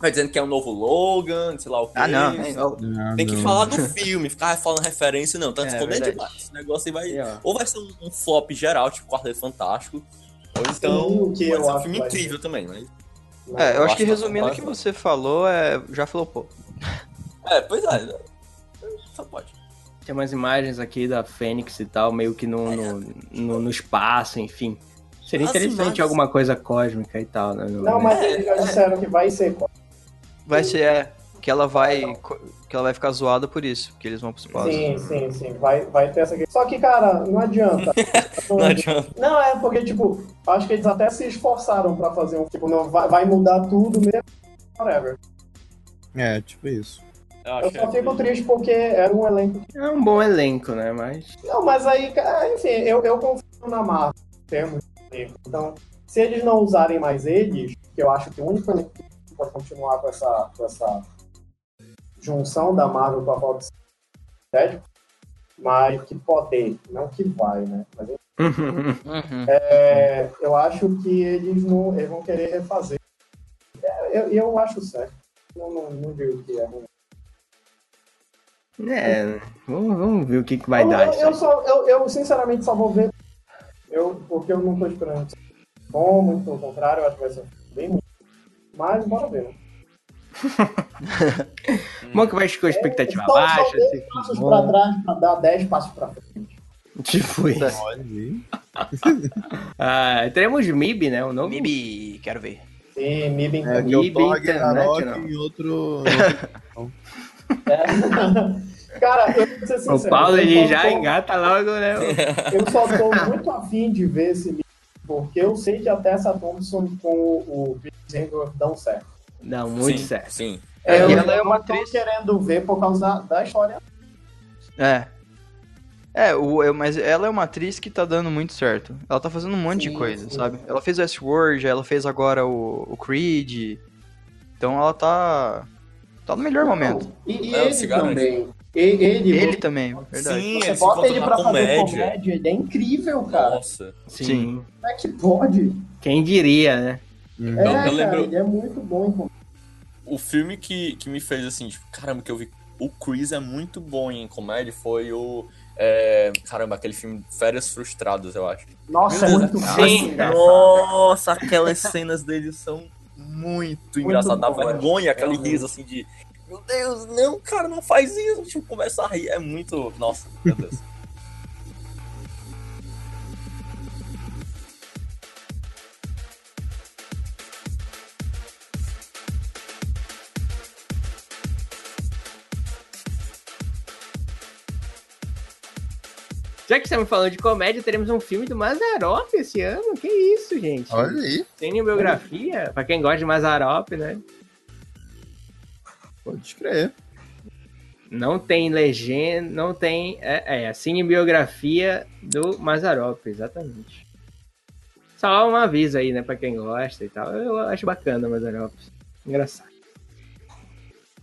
D: Vai dizendo que é um novo Logan, sei lá o quê.
H: Ah, não. é, ó,
D: Tem que falar do filme, ficar falando referência, não. Tanto
B: É,
D: como é
B: verdade.
D: demais. Esse negócio aí vai.
B: Aí, ó.
D: Ou vai ser um, um flop geral, tipo Quarteto Fantástico. Ou então.
C: Sim, o que
D: vai
C: eu
D: ser um
C: acho
D: filme
C: que vai
D: incrível também, né?
F: É, eu acho
D: acho
F: que
D: que
F: resumindo o
D: vai,
F: que
D: vai.
F: você falou, é, já falou pô.
D: É, pois é. né? Só pode.
B: [laughs] Tem umas imagens aqui da Fênix e tal, meio que no, no, no, no espaço, enfim. Seria
D: As
B: interessante
D: imagens-
B: alguma coisa cósmica e tal, né?
C: Não, mas eles já disseram que vai ser.
F: Vai ser é, que ela vai co- que ela vai ficar zoada por isso, porque eles vão pro espaço.
C: Sim, sim, sim. Vai, vai ter essa questão. Só que, cara, não
D: [laughs]
C: adianta.
D: Não adianta.
C: Não, é porque, tipo, acho que eles até se esforçaram pra fazer um. Tipo, não, vai, vai mudar tudo mesmo. Whatever.
E: É, tipo isso.
D: Eu
C: Eu
D: acho
C: só
D: que é
C: fico triste porque era um elenco.
B: É um bom elenco, né? Mas.
C: Não, mas aí, cara, enfim, eu, eu confio na Marvel em termos de elenco. Então, se eles não usarem mais eles, que eu acho que o único elenco que pode continuar com essa, com essa junção da Marvel com a Fox Deadpool, mas que poder, não que vai, né? Mas É, eu acho que eles não eles vão querer refazer. É, eu, eu acho certo. Não, não, não digo que é ruim.
B: é, vamos, vamos ver o que, que vai
C: eu,
B: dar
C: eu,
B: isso
C: eu
B: aí.
C: só, eu, eu, sinceramente só vou ver. Eu, porque eu não tô esperando isso bom, muito pelo contrário, eu acho que vai ser bem ruim. Mas bora ver. né?
A: é
B: Bom que vai ficar com a expectativa
C: Só- só
B: baixa,
C: dei
A: assim. [laughs]
B: se fiz
C: Passos pra
B: bom.
C: trás pra dar 10 passos pra frente.
B: Tipo isso.
E: Olha aí.
B: Ah, teremos MIB, né? O nome
F: Maybe, quero ver.
C: Sim, Nibin
E: É,
C: também.
E: que eu tô
B: Internet, não.
E: Ragnarok e outro. outro-
C: É. [laughs] Cara, eu vou ser sincero.
B: O Paulo
C: eu
B: ele
C: só
B: já
C: tô-
B: engata logo, né?
C: Eu só tô muito afim de ver esse livro, porque eu sei que a Tessa Thompson com o o Chris Hemsworth dão certo.
B: Dá um muito
D: sim,
B: certo.
D: Sim.
F: É,
C: eu
F: e ela é uma
C: não tô
F: atriz.
C: querendo ver por causa da história.
F: É. É, o, eu- mas ela é uma atriz que tá dando muito certo. Ela tá fazendo um monte de
C: Sim,
F: coisa,
C: sim.
F: sabe? Ela fez Westworld, ela fez agora o, o Creed. Então ela tá. Tá no melhor momento.
C: E, e
D: É,
C: ele
D: se garante.
C: também. E- ele,
F: né? Ele também, verdade.
D: Sim,
C: você
D: ele se
C: bota ele
D: encontra
C: pra
D: na comédia.
C: fazer comédia, ele é incrível, cara.
D: Nossa.
F: Sim.
C: Como é que pode?
B: Quem diria, né?
E: Hum.
C: É,
D: eu
C: cara,
D: lembro-
C: ele é muito bom. em comédia.
D: O filme que, que me fez assim, tipo, caramba, que eu vi. O Chris é muito bom em comédia. Foi o. é, caramba, aquele filme Férias Frustradas, eu acho.
C: Nossa, é
D: Meu
C: muito
D: Deus,
C: bom.
D: cara.
B: Sim.
C: cara.
D: Nossa, aquelas cenas dele são muito engraçadas. Dá
C: bom, é.
D: vergonha, aquele
C: Realmente.
D: riso assim de. Meu Deus, não, cara, não faz isso. Tipo, começa a rir. É muito. Nossa, meu Deus.
B: Já que estamos falando de comédia, teremos um filme do Mazarop esse ano. Que isso, gente?
E: [laughs] Olha aí.
B: Cinebiografia, pra quem gosta de Mazarop, né?
E: Pode crer.
B: Não tem legenda, não tem. É, é a cinebiografia do Mazarop, exatamente. Só um aviso aí, né, pra quem gosta e tal. Eu acho bacana o Mazarop. Engraçado.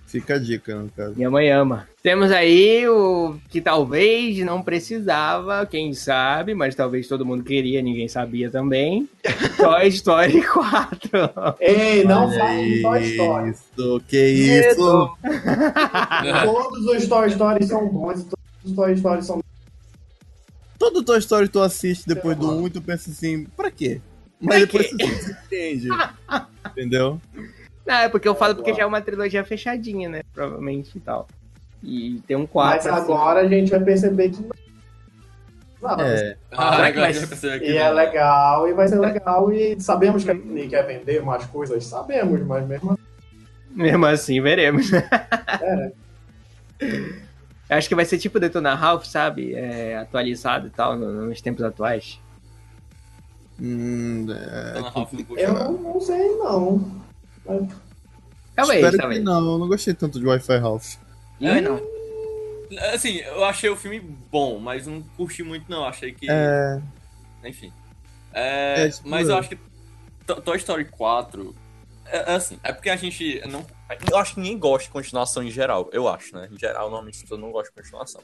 E: Fica a dica, no caso.
B: Minha mãe ama. Temos aí o que talvez não precisava, quem sabe, mas talvez todo mundo queria, ninguém
C: [laughs]
B: sabia também. Toy Story 4.
C: Ei, não fale de Toy Story.
E: Isso, que isso.
C: Todos os Toy Stories são bons, todos os Toy Stories são
E: Todo Toy Story tu assiste depois do 1 e tu pensa assim, pra quê? Mas depois tu
A: [laughs]
E: se entende. Entendeu?
B: Não, é porque eu falo porque já é uma trilogia fechadinha, né? Provavelmente e tal. E tem um 4.
C: Mas agora a gente vai perceber que não.
E: É.
B: Será
D: [laughs] Ah,
B: que vai-
D: agora já percebi aqui,
C: E é
D: né?
C: legal, e vai ser legal, e sabemos que a Disney quer vender umas coisas, sabemos, mas mesmo assim,
B: Mesmo assim, veremos. [laughs]
C: é,
B: Eu acho que vai ser tipo Detona Ralph, sabe? É, atualizado e tal, no- nos tempos atuais.
E: Hum, é.
D: Dona Ralph
C: assim,
D: não
C: eu
D: puxa.
C: não, não sei não.
B: Calma aí,
E: Espero
B: calma
E: que
B: aí.
E: não, eu não gostei tanto de Wi-Fi Ralph.
B: Eu não.
D: Assim, eu achei o filme bom, mas não curti muito, não. Achei que.
E: É.
D: Enfim. É,
E: É, tipo,
D: mas eu
E: é.
D: acho que To- Toy Story 4. É, é assim, é porque a gente não. Eu acho que ninguém gosta de continuação em geral. Eu acho, né? Em geral, normalmente as pessoas não gostam de continuação.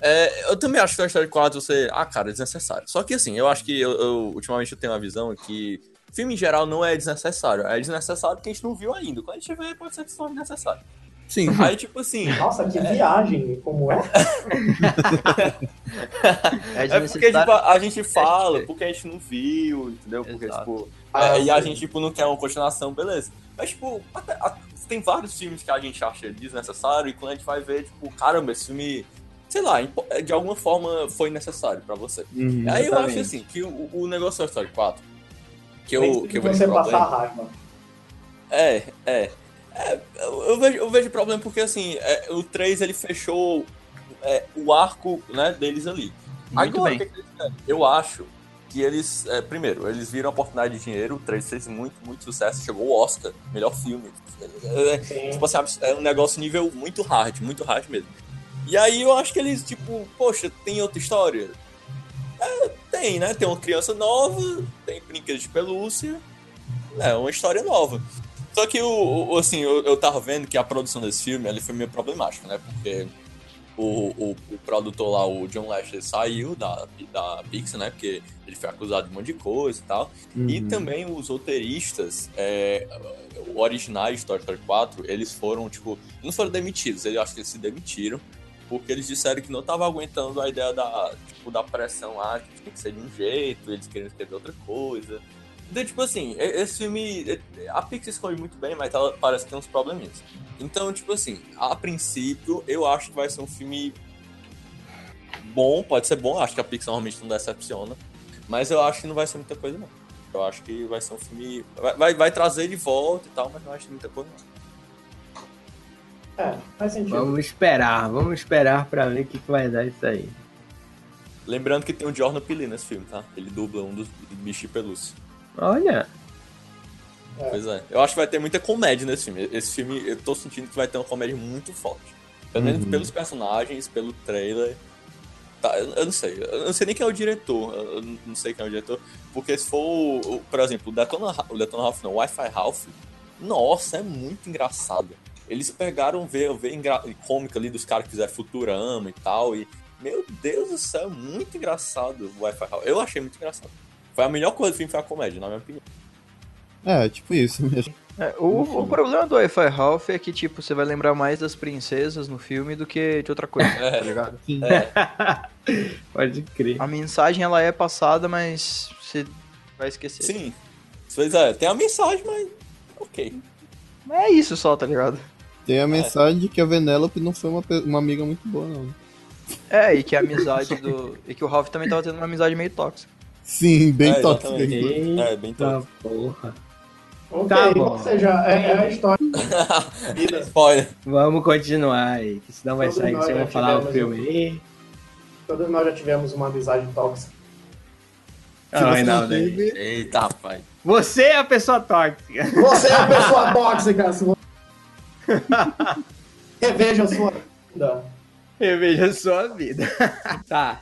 D: É, eu também acho que Toy Story 4 você. Ah, cara, é desnecessário. Só que assim, eu acho que eu, eu- ultimamente eu tenho uma visão que Filme em geral não é desnecessário. É desnecessário porque a gente não viu ainda. Quando a gente vê, pode ser que for necessário.
E: Sim.
D: Aí, tipo assim.
C: Nossa, que viagem, como é?
D: É porque tipo, é. a a gente fala, porque a gente não viu, entendeu? Porque,
F: Exato.
D: tipo.
C: Ah,
D: é, e a
C: sim.
D: gente, tipo, não quer uma continuação, beleza. Mas, tipo, até- a- tem vários filmes que a gente acha desnecessário e quando a gente vai ver, tipo, caramba, esse filme. Sei lá, impo- é, de alguma forma foi necessário pra você.
E: Uhum,
D: Aí eu acho assim, que o, o negócio é o Story 4. Que eu, que eu vejo
C: você passar
D: problema.
C: raiva.
D: É, é. É, eu, eu vejo, eu vejo problema porque assim, é, o 3 ele fechou é, o arco né, deles ali.
F: Muito
D: Agora, o
F: bem.
D: que que eles fizeram? Eu acho que eles, é, primeiro, eles viram a oportunidade de dinheiro, o 3 fez muito, muito sucesso, chegou o Oscar, melhor filme. É, é,
C: Sim.
D: tipo assim, abs- é um negócio nível muito hard, muito hard mesmo. E aí eu acho que eles, tipo, poxa, tem outra história? É, tem, né? Tem uma criança nova, tem brinquedos de pelúcia, é uma história nova. Só que, o, o- assim, eu, eu tava vendo que a produção desse filme ele foi meio problemática, né? Porque o, o, o produtor lá, o John Lashley, saiu da, da Pixar, né? Porque ele foi acusado de um monte de coisa e tal.
E: uhum.
D: E também os roteiristas, é, o originais de Toy Story 4, eles foram, tipo, não foram demitidos, eu acho que eles se demitiram, porque eles disseram que não tava aguentando a ideia da, tipo, da pressão lá, que tinha que ser de um jeito, eles queriam escrever outra coisa. Então, tipo assim, e- esse filme. e- A Pixar escolhe muito bem, mas ela parece que tem uns probleminhas. Então, tipo assim, a princípio, eu acho que vai ser um filme bom, pode ser bom, acho que a Pixar normalmente não decepciona, mas eu acho que não vai ser muita coisa, não. Eu acho que vai ser um filme. Vai, vai, vai trazer de volta e tal, mas não acho muita coisa. não.
C: É, faz sentido.
A: Vamos esperar, vamos esperar pra ver o que, que vai dar isso aí.
D: Lembrando que tem o Jordan Peele nesse filme, tá? Ele dubla um dos bichos de pelúcia.
A: Olha,
C: É.
D: Pois é. Eu acho que vai ter muita comédia nesse filme. Esse filme, eu tô sentindo que vai ter uma comédia muito forte. Pelo menos pelos personagens, pelo trailer. Tá, eu, eu não sei. Eu não sei nem quem é o diretor. Eu eu não sei quem é o diretor. Porque se for, o- o- por exemplo, o Detona, Ra- o Detona Ralph, não, o Wi-Fi Ralph, nossa, é muito engraçado. Eles pegaram ver, ver engra... cômica ali dos caras que fizeram Futurama e tal. E, meu Deus do céu, é muito engraçado o Wi-Fi Ralph. Eu achei muito engraçado. Foi a melhor coisa do filme, foi a comédia, na minha opinião.
E: É, tipo isso mesmo.
F: É, o, o problema do Wi-Fi Ralph é que, tipo, você vai lembrar mais das princesas no filme do que de outra coisa,
D: [laughs]
F: tá ligado?
A: pode crer.
F: A mensagem, ela é passada, mas você vai esquecer.
D: Sim. Pois é, tem a mensagem, mas. Ok.
F: Mas é isso só, tá ligado?
E: Tem a mensagem de que a Venelope não foi uma, pe- uma amiga muito boa, não.
F: É, e que a amizade do... E que o Ralph também tava tendo uma amizade meio tóxica.
E: Sim, bem
D: É,
E: tóxica.
D: exatamente.
E: inclusive.
D: É, bem
E: Tá,
A: Eita porra.
C: Ok,
A: Tá bom.
C: ou seja, é, é a história da vida.
D: Spoiler.
A: Vamos continuar aí, que senão vai
C: Todos
A: sair que
C: nós
A: você
C: já
A: vai
E: né?
A: falar o
C: tivemos
E: um
A: filme aí.
C: Todos nós já tivemos uma amizade tóxica.
E: Se
A: Ah,
E: você
A: Reinaldo aí.
E: teve,
D: Eita, rapaz.
A: Você é a pessoa tóxica.
C: Você é uma pessoa [laughs] tóxica, sua. Reveja a sua vida.
A: Reveja a sua vida. [laughs] tá.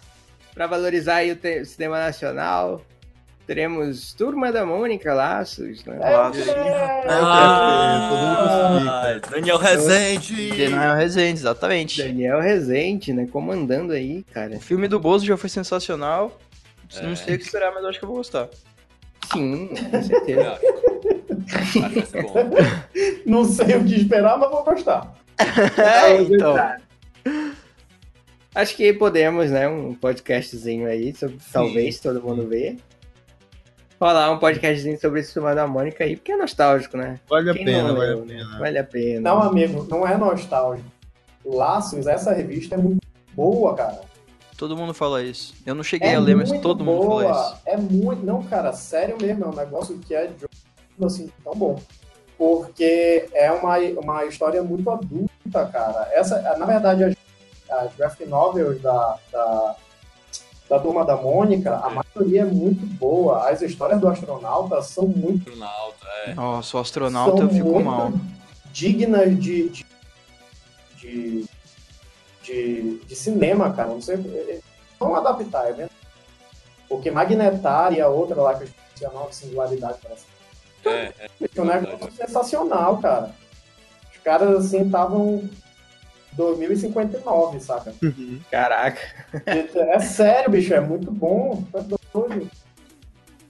A: Pra valorizar aí o te- cinema nacional, teremos Turma da Mônica, Laços, né?
F: É.
D: Ah, Daniel Rezende.
F: Daniel Rezende, é exatamente.
A: Daniel Rezende, né? Comandando aí, cara.
F: O filme do Bozo já foi sensacional.
D: É.
F: Não sei o que esperar, mas eu acho que eu vou gostar.
A: Sim, com certeza.
D: Eu acho. Acho que vai ser bom.
C: Não sei o que esperar, mas vou gostar.
A: Tá,
F: É, então.
A: Acho que podemos, né? Um podcastzinho aí, sobre, talvez todo mundo vê. Falar um podcastzinho sobre esse filme da Mônica aí, porque é nostálgico, né?
E: Vale a
A: Quem
E: pena,
A: não
E: vale a
A: leu,
E: pena.
A: Vale a pena.
C: Ah. Não, amigo, não é nostálgico. Laços, essa revista é muito boa, cara.
F: Todo mundo fala isso. Eu não cheguei
C: É
F: a ler, mas
C: muito
F: todo mundo
C: boa.
F: fala isso.
C: É muito. Não, cara, sério mesmo, é um negócio que é de um- assim, tão bom. Porque é uma, uma história muito adulta, cara. Essa, na verdade, as, as graphic novels da, da, da Turma da Mônica, a maioria é muito boa. As histórias do astronauta são muito
D: Astronauta,
F: Nossa, o astronauta
C: são
F: eu fico
C: muito [laughs]
F: mal.
C: Dignas de de, de, de- de cinema, cara. Não sei. é- é- Vamos adaptar, é mesmo. Porque Magnetar e a outra lá que eu esqueci a nova singularidade parece.
D: É,
C: É um negócio sensacional, cara. Os caras assim estavam 2059, saca?
A: Caraca.
C: É sério, bicho, é muito bom. Tá doido.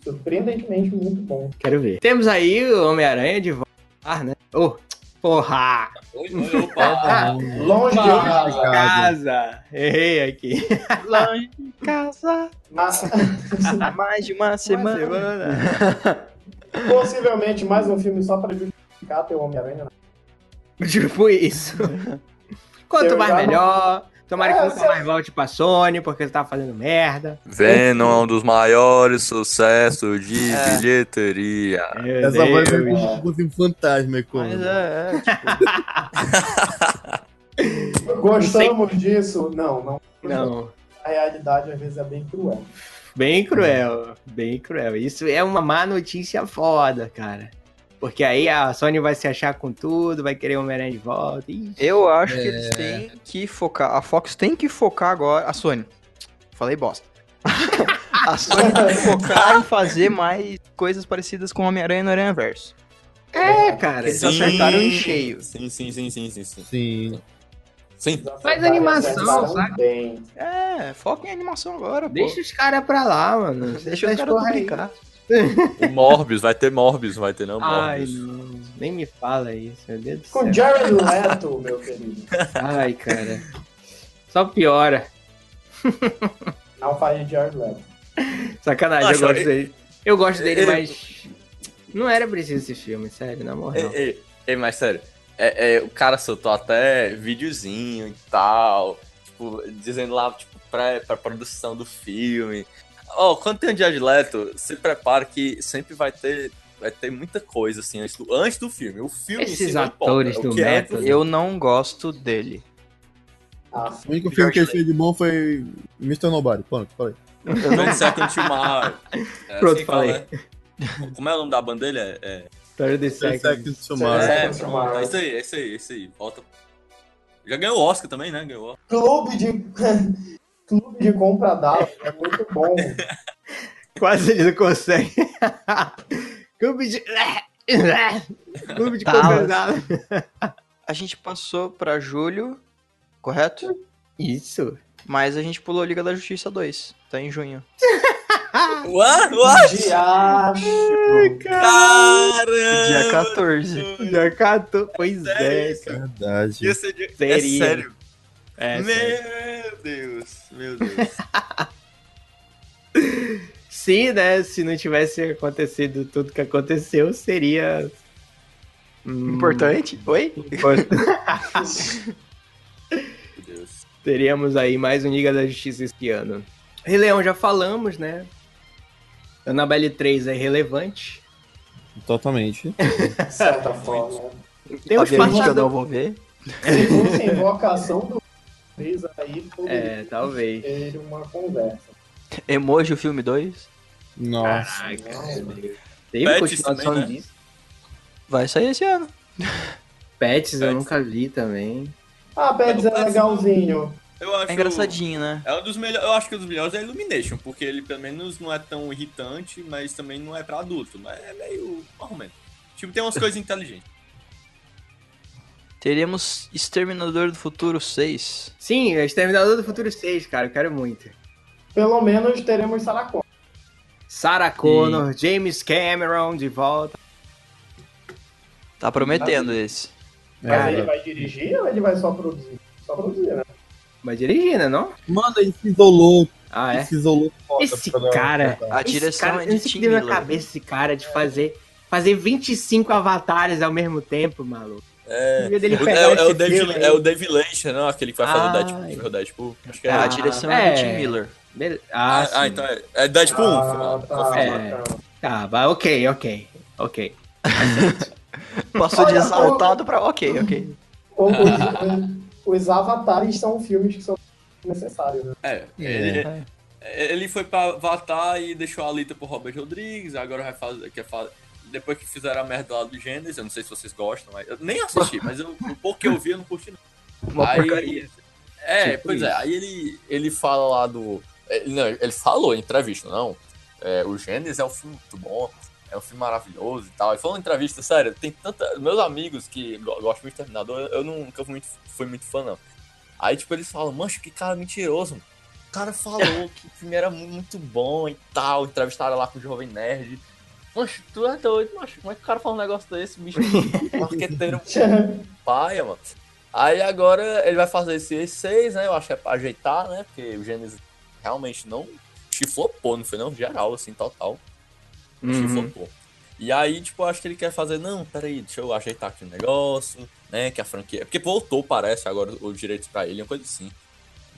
C: É surpreendentemente muito bom.
B: Quero ver. Temos aí o Homem-Aranha de volta, né? Ô, porra!
I: Opa,
C: Longe de casa.
B: Casa!
E: É,
B: Errei aqui.
F: Lá em casa,
C: Mas,
F: há mais de uma
B: Uma
F: semana.
B: semana.
C: [laughs] possivelmente mais um filme só pra justificar ter o Homem-Aranha.
B: [laughs]
C: né?
B: Tipo
C: [laughs]
B: isso. Quanto
C: Eu
B: mais
C: já não-
B: melhor. Tomara que
C: É,
B: nunca
C: se-
B: mais volte pra Sony, porque ele tava fazendo merda.
I: Venom é um dos maiores sucessos de
D: É.
I: bilheteria.
B: Meu
E: Essa voz
B: Deus.
E: é um pouco de fantasma,
F: Mas
E: Conan.
F: é, é, tipo,
C: Gostamos disso? Não, não.
E: é
B: Não,
C: A realidade às vezes é bem cruel.
B: bem cruel, bem cruel. Isso é uma má notícia foda, cara. Porque aí a Sony vai se achar com tudo, vai querer o Homem-Aranha de volta. Ih,
F: eu acho que eles têm que focar. A Fox tem que focar agora. A Sony. Falei bosta. [laughs] a Sony tem que focar em fazer mais coisas parecidas com Homem-Aranha no Aranha Verso.
B: é, cara.
F: Eles acertaram em cheio.
D: Sim, sim, sim, sim, sim, sim.
E: Sim.
D: Sim.
B: Faz animação,
C: Acertaram
B: sabe?
C: um bem.
F: É, foca em animação agora,
B: Deixa
F: pô.
B: os caras pra lá, mano.
F: Deixa os
B: Essas
F: caras
B: porra
F: tudo
B: aí.
F: brincar.
D: O Morbius, vai ter Morbius, vai ter não
B: Ai,
D: Morbius.
B: não. Nem me fala isso, meu Deus do
C: Com
B: céu.
C: Jared Leto, meu querido.
B: Ai, cara. Só piora.
C: Não falei de Jared Leto.
B: Sacanagem, eu
D: Acho-
B: gosto dele. Eu gosto dele,
D: eu-
B: mas. Não era preciso esse filme, sério, na
C: É.
B: moral.
D: Ei, ei, ei, mas sério, é, é, o cara soltou até videozinho e tal, tipo, dizendo lá, tipo, pré- pré-produção do filme. Ó, quando tem o Jared Leto, se prepara que sempre vai ter, vai ter muita coisa, assim, antes do, antes do filme. O filme em
B: Esses
D: si não
B: atores
D: importa, o
B: do
D: que é
B: Meta, né?
D: pro-
F: Eu não gosto dele.
C: Ah,
E: O único filme que ele fez de bom foi Mr. Nobody. Pronto, falei.
D: 20 Second to
B: [laughs]
D: Mars. um É,
B: Pronto,
D: assim que fala,
B: falei.
D: né? Como é o nome da banda dele? É, é,
B: História de
E: Seconds to
C: É,
E: Mars.
D: é,
C: Second to
D: pronto,
C: Mars.
D: é isso aí, é isso aí, é isso aí. Volta. Já ganhou o Oscar também, né? Ganhou o Oscar.
C: Clube de. [laughs] Clube de compra d'água é muito bom.
B: Quase ele não consegue. [laughs] Clube de. [laughs] Clube de
F: Talas.
B: compensado.
F: A gente passou pra julho, correto?
B: Isso.
F: Mas a gente pulou Liga da Justiça 2. Tá em junho.
D: What? What?
C: Diacho.
F: Dia
D: Caramba!
F: 14.
B: Já catou. Pois é,
D: Sério,
B: cara.
E: Verdade.
D: Ia ser de-
B: Seria.
D: É sério.
B: É, sério.
D: meu Deus, meu Deus.
B: Se, né, se não tivesse acontecido tudo que aconteceu, seria. [laughs] Hum,
F: Importante? Oi?
B: import-
D: meu Deus.
B: Teríamos aí mais um Liga da Justiça esse ano. Rei Leão, já falamos, né? Annabelle 3 é relevante.
E: Totalmente.
C: De
B: [laughs]
C: certa forma.
B: Tem os
F: Tá vendo que eu não
B: passadores.
F: vou ver.
C: Se fosse a invocação do Chris aí, poderia
B: É, talvez.
C: ter uma conversa.
F: Emoji o filme 2.
E: Nossa.
B: Caraca.
C: Não,
B: Teve
D: Pets
B: continuação
D: também, né?
B: disso.
F: Vai sair esse ano.
B: Pets, eu
D: Pets.
B: nunca vi também.
C: Ah, Pets é legalzinho.
D: Eu acho.
F: É engraçadinho, né?
D: É um dos melhores. Eu acho que um dos melhores é Illumination, porque ele pelo menos não é tão irritante, mas também não é pra adulto. Mas é meio. mais ou menos. Tipo, tem umas coisas inteligentes.
F: Teremos Exterminador do Futuro 6.
B: Sim, é Exterminador do Futuro 6, cara, eu quero muito.
C: Pelo menos teremos Saracó.
B: Sarah Connor, James Cameron de volta.
F: Tá prometendo esse.
E: É,
C: Mas
B: Cara.
C: ele vai dirigir ou ele vai só produzir? Só produzir, né?
B: Mas dirigindo, não?
E: Mano, ele se isolou.
B: Ah,
E: Ele
B: é?
E: se isolou foda.
B: Esse
E: pra dar-
B: cara-
F: A direção
B: cara,
F: é
B: eu não
F: de
B: sei o que
F: Tim
B: deu na
F: Miller.
B: cabeça esse cara de fazer, fazer 25 avatares ao mesmo tempo, maluco.
D: É.
B: Ele
D: É, é o David, é o David Lynch, não? Aquele que vai fazer o
B: Ai.
D: Deadpool, o Deadpool. Acho que é.
F: É, a
B: Ah,
F: direção é, do
B: é. [laughs]
F: Tim Miller.
B: Ah,
D: Ah,
B: sim.
D: ah, então é. É Deadpool 1.
C: Ah,
D: foi mal,
C: tá,
D: confirmado.
B: É.
C: tá.
B: Tá, vai, ok, ok, ok.
F: Passou de
C: Olha,
F: exaltado pra ok, ok.
C: Ou- Os, os avatares são filmes que são necessários, né?
D: É, ele, ele foi pra Avatar e deixou a Alita pro Robert Rodrigues, agora vai fazer. Quer fazer depois que fizeram a merda lá do Gênesis, eu não sei se vocês gostam, mas eu nem assisti, mas eu, o pouco que eu vi eu não curti não.
F: Uma
D: Aí-
F: porcaria.
D: É,
B: Tipo
D: pois é,
B: isso.
D: aí ele, ele fala lá do. ele- Não, ele falou em entrevista, não. é, o Gênesis é um filme muito bom, é um filme maravilhoso e tal. Ele falou em entrevista, sério, tem tanta. Meus amigos que go- gostam muito de Terminador, eu nunca fui muito, fui muito fã, não. Aí, tipo, eles falam, mancho, que cara mentiroso. mano. cara falou que o filme era mu- muito bom e tal, entrevistaram lá com o Jovem Nerd. Mas tu é doido, macho. Como é que o cara fala um negócio desse, bicho? Marqueteiro paia, mano. Aí agora ele vai fazer esse E6, né? Eu acho que é pra ajeitar, né? Porque o Gênesis realmente não chiflopou, não foi não? Geral, assim, total.
B: Uhum. Hum,
D: Chiflopou. E aí, tipo, eu acho que ele quer fazer, não, peraí, deixa eu ajeitar aqui o negócio, né? Que a franquia. Porque voltou, parece, agora os direitos pra ele, uma coisa assim.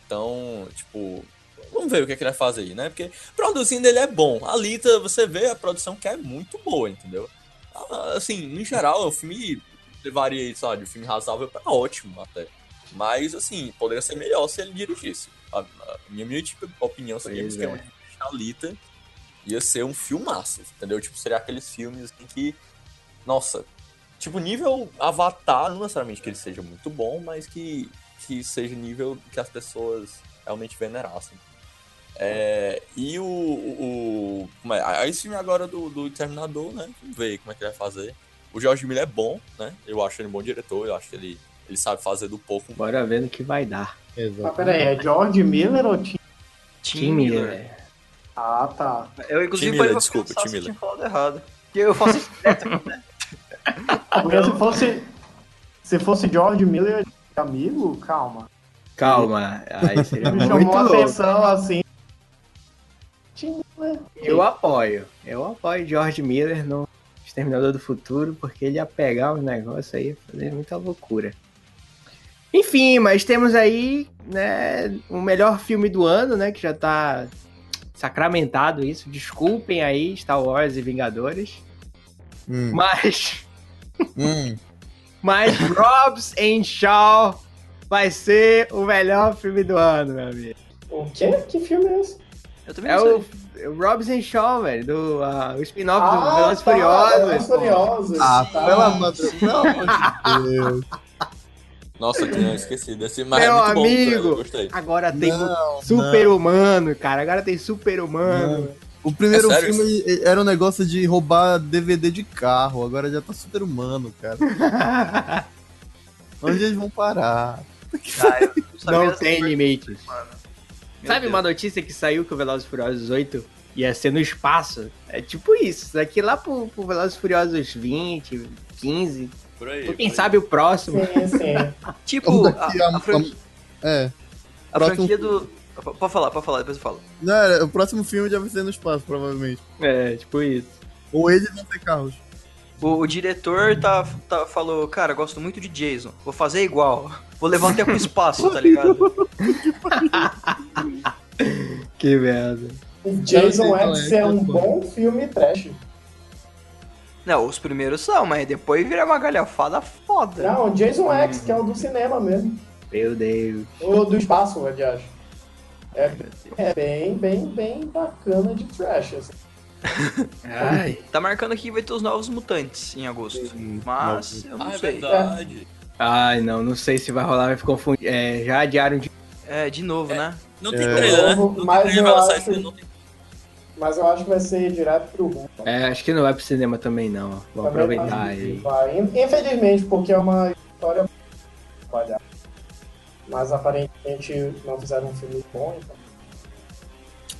D: Então, tipo, vamos ver o que, é que ele vai fazer aí, né? Porque produzindo ele é bom. A Lita, você vê a produção que é muito boa, entendeu? Ah, Assim, em geral, é um filme levaria aí, sabe, um filme razoável pra ótimo até. Mas, assim, poderia ser melhor se ele dirigisse. A, a minha, minha tipo, opinião seria
B: Pois
D: que
B: é.
D: é. a Lita ia ser um filmaço, entendeu? Tipo, seria aqueles filmes em que, nossa, tipo, nível Avatar, não necessariamente que ele seja muito bom, mas que, que seja nível que as pessoas realmente venerassem. É, e o. o, o como é? Aí esse filme agora do, do Terminador, né? Vamos ver como é que ele vai fazer. O George Miller é bom, né? Eu acho ele um bom diretor, eu acho que ele, ele sabe fazer do pouco.
B: Bora ver no que vai dar.
C: [laughs] Mas
E: Exato.
C: peraí, é George Miller ou Tim?
B: Tim Miller. é.
C: Ah, tá.
F: Eu, inclusive,
D: Tim Miller,
F: parei pra
D: desculpa,
F: pensar
D: Tim
F: se eu
D: Miller.
F: tinha falado errado. Porque eu faço isso direto.
B: Ah,
C: Porque se fosse. Se fosse George Miller e amigo,
B: [laughs]
C: calma.
B: Calma, aí seria
C: Me
B: muito
C: chamou a
B: louco.
C: atenção assim. Tim Miller.
B: Eu apoio. Eu apoio George Miller no Exterminador do Futuro, porque ele ia pegar os negócios aí, ia fazer muita loucura. Enfim, mas temos aí, né, o melhor filme do ano, né, que já tá sacramentado isso. Desculpem aí Star Wars e Vingadores,
E: Hum,
B: mas
E: hum.
B: mas Robs and Shaw vai ser o melhor filme do ano, meu amigo.
C: O quê? Que filme é esse?
F: Eu também
B: É
F: não
B: o,
F: sei.
B: o Robs and Shaw, velho, do ah, o spin-off do
C: Ah,
B: Velozes e
C: tá, Velozes e
B: Furiosos. pô.
C: Furiosos.
E: Ah,
C: tá.
E: pelo amor de pelo amor de Deus.
D: Nossa, eu tinha esquecido desse, mas
B: Meu
D: é muito bom.
B: amigo!
D: Eu gostei.
B: Agora [laughs] tem um
E: Não,
B: super-humano, cara. Agora tem super-humano.
E: Não. O primeiro
D: É sério
E: filme ele- era um negócio de roubar DVD de carro, agora já tá super humano,
B: [laughs]
E: cara. Onde eles vão parar?
F: Cara, eu sabia
B: Não
F: dessa
B: tem
F: coisa,
B: limites.
F: mano. Meu
B: Sabe
F: Deus.
B: uma notícia que saiu que o Velozes e Furiosos 8 ia ser no espaço? É tipo isso. Isso Daqui lá pro, pro Velozes e Furiosos 20, 15.
D: Por aí.
B: ou
D: por
B: quem
D: aí.
B: sabe o próximo.
C: Sim,
B: [laughs]
C: sim.
F: Tipo, a,
E: Daqui a-
F: a franqui-
E: É.
F: a
E: próximo-
F: franquia do... Pode falar, pode falar, depois eu falo.
E: Não, era- o próximo filme já vai ser no espaço, provavelmente.
B: É, tipo isso.
E: Ou eles vão ter carros.
F: O, o diretor tá, tá- falou, cara, gosto muito de Jason, vou fazer igual. Vou levar até pro
B: [laughs]
F: espaço, tá ligado?
B: Que merda.
C: O Jason
E: qual é,
C: X é um
E: qual é.
C: bom filme trash.
F: Não, os primeiros são, mas depois vira uma galhofada foda.
C: Não, o Jason X, que é o do cinema mesmo.
B: Meu Deus.
C: Ou do espaço, aliás. É bem, bem, bem bacana de trash. Assim.
B: Ai.
F: Tá marcando aqui que vai ter os novos mutantes em agosto. Mas eu não
D: Ah, é
F: sei.
D: verdade.
B: Ai, não. Não sei se vai rolar, vai confundir. É, já adiaram de.
F: É, de novo, né?
D: Não tem
E: É.
D: trailer, né? Não tem
C: Mas
D: trailer,
C: eu
D: vai
C: acho-
D: lançar esse ano, não tem
C: Mas eu acho que vai ser direto pro rumo.
B: É, acho que não vai pro cinema também, não.
C: Também
B: Vamos aproveitar
C: acho que
B: aí.
C: vai. In- Infelizmente, porque é uma história trabalhada. Mas aparentemente não fizeram um filme bom, então.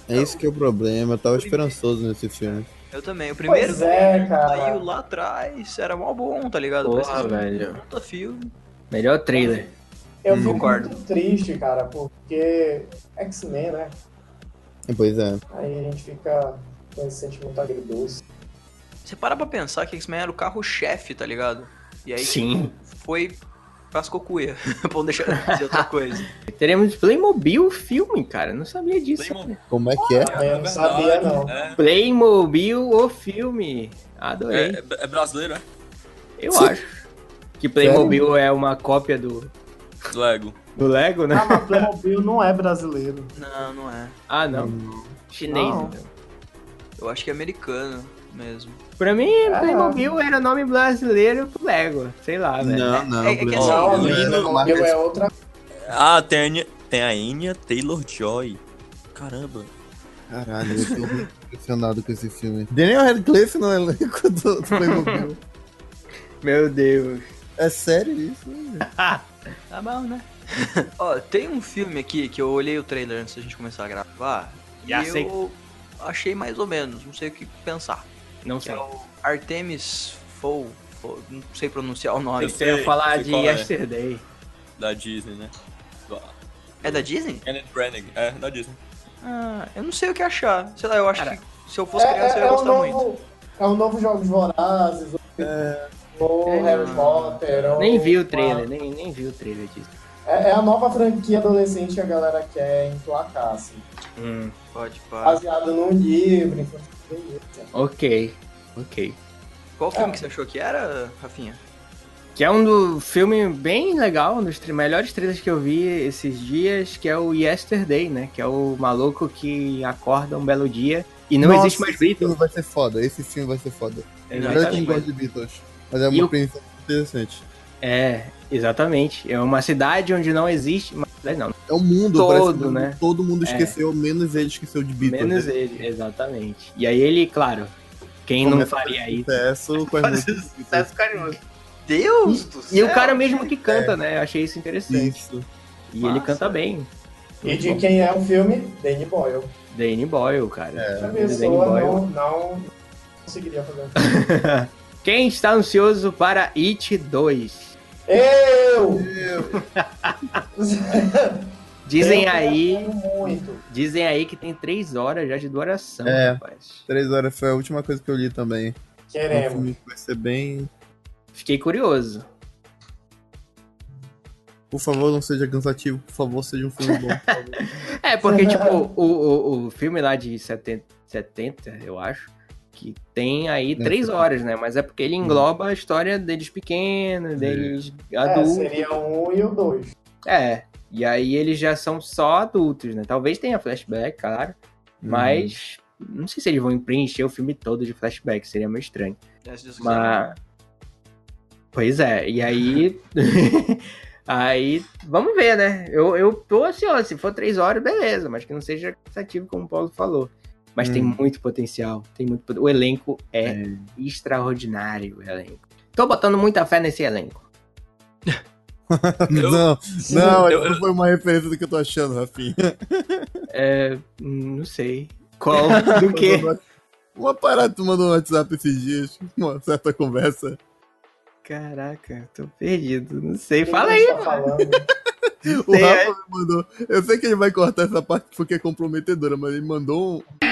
E: É isso que é o problema, eu tava esperançoso nesse filme.
F: Eu também. O primeiro
C: Pois é, cara.
F: saiu lá atrás, era mó bom, tá ligado?
B: Porra,
F: Parece um
B: velho.
F: puta filme.
B: Melhor trailer.
C: Eu
F: Hum,
C: fico
F: concordo.
C: muito triste, cara, porque X-Men, né?
E: Pois é.
C: Aí a gente fica com esse sentimento agridoce.
F: Você para pra pensar que X-Men era o carro-chefe, tá ligado? E aí
B: Sim.
F: foi pras cocuia. [laughs] Vamos deixar de dizer
C: [laughs]
F: outra coisa.
B: Teremos Playmobil filme, cara. Não sabia disso.
D: Playmobil.
E: Como é que é?
C: Eu não sabia, não.
D: É,
B: Playmobil o filme. Adorei.
D: é, é brasileiro, é?
B: Eu acho. Que Playmobil é uma cópia do,
D: Lego.
B: do Lego, né?
C: Ah, mas Playmobil não é brasileiro.
F: Não, não é.
B: Ah, não. Chinês.
C: Não.
B: então.
F: Eu acho que é americano mesmo.
B: Pra mim,
C: Ah.
B: Playmobil era nome brasileiro pro Lego. Sei lá, Ah, velho.
E: Não, não.
F: É- é que
E: Bruno.
F: assim,
B: um
C: Não,
E: Ele era uma marca
C: Playmobil é outra
D: Ah, tem a Anya, tem a Anya Taylor-Joy. Caramba.
E: Caralho, eu tô muito impressionado com esse filme. Daniel Radcliffe no elenco do do Playmobil.
B: Meu Deus.
E: É sério isso?
F: Tá bom, né? [laughs] Ó, tem um filme aqui que eu olhei o trailer antes da gente começar a gravar. E
B: Já
F: eu
B: sei.
F: achei mais ou menos, não sei o que pensar.
B: Não
F: Que
B: sei.
F: é o Artemis Fowl, Fowl, não sei pronunciar o nome.
D: Eu
B: Você ia
D: sei,
B: falar
D: sei
B: de
D: qual é.
B: Yesterday.
D: Da Disney, né? Do
F: É da Disney?
D: Kenneth Branagh. É, da Disney.
F: Ah, eu não sei o que achar. Sei lá, eu acho
B: Cara,
F: que se eu
B: É,
F: fosse criança eu ia
C: um
F: gostar muito.
C: novo, é um novo Jogos Vorazes, ou
B: É.
C: Harry Potter. ou-
B: Nem vi o trailer, nem, nem vi o trailer disso.
C: É, é a nova franquia adolescente que a galera quer emplacar, assim.
F: Pode, pode.
C: Baseado num livro, enfim.
B: Ok, ok.
F: Qual filme que você achou que era, Rafinha?
B: Que é um do filme bem legal, um dos tre- melhores trailers que eu vi esses dias, que é o Yesterday, né? Que é o maluco que acorda um belo dia e não
E: Nossa, é
B: existe mais
E: esse
B: Beatles.
E: filme vai ser foda, esse filme vai ser foda.
F: Não,
E: Não, quem
B: Exatamente.
E: gosta de Beatles, mas é
B: E
E: uma
B: eu-
E: premissa interessante.
B: É, exatamente. É uma cidade onde não existe. Uma cidade não,
E: É o mundo,
B: Todo,
E: parece que
B: né?
E: todo mundo
B: É.
E: esqueceu, menos ele esqueceu de Beatles.
B: menos
E: né?
B: ele, exatamente. E aí ele, claro, quem não
E: Começa a
B: faria isso?
E: Sucesso com as músicas.
B: Sucesso carinhoso.
F: Deus do céu!
B: E o cara mesmo que canta, né? Eu achei isso interessante.
E: É. Isso.
B: E ele canta bem.
C: E de quem é o filme? Danny Boyle.
B: Danny Boyle, cara.
E: É.
C: Essa
B: É, Danny
C: pessoa
B: Boyle.
C: não, não conseguiria fazer um
B: Quem está ansioso para It 2?
C: Eu!
B: Dizem
C: Eu
B: aí,
C: tenho Muito.
B: dizem aí que tem três horas já de duração,
E: É.
B: rapaz.
E: Três horas foi a última coisa que eu li também. É um
C: Queremos.
E: filme que vai ser bem.
B: Fiquei curioso.
E: Por favor, não seja cansativo, por favor, seja um filme bom. por favor.
B: É, porque, tipo, o, o, o filme lá de 70, 70, eu acho, que tem aí
E: Não,
B: três
E: 70.
B: horas, né? Mas é porque ele engloba a história deles pequenos, deles
C: É,
B: adultos.
C: seria um e o dois.
B: É, e aí eles já são só adultos, né? Talvez tenha flashback, claro, [laughs]
E: Uhum. [laughs]
B: mas não sei se eles vão preencher o filme todo de flashback, seria meio estranho.
F: é
B: Mas... Pois é, e aí. [laughs] aí, vamos ver, né? Eu, eu tô ansioso. Se for três horas, beleza, mas que não seja cansativo, como o Paulo falou. Mas tem
E: Hum.
B: muito potencial. Tem muito pot- O elenco é, extraordinário, o elenco. Tô botando muita fé nesse elenco.
D: Eu-
E: não,
C: Sim.
E: não,
D: eu-
E: não foi uma referência do que eu tô achando, Rafinha.
B: Hum, Não sei. [laughs] Qual? Do quê?
E: [laughs] Uma parada tu mandou no WhatsApp esses dias, uma certa conversa.
B: Caraca, tô perdido. Não sei.
C: Quem
B: Fala
C: que
B: aí,
C: tá
B: mano.
C: falando?
E: O
B: Sei,
E: Rafa me mandou. Eu sei que ele vai cortar essa parte porque é comprometedora, mas ele mandou um.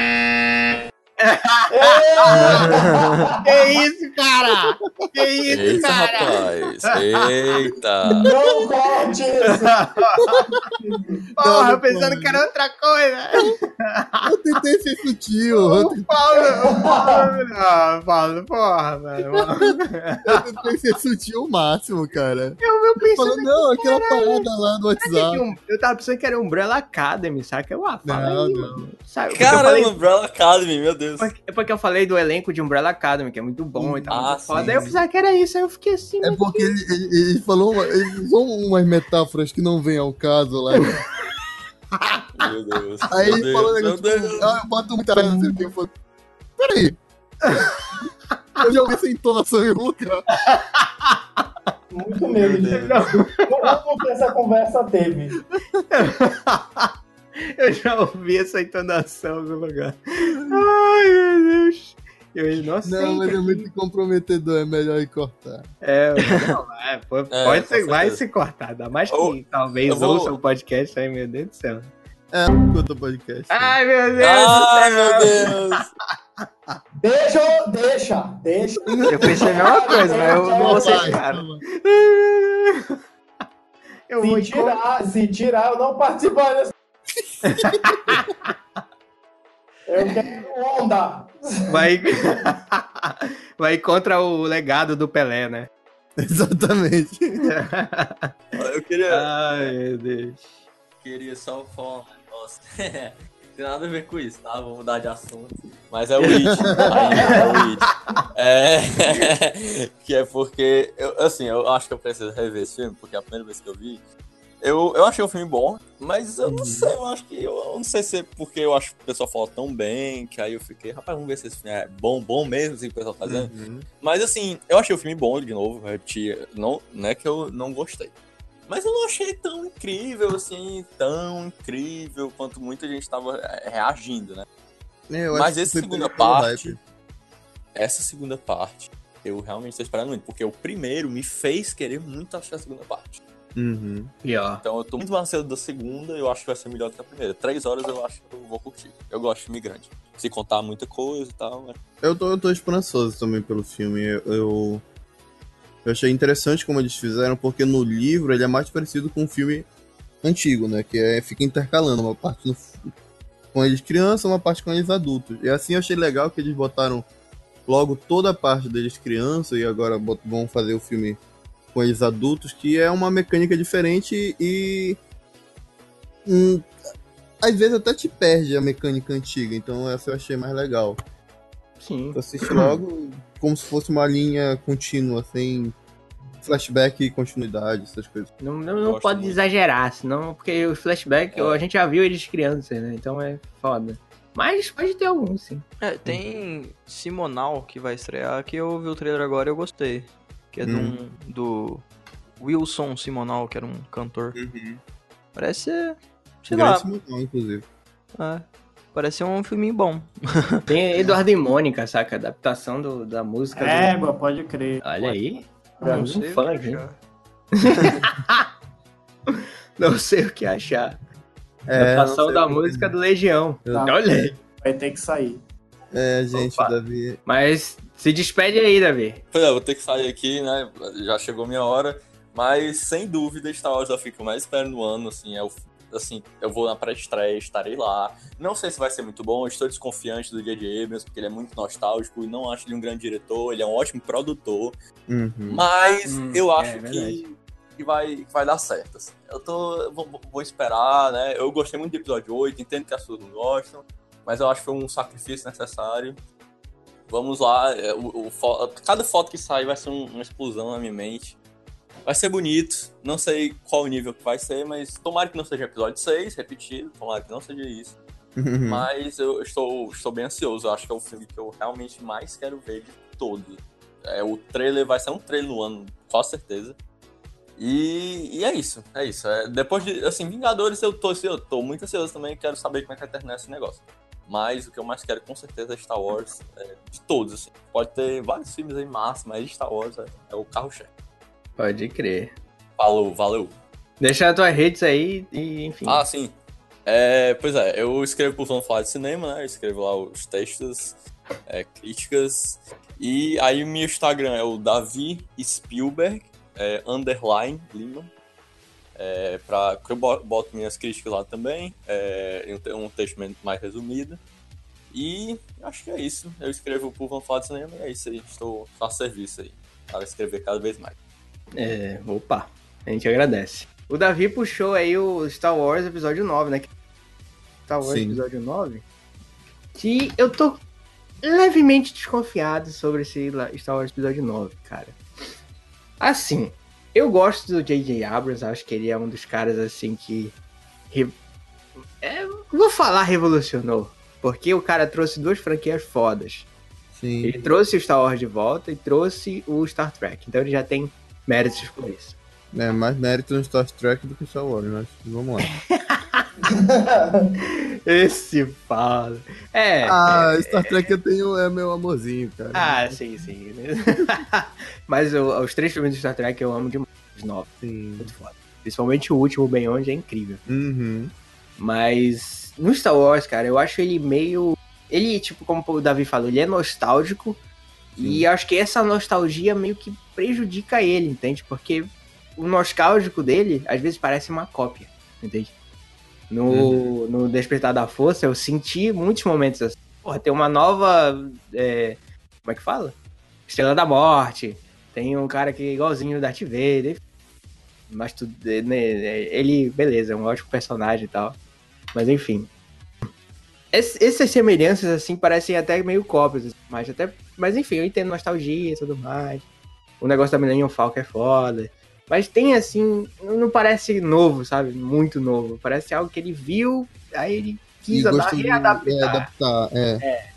B: Que isso, cara? [laughs] Que isso,
D: Eita,
B: cara?
D: rapaz. Eita.
C: Não corte isso!
B: Porra,
D: tá
E: Não,
B: pensando
E: mano.
B: que era outra coisa.
E: Eu tentei ser sutil, eu
B: O Paulo, o Paulo. Ah, Paulo, porra, mano.
E: eu tentei ser sutil o máximo, cara.
B: Eu, eu pensei
E: Falou, não, aquela parada lá do
B: que
E: WhatsApp.
B: um, eu tava pensando que era Umbrella Academy, saca? Uau, fala
E: Não,
B: aí,
E: não.
B: mano. Sabe, porque eu falei-
D: Caramba, Umbrella Academy, meu Deus.
B: porque- É porque eu falei do elenco de Umbrella Academy, que é muito bom e tal.
D: Ah,
B: muito foda.
D: sim,
B: Aí eu
D: sim.
B: pensava que era isso, aí eu fiquei assim.
E: É
B: mas-
E: porque ele, ele- ele falou uma- ele usou umas metáforas que não vêm ao caso lá.
D: Meu Deus.
E: Aí
D: meu
E: ele falou um
D: Deus,
E: negócio,
D: meu Deus.
E: tipo, ah, eu boto muita fé, não sei o que. Eu falei,
D: [laughs]
E: peraí. Eu já ouvi essa entonação em algum lugar.
C: Muito medo disso. [laughs] Como que essa conversa teve?
B: Eu já ouvi essa entonação em algum lugar. Ai, meu Deus. Eu não sei.
E: Não, mas é muito comprometedor, é melhor ele cortar.
B: É, não, é, pô,
D: É,
B: pode
D: com
B: ser, vai
D: certeza.
B: se cortar, ainda mais que
D: Ou-
B: talvez
D: eu vou-
B: ouça o podcast aí, meu Deus do céu.
E: É, conta o podcast.
D: Ah,
B: Ai, meu Deus!
D: Ai, Ah, meu Deus.
C: Deixa, ou- deixa, deixa.
F: Eu pensei a mesma coisa, mas eu não vou ser
E: Rapaz,
F: cara.
B: [laughs] Eu vou
C: Se
B: te contar.
C: tirar, se tirar, eu não participo
F: [laughs]
C: dessa. eu quero onda.
B: Vai... [laughs] vai contra o legado do Pelé, né?
E: [laughs] Exatamente.
D: Eu queria.
B: Ai, meu Deus.
D: Queria só falar um negócio. [laughs] Tem nada a ver com isso, tá? Vou mudar de assunto. Mas é o It. Ainda é o It. É. [laughs] que é porque. eu- assim, eu acho que eu preciso rever esse filme, porque a primeira vez que eu vi. Eu, eu achei o filme bom, mas eu não sei, eu acho que. Eu, eu não sei se é porque eu acho que o pessoal fala tão bem, que aí eu fiquei, rapaz, vamos ver se esse filme é bom, bom mesmo, assim, que o pessoal tá fazendo. Mas assim, eu achei o filme bom de novo, eu te- não, não é que eu não gostei. Mas eu não achei tão incrível, assim, tão incrível quanto muita gente tava é, reagindo, né?
E: É, eu acho
D: Mas
E: que
D: essa
E: foi
D: segunda
E: pelo
D: parte.
E: hype.
D: Essa segunda parte, eu realmente tô esperando muito, porque o primeiro me fez querer muito achar a segunda parte.
E: Uhum.
B: E ó,
D: Então eu tô muito mais cedo da segunda, eu acho que vai ser melhor do que a primeira. Três horas eu acho que eu vou curtir. Eu gosto de filme grande. Se contar muita coisa e tal, mas
E: Eu tô, eu tô esperançoso também pelo filme. Eu, eu, eu achei interessante como eles fizeram, porque no livro ele é mais parecido com um filme antigo, né? Que é, fica intercalando uma parte no- com eles crianças, uma parte com eles adultos. E assim eu achei legal que eles botaram logo toda a parte deles criança e agora bot- vão fazer o filme com eles adultos, que é uma mecânica diferente e. hum, às vezes até te perde a mecânica antiga, então essa eu achei mais legal.
B: sim.
E: Tu assiste logo como se fosse uma linha contínua, sem flashback e continuidade, essas coisas.
B: Não, não, não
D: Gosto
B: pode
D: muito.
B: exagerar, senão, porque o flashback,
D: É.
B: a gente já viu eles crianças, né? Então é foda. Mas pode ter algum, sim.
F: É, tem Simonal que vai estrear, que eu vi o trailer agora e eu gostei. Que é de um- do Wilson Simonal, que era um cantor. Parece ser. Sei lá.
E: Grande simultâneo, inclusive.
F: é, parece ser um filminho bom.
B: Tem Eduardo e Mônica, saca? Adaptação do- da música.
C: É,
B: do...
C: boa, pode crer.
B: Olha aí.
C: Pra
B: Não
C: mim,
B: sei o que achar. [laughs] Não sei o que achar.
E: É, não
B: adaptação
E: sei
B: da
E: o que-
B: música do Legião.
E: Eu-
B: Olha aí.
C: Tá, Vai ter que [laughs] sair.
E: É, gente,
B: Opa.
E: Davi. [laughs]
B: Mas se despede aí, Davi.
D: Pois é, vou ter que sair aqui, né? Já chegou minha hora. Mas, sem dúvida, Star Wars é o filme que eu mais espero no ano, assim, é o- assim, eu vou na pré-estreia, estarei lá. Não sei se vai ser muito bom, estou desconfiante do J.J. Abrams, porque ele é muito nostálgico e não acho ele um grande diretor, ele é um ótimo produtor,
E: Uhum.
D: mas
B: Hum,
D: eu
B: é,
D: acho que,
B: verdade.
D: que, vai, que vai dar certo. assim. Eu tô, eu vou, vou esperar, né? Eu gostei muito do episódio 8, entendo que as pessoas não gostam, mas eu acho que foi um sacrifício necessário. Vamos lá, é, o- o fo- cada foto que sair vai ser um- uma explosão na minha mente. Vai ser bonito, não sei qual o nível que vai ser, mas tomara que não seja episódio 6, repetido, tomara que não seja isso.
E: Uhum.
D: Mas eu estou, estou bem ansioso, eu acho que é o filme que eu realmente mais quero ver de todos. É, o trailer vai ser um trailer no ano, com certeza. E, e é isso, é isso. É, depois de, assim, Vingadores eu tô, eu tô muito ansioso também, quero saber como é que vai terminar esse negócio. Mas o que eu mais quero com certeza é Star Wars, é, de todos, assim. Pode ter vários filmes aí massa, mas Star Wars é, é o carro-chefe.
B: Pode crer.
D: Falou, valeu.
B: Deixa as tuas redes aí e, enfim.
D: Ah, sim. É, pois é, eu escrevo pro Vamos Falar de Cinema, né? Eu escrevo lá os textos, é, críticas. E aí o meu Instagram é o Davi Spielberg, é, underline Lima. É, pra, que eu bo- boto minhas críticas lá também. É, eu tenho um texto men- mais resumido. E acho que é isso. Eu escrevo pro Vamos Falar de Cinema e é isso aí. Estou a serviço aí. Para escrever cada vez mais.
B: É, opa, a gente agradece. O Davi puxou aí o Star Wars episódio 9, né? Star Wars
E: Sim.
B: episódio 9. Que eu tô levemente desconfiado sobre esse la- Star Wars episódio 9, cara. Assim, eu gosto do J.J. Abrams, acho que ele é um dos caras assim que. re- é, vou falar revolucionou. Porque o cara trouxe duas franquias fodas.
E: Sim.
B: Ele trouxe o Star Wars de volta e trouxe o Star Trek. Então ele já tem méritos por isso.
E: É mais mérito no Star Trek do que Star Wars, mas vamos lá.
B: Esse fala. É.
E: Ah, Star Trek eu tenho, é meu amorzinho, cara.
B: Ah, sim, sim. Mas o- os três filmes do Star Trek eu amo demais. Os nove,
E: Sim.
B: muito foda. Principalmente o último, bem onde, é incrível.
E: Uhum.
B: Mas no Star Wars, cara, eu acho ele meio. Ele, tipo, como o Davi falou, ele é nostálgico. E acho que essa nostalgia meio que prejudica ele, entende? Porque o nostálgico dele, às vezes, parece uma cópia, entende? No, no Despertar da Força, eu senti muitos momentos assim. Porra, tem uma nova. é, como é que fala? Estrela da Morte. Tem um cara que é igualzinho o Darth Vader. enfim. Mas tudo. né, ele, beleza, é um ótimo personagem e tal. Mas enfim. Es- essas semelhanças, assim, parecem até meio cópias, assim, mas até. Mas enfim, eu entendo nostalgia e tudo mais. O negócio da Millennium Falcon é foda. Mas tem assim, não não parece novo, sabe? Muito novo. Parece algo que ele viu, aí ele quis
E: E
B: adap-
E: gosto de- É,
B: readaptar.
E: adaptar, é.
B: [laughs]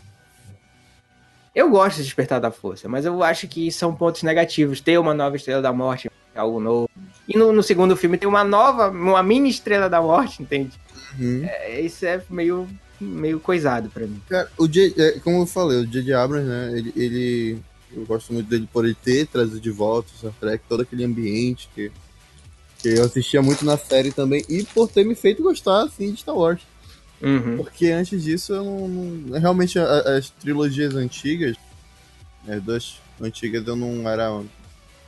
B: Eu gosto de Despertar da Força, mas eu acho que são pontos negativos. Ter uma nova Estrela da Morte, é algo novo. E no, no segundo filme tem uma nova, uma mini estrela da morte, entende?
E: Uhum.
B: É, isso é meio, meio coisado pra mim.
E: Cara, o J, é, como eu falei, o J.J. Abrams, né? Ele, ele- Eu gosto muito dele por ele ter trazido de volta o Star Trek, todo aquele ambiente que, que eu assistia muito na série também, e por ter me feito gostar, assim, de Star Wars.
B: Uhum.
E: Porque antes disso, eu não. não- realmente, a- as trilogias antigas, as duas antigas, eu não era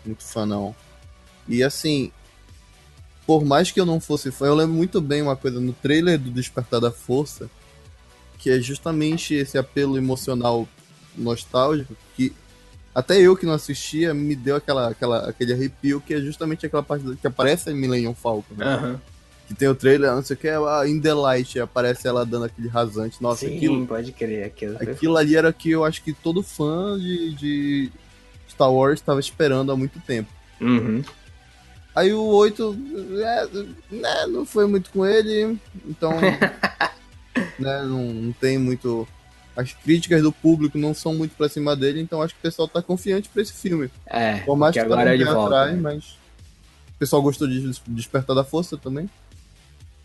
E: muito fã, não. E assim, por mais que eu não fosse fã, eu lembro muito bem uma coisa no trailer do Despertar da Força, que é justamente esse apelo emocional nostálgico, que até eu que não assistia me deu aquela, aquela, aquele arrepio, que é justamente aquela parte do- que aparece em Millennium Falcon. né?
B: Aham.
E: Que tem o trailer, não sei o que, ah, In The Light, aparece ela dando aquele rasante. Nossa,
B: Sim,
E: aquilo,
B: pode crer. Aquilo.
E: aquilo ali era o que eu acho que todo fã de, de Star Wars estava esperando há muito tempo.
B: Uhum.
E: Aí o 8, é, né, não foi muito com ele,
B: [laughs]
E: então né, não, não tem muito. As críticas do público não são muito pra cima dele, então acho que o pessoal tá confiante pra esse filme.
B: É,
E: Por mais
B: que
E: que
B: agora
E: eu
B: ele volta.
E: atrás,
B: né?
E: mas. O pessoal gostou de Des- Despertar da Força também.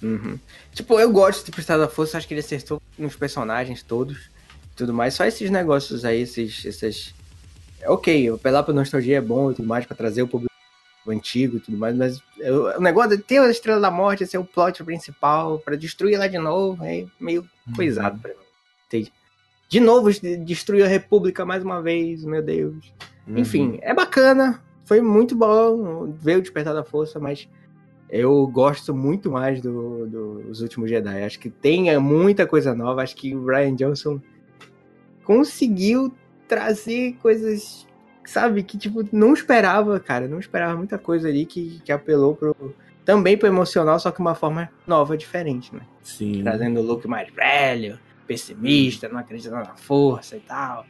B: Uhum. Tipo, eu gosto de Prestado da Força, acho que ele acertou nos personagens todos e tudo mais. Só esses negócios aí, esses. esses... é Ok, apelar pra nostalgia é bom e tudo mais, pra trazer o público antigo e tudo mais, mas eu- o negócio de ter a Estrela da Morte, ser o plot principal, pra destruir ela de novo, é meio coisado pra mim. Entende? De novo, de- destruir a República mais uma vez, meu Deus. Enfim, é bacana. Foi muito bom ver o Despertar da Força, mas eu gosto muito mais do- do- dos últimos Jedi. Acho que tem é muita coisa nova. Acho que o Brian Johnson conseguiu trazer coisas, sabe, que tipo, não esperava, cara. Não esperava muita coisa ali que, que apelou pro. Também pro emocional, só que uma forma nova, diferente, né?
E: Sim.
B: trazendo o Luke mais velho, pessimista, não acreditando na força e tal.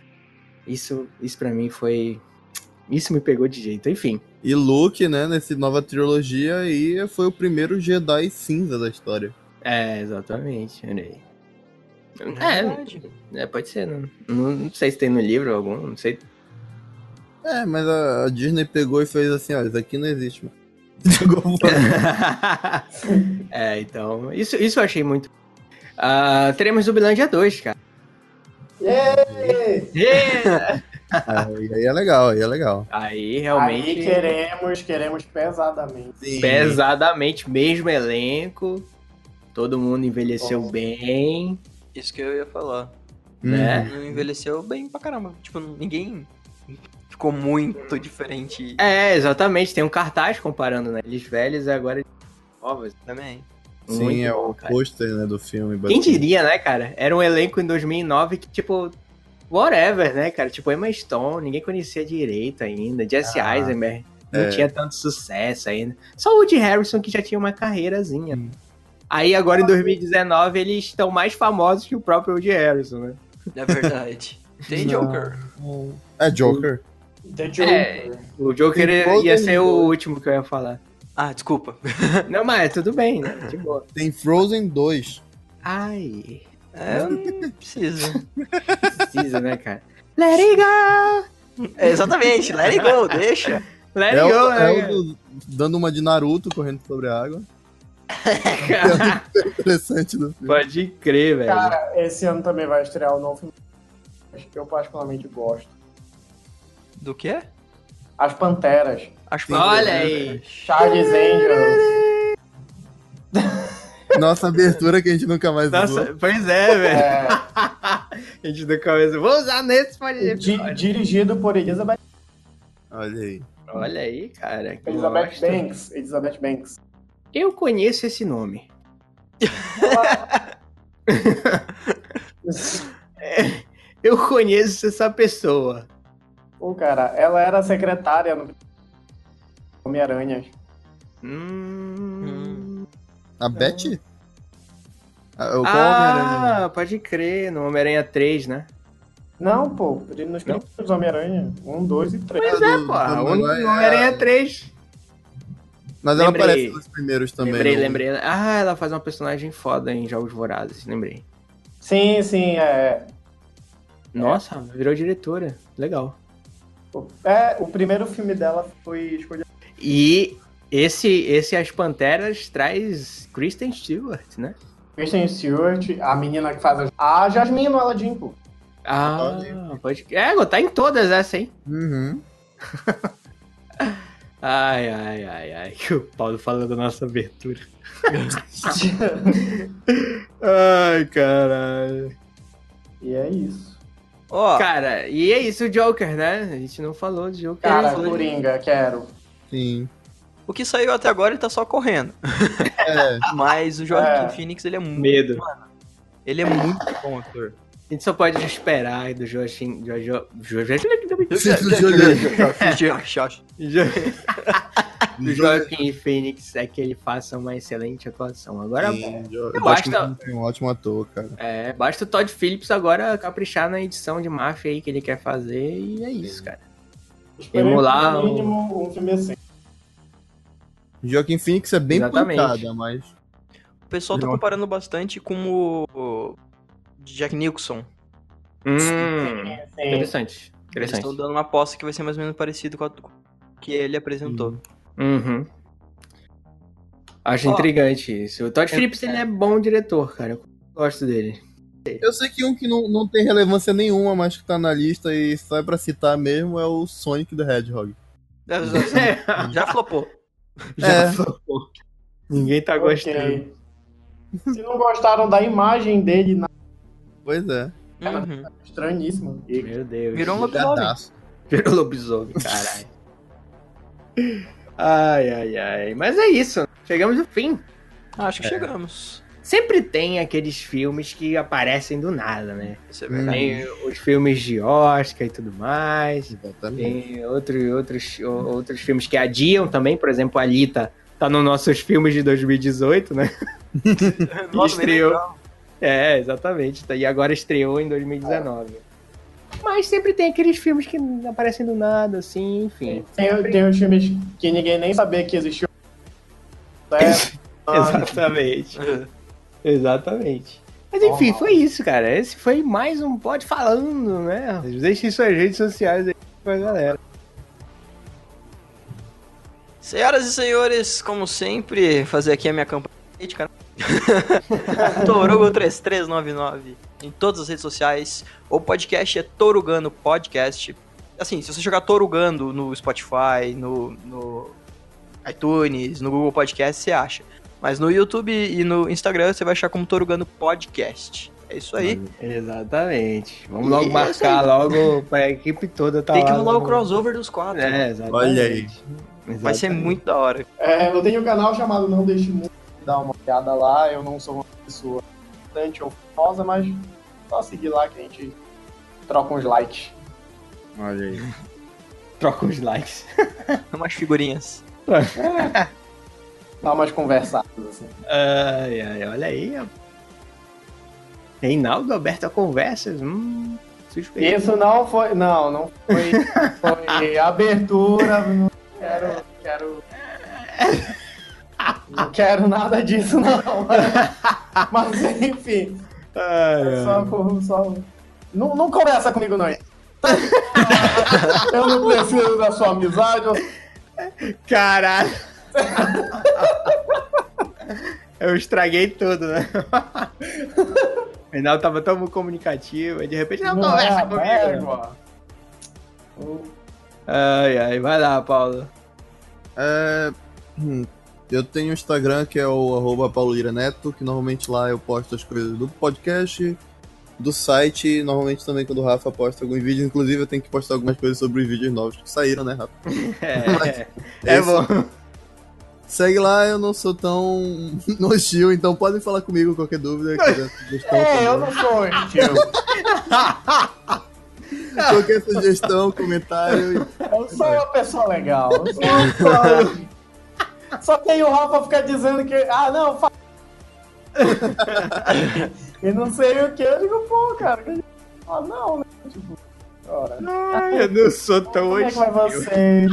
B: Isso, isso para mim foi. Isso me pegou de jeito. Enfim,
E: E Luke, né, nessa nova trilogia aí, foi o primeiro Jedi cinza da história.
B: é, exatamente. olha aí. É, é, pode ser, né? Não, não sei se tem no livro algum,
E: [laughs]
B: não sei.
E: É, mas a, a Disney pegou e fez assim, ó, isso aqui não existe, mano. [laughs] Jogou
B: [laughs]
E: fora.
B: é, então, isso, isso eu achei muito. Ah, teremos Zumbilândia 2, cara.
C: Yay!
E: aí, aí é legal, aí é legal.
B: Aí
C: Aí
B: realmente.
C: queremos, queremos pesadamente.
B: Pesadamente, mesmo elenco. Todo mundo envelheceu
C: Nossa.
B: bem.
F: Isso que eu ia falar.
E: Uhum.
B: né?
F: Não envelheceu bem pra caramba. Tipo, ninguém ficou muito diferente
B: É, exatamente. Tem um cartaz comparando, né? Eles velhos e agora eles novos.
F: também.
E: Sim,
B: Muito
E: é
B: bom,
E: o
B: cara.
E: pôster, né, do filme.
B: Quem
E: basicamente.
B: diria, né, cara? Era um elenco em 2009 que, tipo, whatever, né, cara? Tipo, Emma Stone, ninguém conhecia direito ainda. Jesse
E: Ah,
B: Eisenberg né? não
E: é.
B: tinha tanto sucesso ainda. Só o Woody Harrison que já tinha uma carreirazinha.
E: Hum.
B: Aí agora em 2019 eles estão mais famosos que o próprio Woody Harrison, né?
F: É verdade. Tem
E: Não.
F: Joker.
E: É Joker.
C: The Joker.
B: O Joker
E: Tem
B: ia-
E: Golden
B: ia ser o
E: Globe.
B: último que eu ia falar. [laughs]
F: Ah, desculpa.
B: Não, mas tudo bem, né? De boa.
E: Tem Frozen 2.
B: Ai.
F: É, eu não preciso.
B: precisa, né, cara? Let it go!
F: É, exatamente, let it go, deixa.
B: Let
E: É o,
B: it go,
E: é
B: né,
E: o do- dando uma de Naruto correndo sobre a água. [laughs]
B: cara?
E: Interessante né? do filme.
B: Pode crer, velho.
C: Cara,
F: É.
C: esse ano também vai estrear o novo filme que eu particularmente gosto.
F: Do quê?
C: As Panteras.
F: Acho
B: Olha aí.
C: Charles Angels.
E: Nossa abertura que a gente nunca mais usou.
B: Nossa, pois é, velho.
C: É,
B: A gente do começo. Vou usar nesse podcast.
C: di- dirigido por Elizabeth,
E: Olha aí.
B: Olha aí, cara. que
C: Elizabeth
B: bosta.
C: Banks. Elizabeth Banks.
B: Eu conheço esse nome. Eu conheço essa pessoa.
C: [laughs] Pô, cara, ela era secretária no Homem-Aranha.
B: Hum.
E: A Beth? Ah, o qual Homem-Aranha?
B: Ah, pode crer. No Homem-Aranha 3, né?
C: Não, pô, ele nos
B: Não?
C: primeiros Homem-Aranha. Um, dois e três.
B: Pois
E: Ah,
B: é,
E: do-
B: porra.
E: do
B: O único
E: Maguire.
B: Homem-Aranha 3.
E: Mas ela
B: lembrei.
E: aparece nos primeiros também.
B: lembrei,
E: não?
B: lembrei. Ah, ela faz uma personagem foda em Jogos Vorazes, lembrei.
C: Sim, sim, é.
B: Nossa, virou diretora. Legal.
C: É, o primeiro filme dela foi escolhido.
B: E Esse, esse As Panteras traz Kristen Stewart, né?
C: Kristen Stewart, a menina que faz a... A Jasmine no Aladdin, pô.
B: Ah, pode... É, tá em todas essa, hein?
E: Uhum.
B: [laughs] Ai, ai, ai, ai. que O Paulo falando da nossa abertura. ai, caralho.
C: e é isso. Ah.
F: Ó,
B: Cara, e é isso, o Joker, né? A gente não falou de Joker.
C: Cara,
B: falou de-
C: Coringa, quero.
E: Sim.
F: o que saiu até agora ele tá só correndo.
E: É,
F: Mas o Joaquim
C: É.
F: Phoenix, ele é
B: um
F: muito,
B: Medo.
F: ele é muito bom ator.
B: A gente só pode esperar do Joaquim... Jo, jo, jo,
E: Círculo de olho.
F: É.
C: [laughs]
B: Jo- do Joaquim Phoenix é que ele faça uma excelente atuação. Agora,
E: Sim, jo-
B: Eu
E: Joaquin
B: acho
E: Phoenix é um ótimo ator, um cara.
B: é, basta o Todd Phillips agora caprichar na edição de máfia aí que ele quer fazer e é isso, cara.
C: Esperei,
B: Emular
C: no
B: o-
C: mínimo, um filme assim.
E: Joaquim Phoenix é bem
B: Exatamente.
E: pancada, mas.
F: O pessoal tá
E: Joaquin.
F: comparando bastante com o- o Jack Nicholson.
B: Hum,
C: Sim.
B: interessante.
F: Eles
B: Interessante.
F: estão dando uma aposta que vai ser mais ou menos parecido com a com o que ele apresentou.
B: Uhum. Acho
F: Ó.
B: intrigante isso. O Todd
F: É-
B: Phillips ele é bom diretor, cara. Eu gosto [laughs] dele.
E: Eu sei que um que não, não tem relevância nenhuma, mas que tá na lista e só é pra citar mesmo é o Sonic the Hedgehog.
F: Já, É, já-
B: [laughs]
F: já flopou.
E: É.
B: falou. Ninguém tá gostando.
C: Ok. Se não gostaram da imagem dele, na...
E: Pois é.
F: Uhum.
C: estranhíssima. E
B: Meu Deus.
F: Virou um lobisomem.
E: Gadaço.
B: Virou lobisomem, caralho. [laughs] ai, ai, ai. Mas é isso. Chegamos no fim.
F: Acho que chegamos.
B: Sempre tem aqueles filmes que aparecem do nada, né?
F: Isso é verdade.
B: Tem os filmes de Oscar e tudo mais.
E: Exatamente.
B: Tem outro, outros, o- outros filmes que adiam também, por exemplo, a Alita tá nos nossos filmes de 2018, né? [laughs]
F: Nossa, nem
B: estreou.
F: lembrava.
B: É, exatamente. tá- E agora estreou em 2019. Mas sempre tem aqueles filmes que não aparecem do nada, assim, enfim.
C: tem, tem uns filmes que ninguém nem sabia que existiu. Certo? Ah,
B: Exatamente. exatamente. Mas enfim, foi isso, cara. Esse foi mais um Pode Falando, né? Deixem suas redes sociais aí pra galera.
F: Senhoras e senhores, como sempre, fazer aqui a minha campanha [laughs] política. né? Torugo3399 em todas as redes sociais. O podcast é Torugano Podcast. Assim, se você jogar Torugando no Spotify, no, no iTunes, no Google Podcast, você acha. Mas no YouTube e no Instagram você vai achar como Torugano Podcast. É isso aí.
B: Exatamente. Vamos
F: E é
B: logo
F: isso
B: marcar logo pra equipe toda tá
F: Tem que
B: lá
F: rolar
B: no-
F: o crossover dos quatro.
B: É, exatamente.
E: Olha aí.
F: Vai ser muito da hora.
C: é, eu tenho um canal chamado Não Deixe Muito dar uma olhada lá. Eu não sou uma pessoa bastante ou famosa, mas só seguir lá que a gente troca uns likes.
E: Olha aí.
B: Troca os likes.
F: Umas figurinhas.
C: Dá umas conversadas assim.
B: Ai, ai, olha aí. ó. Reinaldo aberto a conversas. Hum, suspeito.
C: Isso não foi. Não, não foi. Foi abertura. Não quero. quero... Não quero nada disso, não. Mas enfim,
B: Ai,
C: só. só... Não, não conversa comigo,
B: [laughs]
C: não. Eu não preciso da sua amizade. Eu...
B: Caralho. [laughs] Eu estraguei tudo, né? [laughs] Reinaldo tava tão comunicativo, aí de repente não, conversa
C: é
B: comigo.
C: égua. é.
B: Ai, ai, vai lá, Paulo.
E: É, hum, eu tenho um Instagram que é o arroba Paulo Lira Neto, que normalmente lá eu posto as coisas do podcast, do site, e normalmente também quando o Rafa posta algum vídeo, inclusive eu tenho que postar algumas coisas sobre os vídeos novos que saíram, né, Rafa?
B: É, é
E: isso.
B: bom.
E: Segue lá, eu não sou tão [laughs] hostil, então podem falar comigo qualquer
B: [laughs]
E: dúvida, qualquer sugestão,
C: É, eu
E: também.
C: não sou hostil.
E: qualquer sugestão, comentário. e-
C: Eu sou uma pessoa legal. Eu sou uma
B: [laughs]
C: pessoa... Só tem o Rafa ficar dizendo que. Ah, não,
B: [laughs]
C: fa... E não sei o que. Eu digo, pô, cara. que a gente fala, não, né? Tipo, ora,
B: Ai, eu não sou tão
C: como é que vai
B: hostil.
C: você?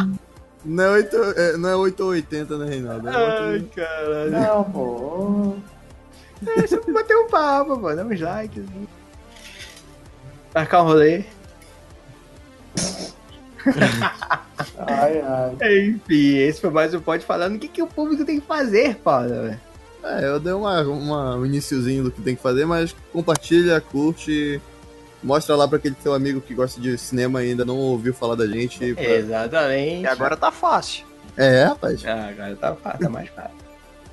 E: Não é, 8, é, não é 880, né, Reinaldo? É
B: Ai, caralho.
C: Não, pô.
B: É só pra bater um papo, mano. Dá uns likes. né? Marcar um rolê.
C: Ai, ai.
B: Enfim, esse foi mais um Pode Falando. O que, que o público tem que fazer, Paulo?
E: É, eu dei uma, uma, um iniciozinho do que tem que fazer, mas compartilha, curte, mostra lá pra aquele teu amigo que gosta de cinema e ainda não ouviu falar da gente. pra-
B: É. Exatamente.
F: E agora tá fácil.
E: É, rapaz.
B: Ah, agora tá fácil, tá mais fácil.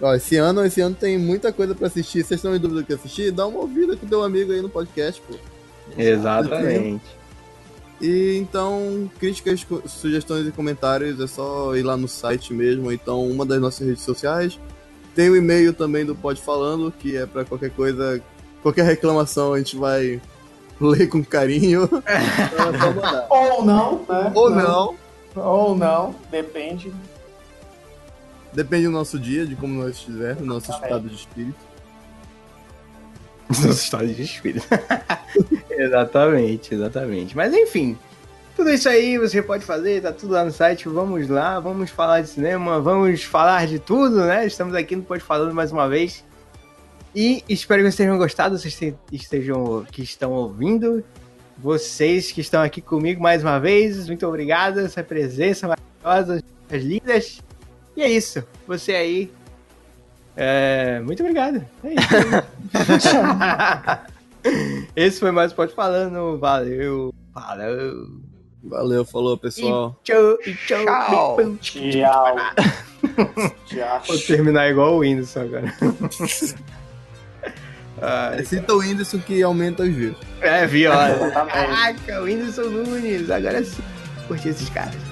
E: Ó, esse ano, esse ano tem muita coisa pra assistir. Vocês estão em dúvida do que assistir? Dá uma ouvida com teu amigo aí no podcast, pô.
B: Exatamente.
E: E então, críticas, co- sugestões e comentários é só ir lá no site mesmo, ou então uma das nossas redes sociais. Tem o e-mail também do Pode Falando, que é pra qualquer coisa, qualquer reclamação a gente vai [laughs] ler com carinho. Então é só mandar.
C: Ou não, né?
E: Ou não,
C: Ou não, depende.
E: depende do nosso dia, de como nós estivermos, do nosso estado de espírito.
B: Nos estados de espírito. [laughs] exatamente, exatamente. Mas enfim, tudo isso aí você pode fazer, tá tudo lá no site. Vamos lá, vamos falar de cinema, vamos falar de tudo, né? Estamos aqui no Pode Falando mais uma vez. E espero que vocês tenham gostado, vocês te- estejam que estão ouvindo, vocês que estão aqui comigo mais uma vez, muito obrigado, essa presença maravilhosa, as lindas. E é isso, você aí. é, muito obrigado. É isso. [laughs] Esse foi mais o Pode Falando. Valeu. Falou.
E: Valeu, falou pessoal.
B: Tchau. e Tchau.
F: Tchau.
C: Tchau. [laughs] Tchau.
B: Vou terminar igual o Windows agora. Ai,
E: É, Cita o Whindersson que aumenta os views.
B: é, viola.
C: Exatamente.
B: Caraca, o Whindersson Nunes. Agora sim. Curti esses caras.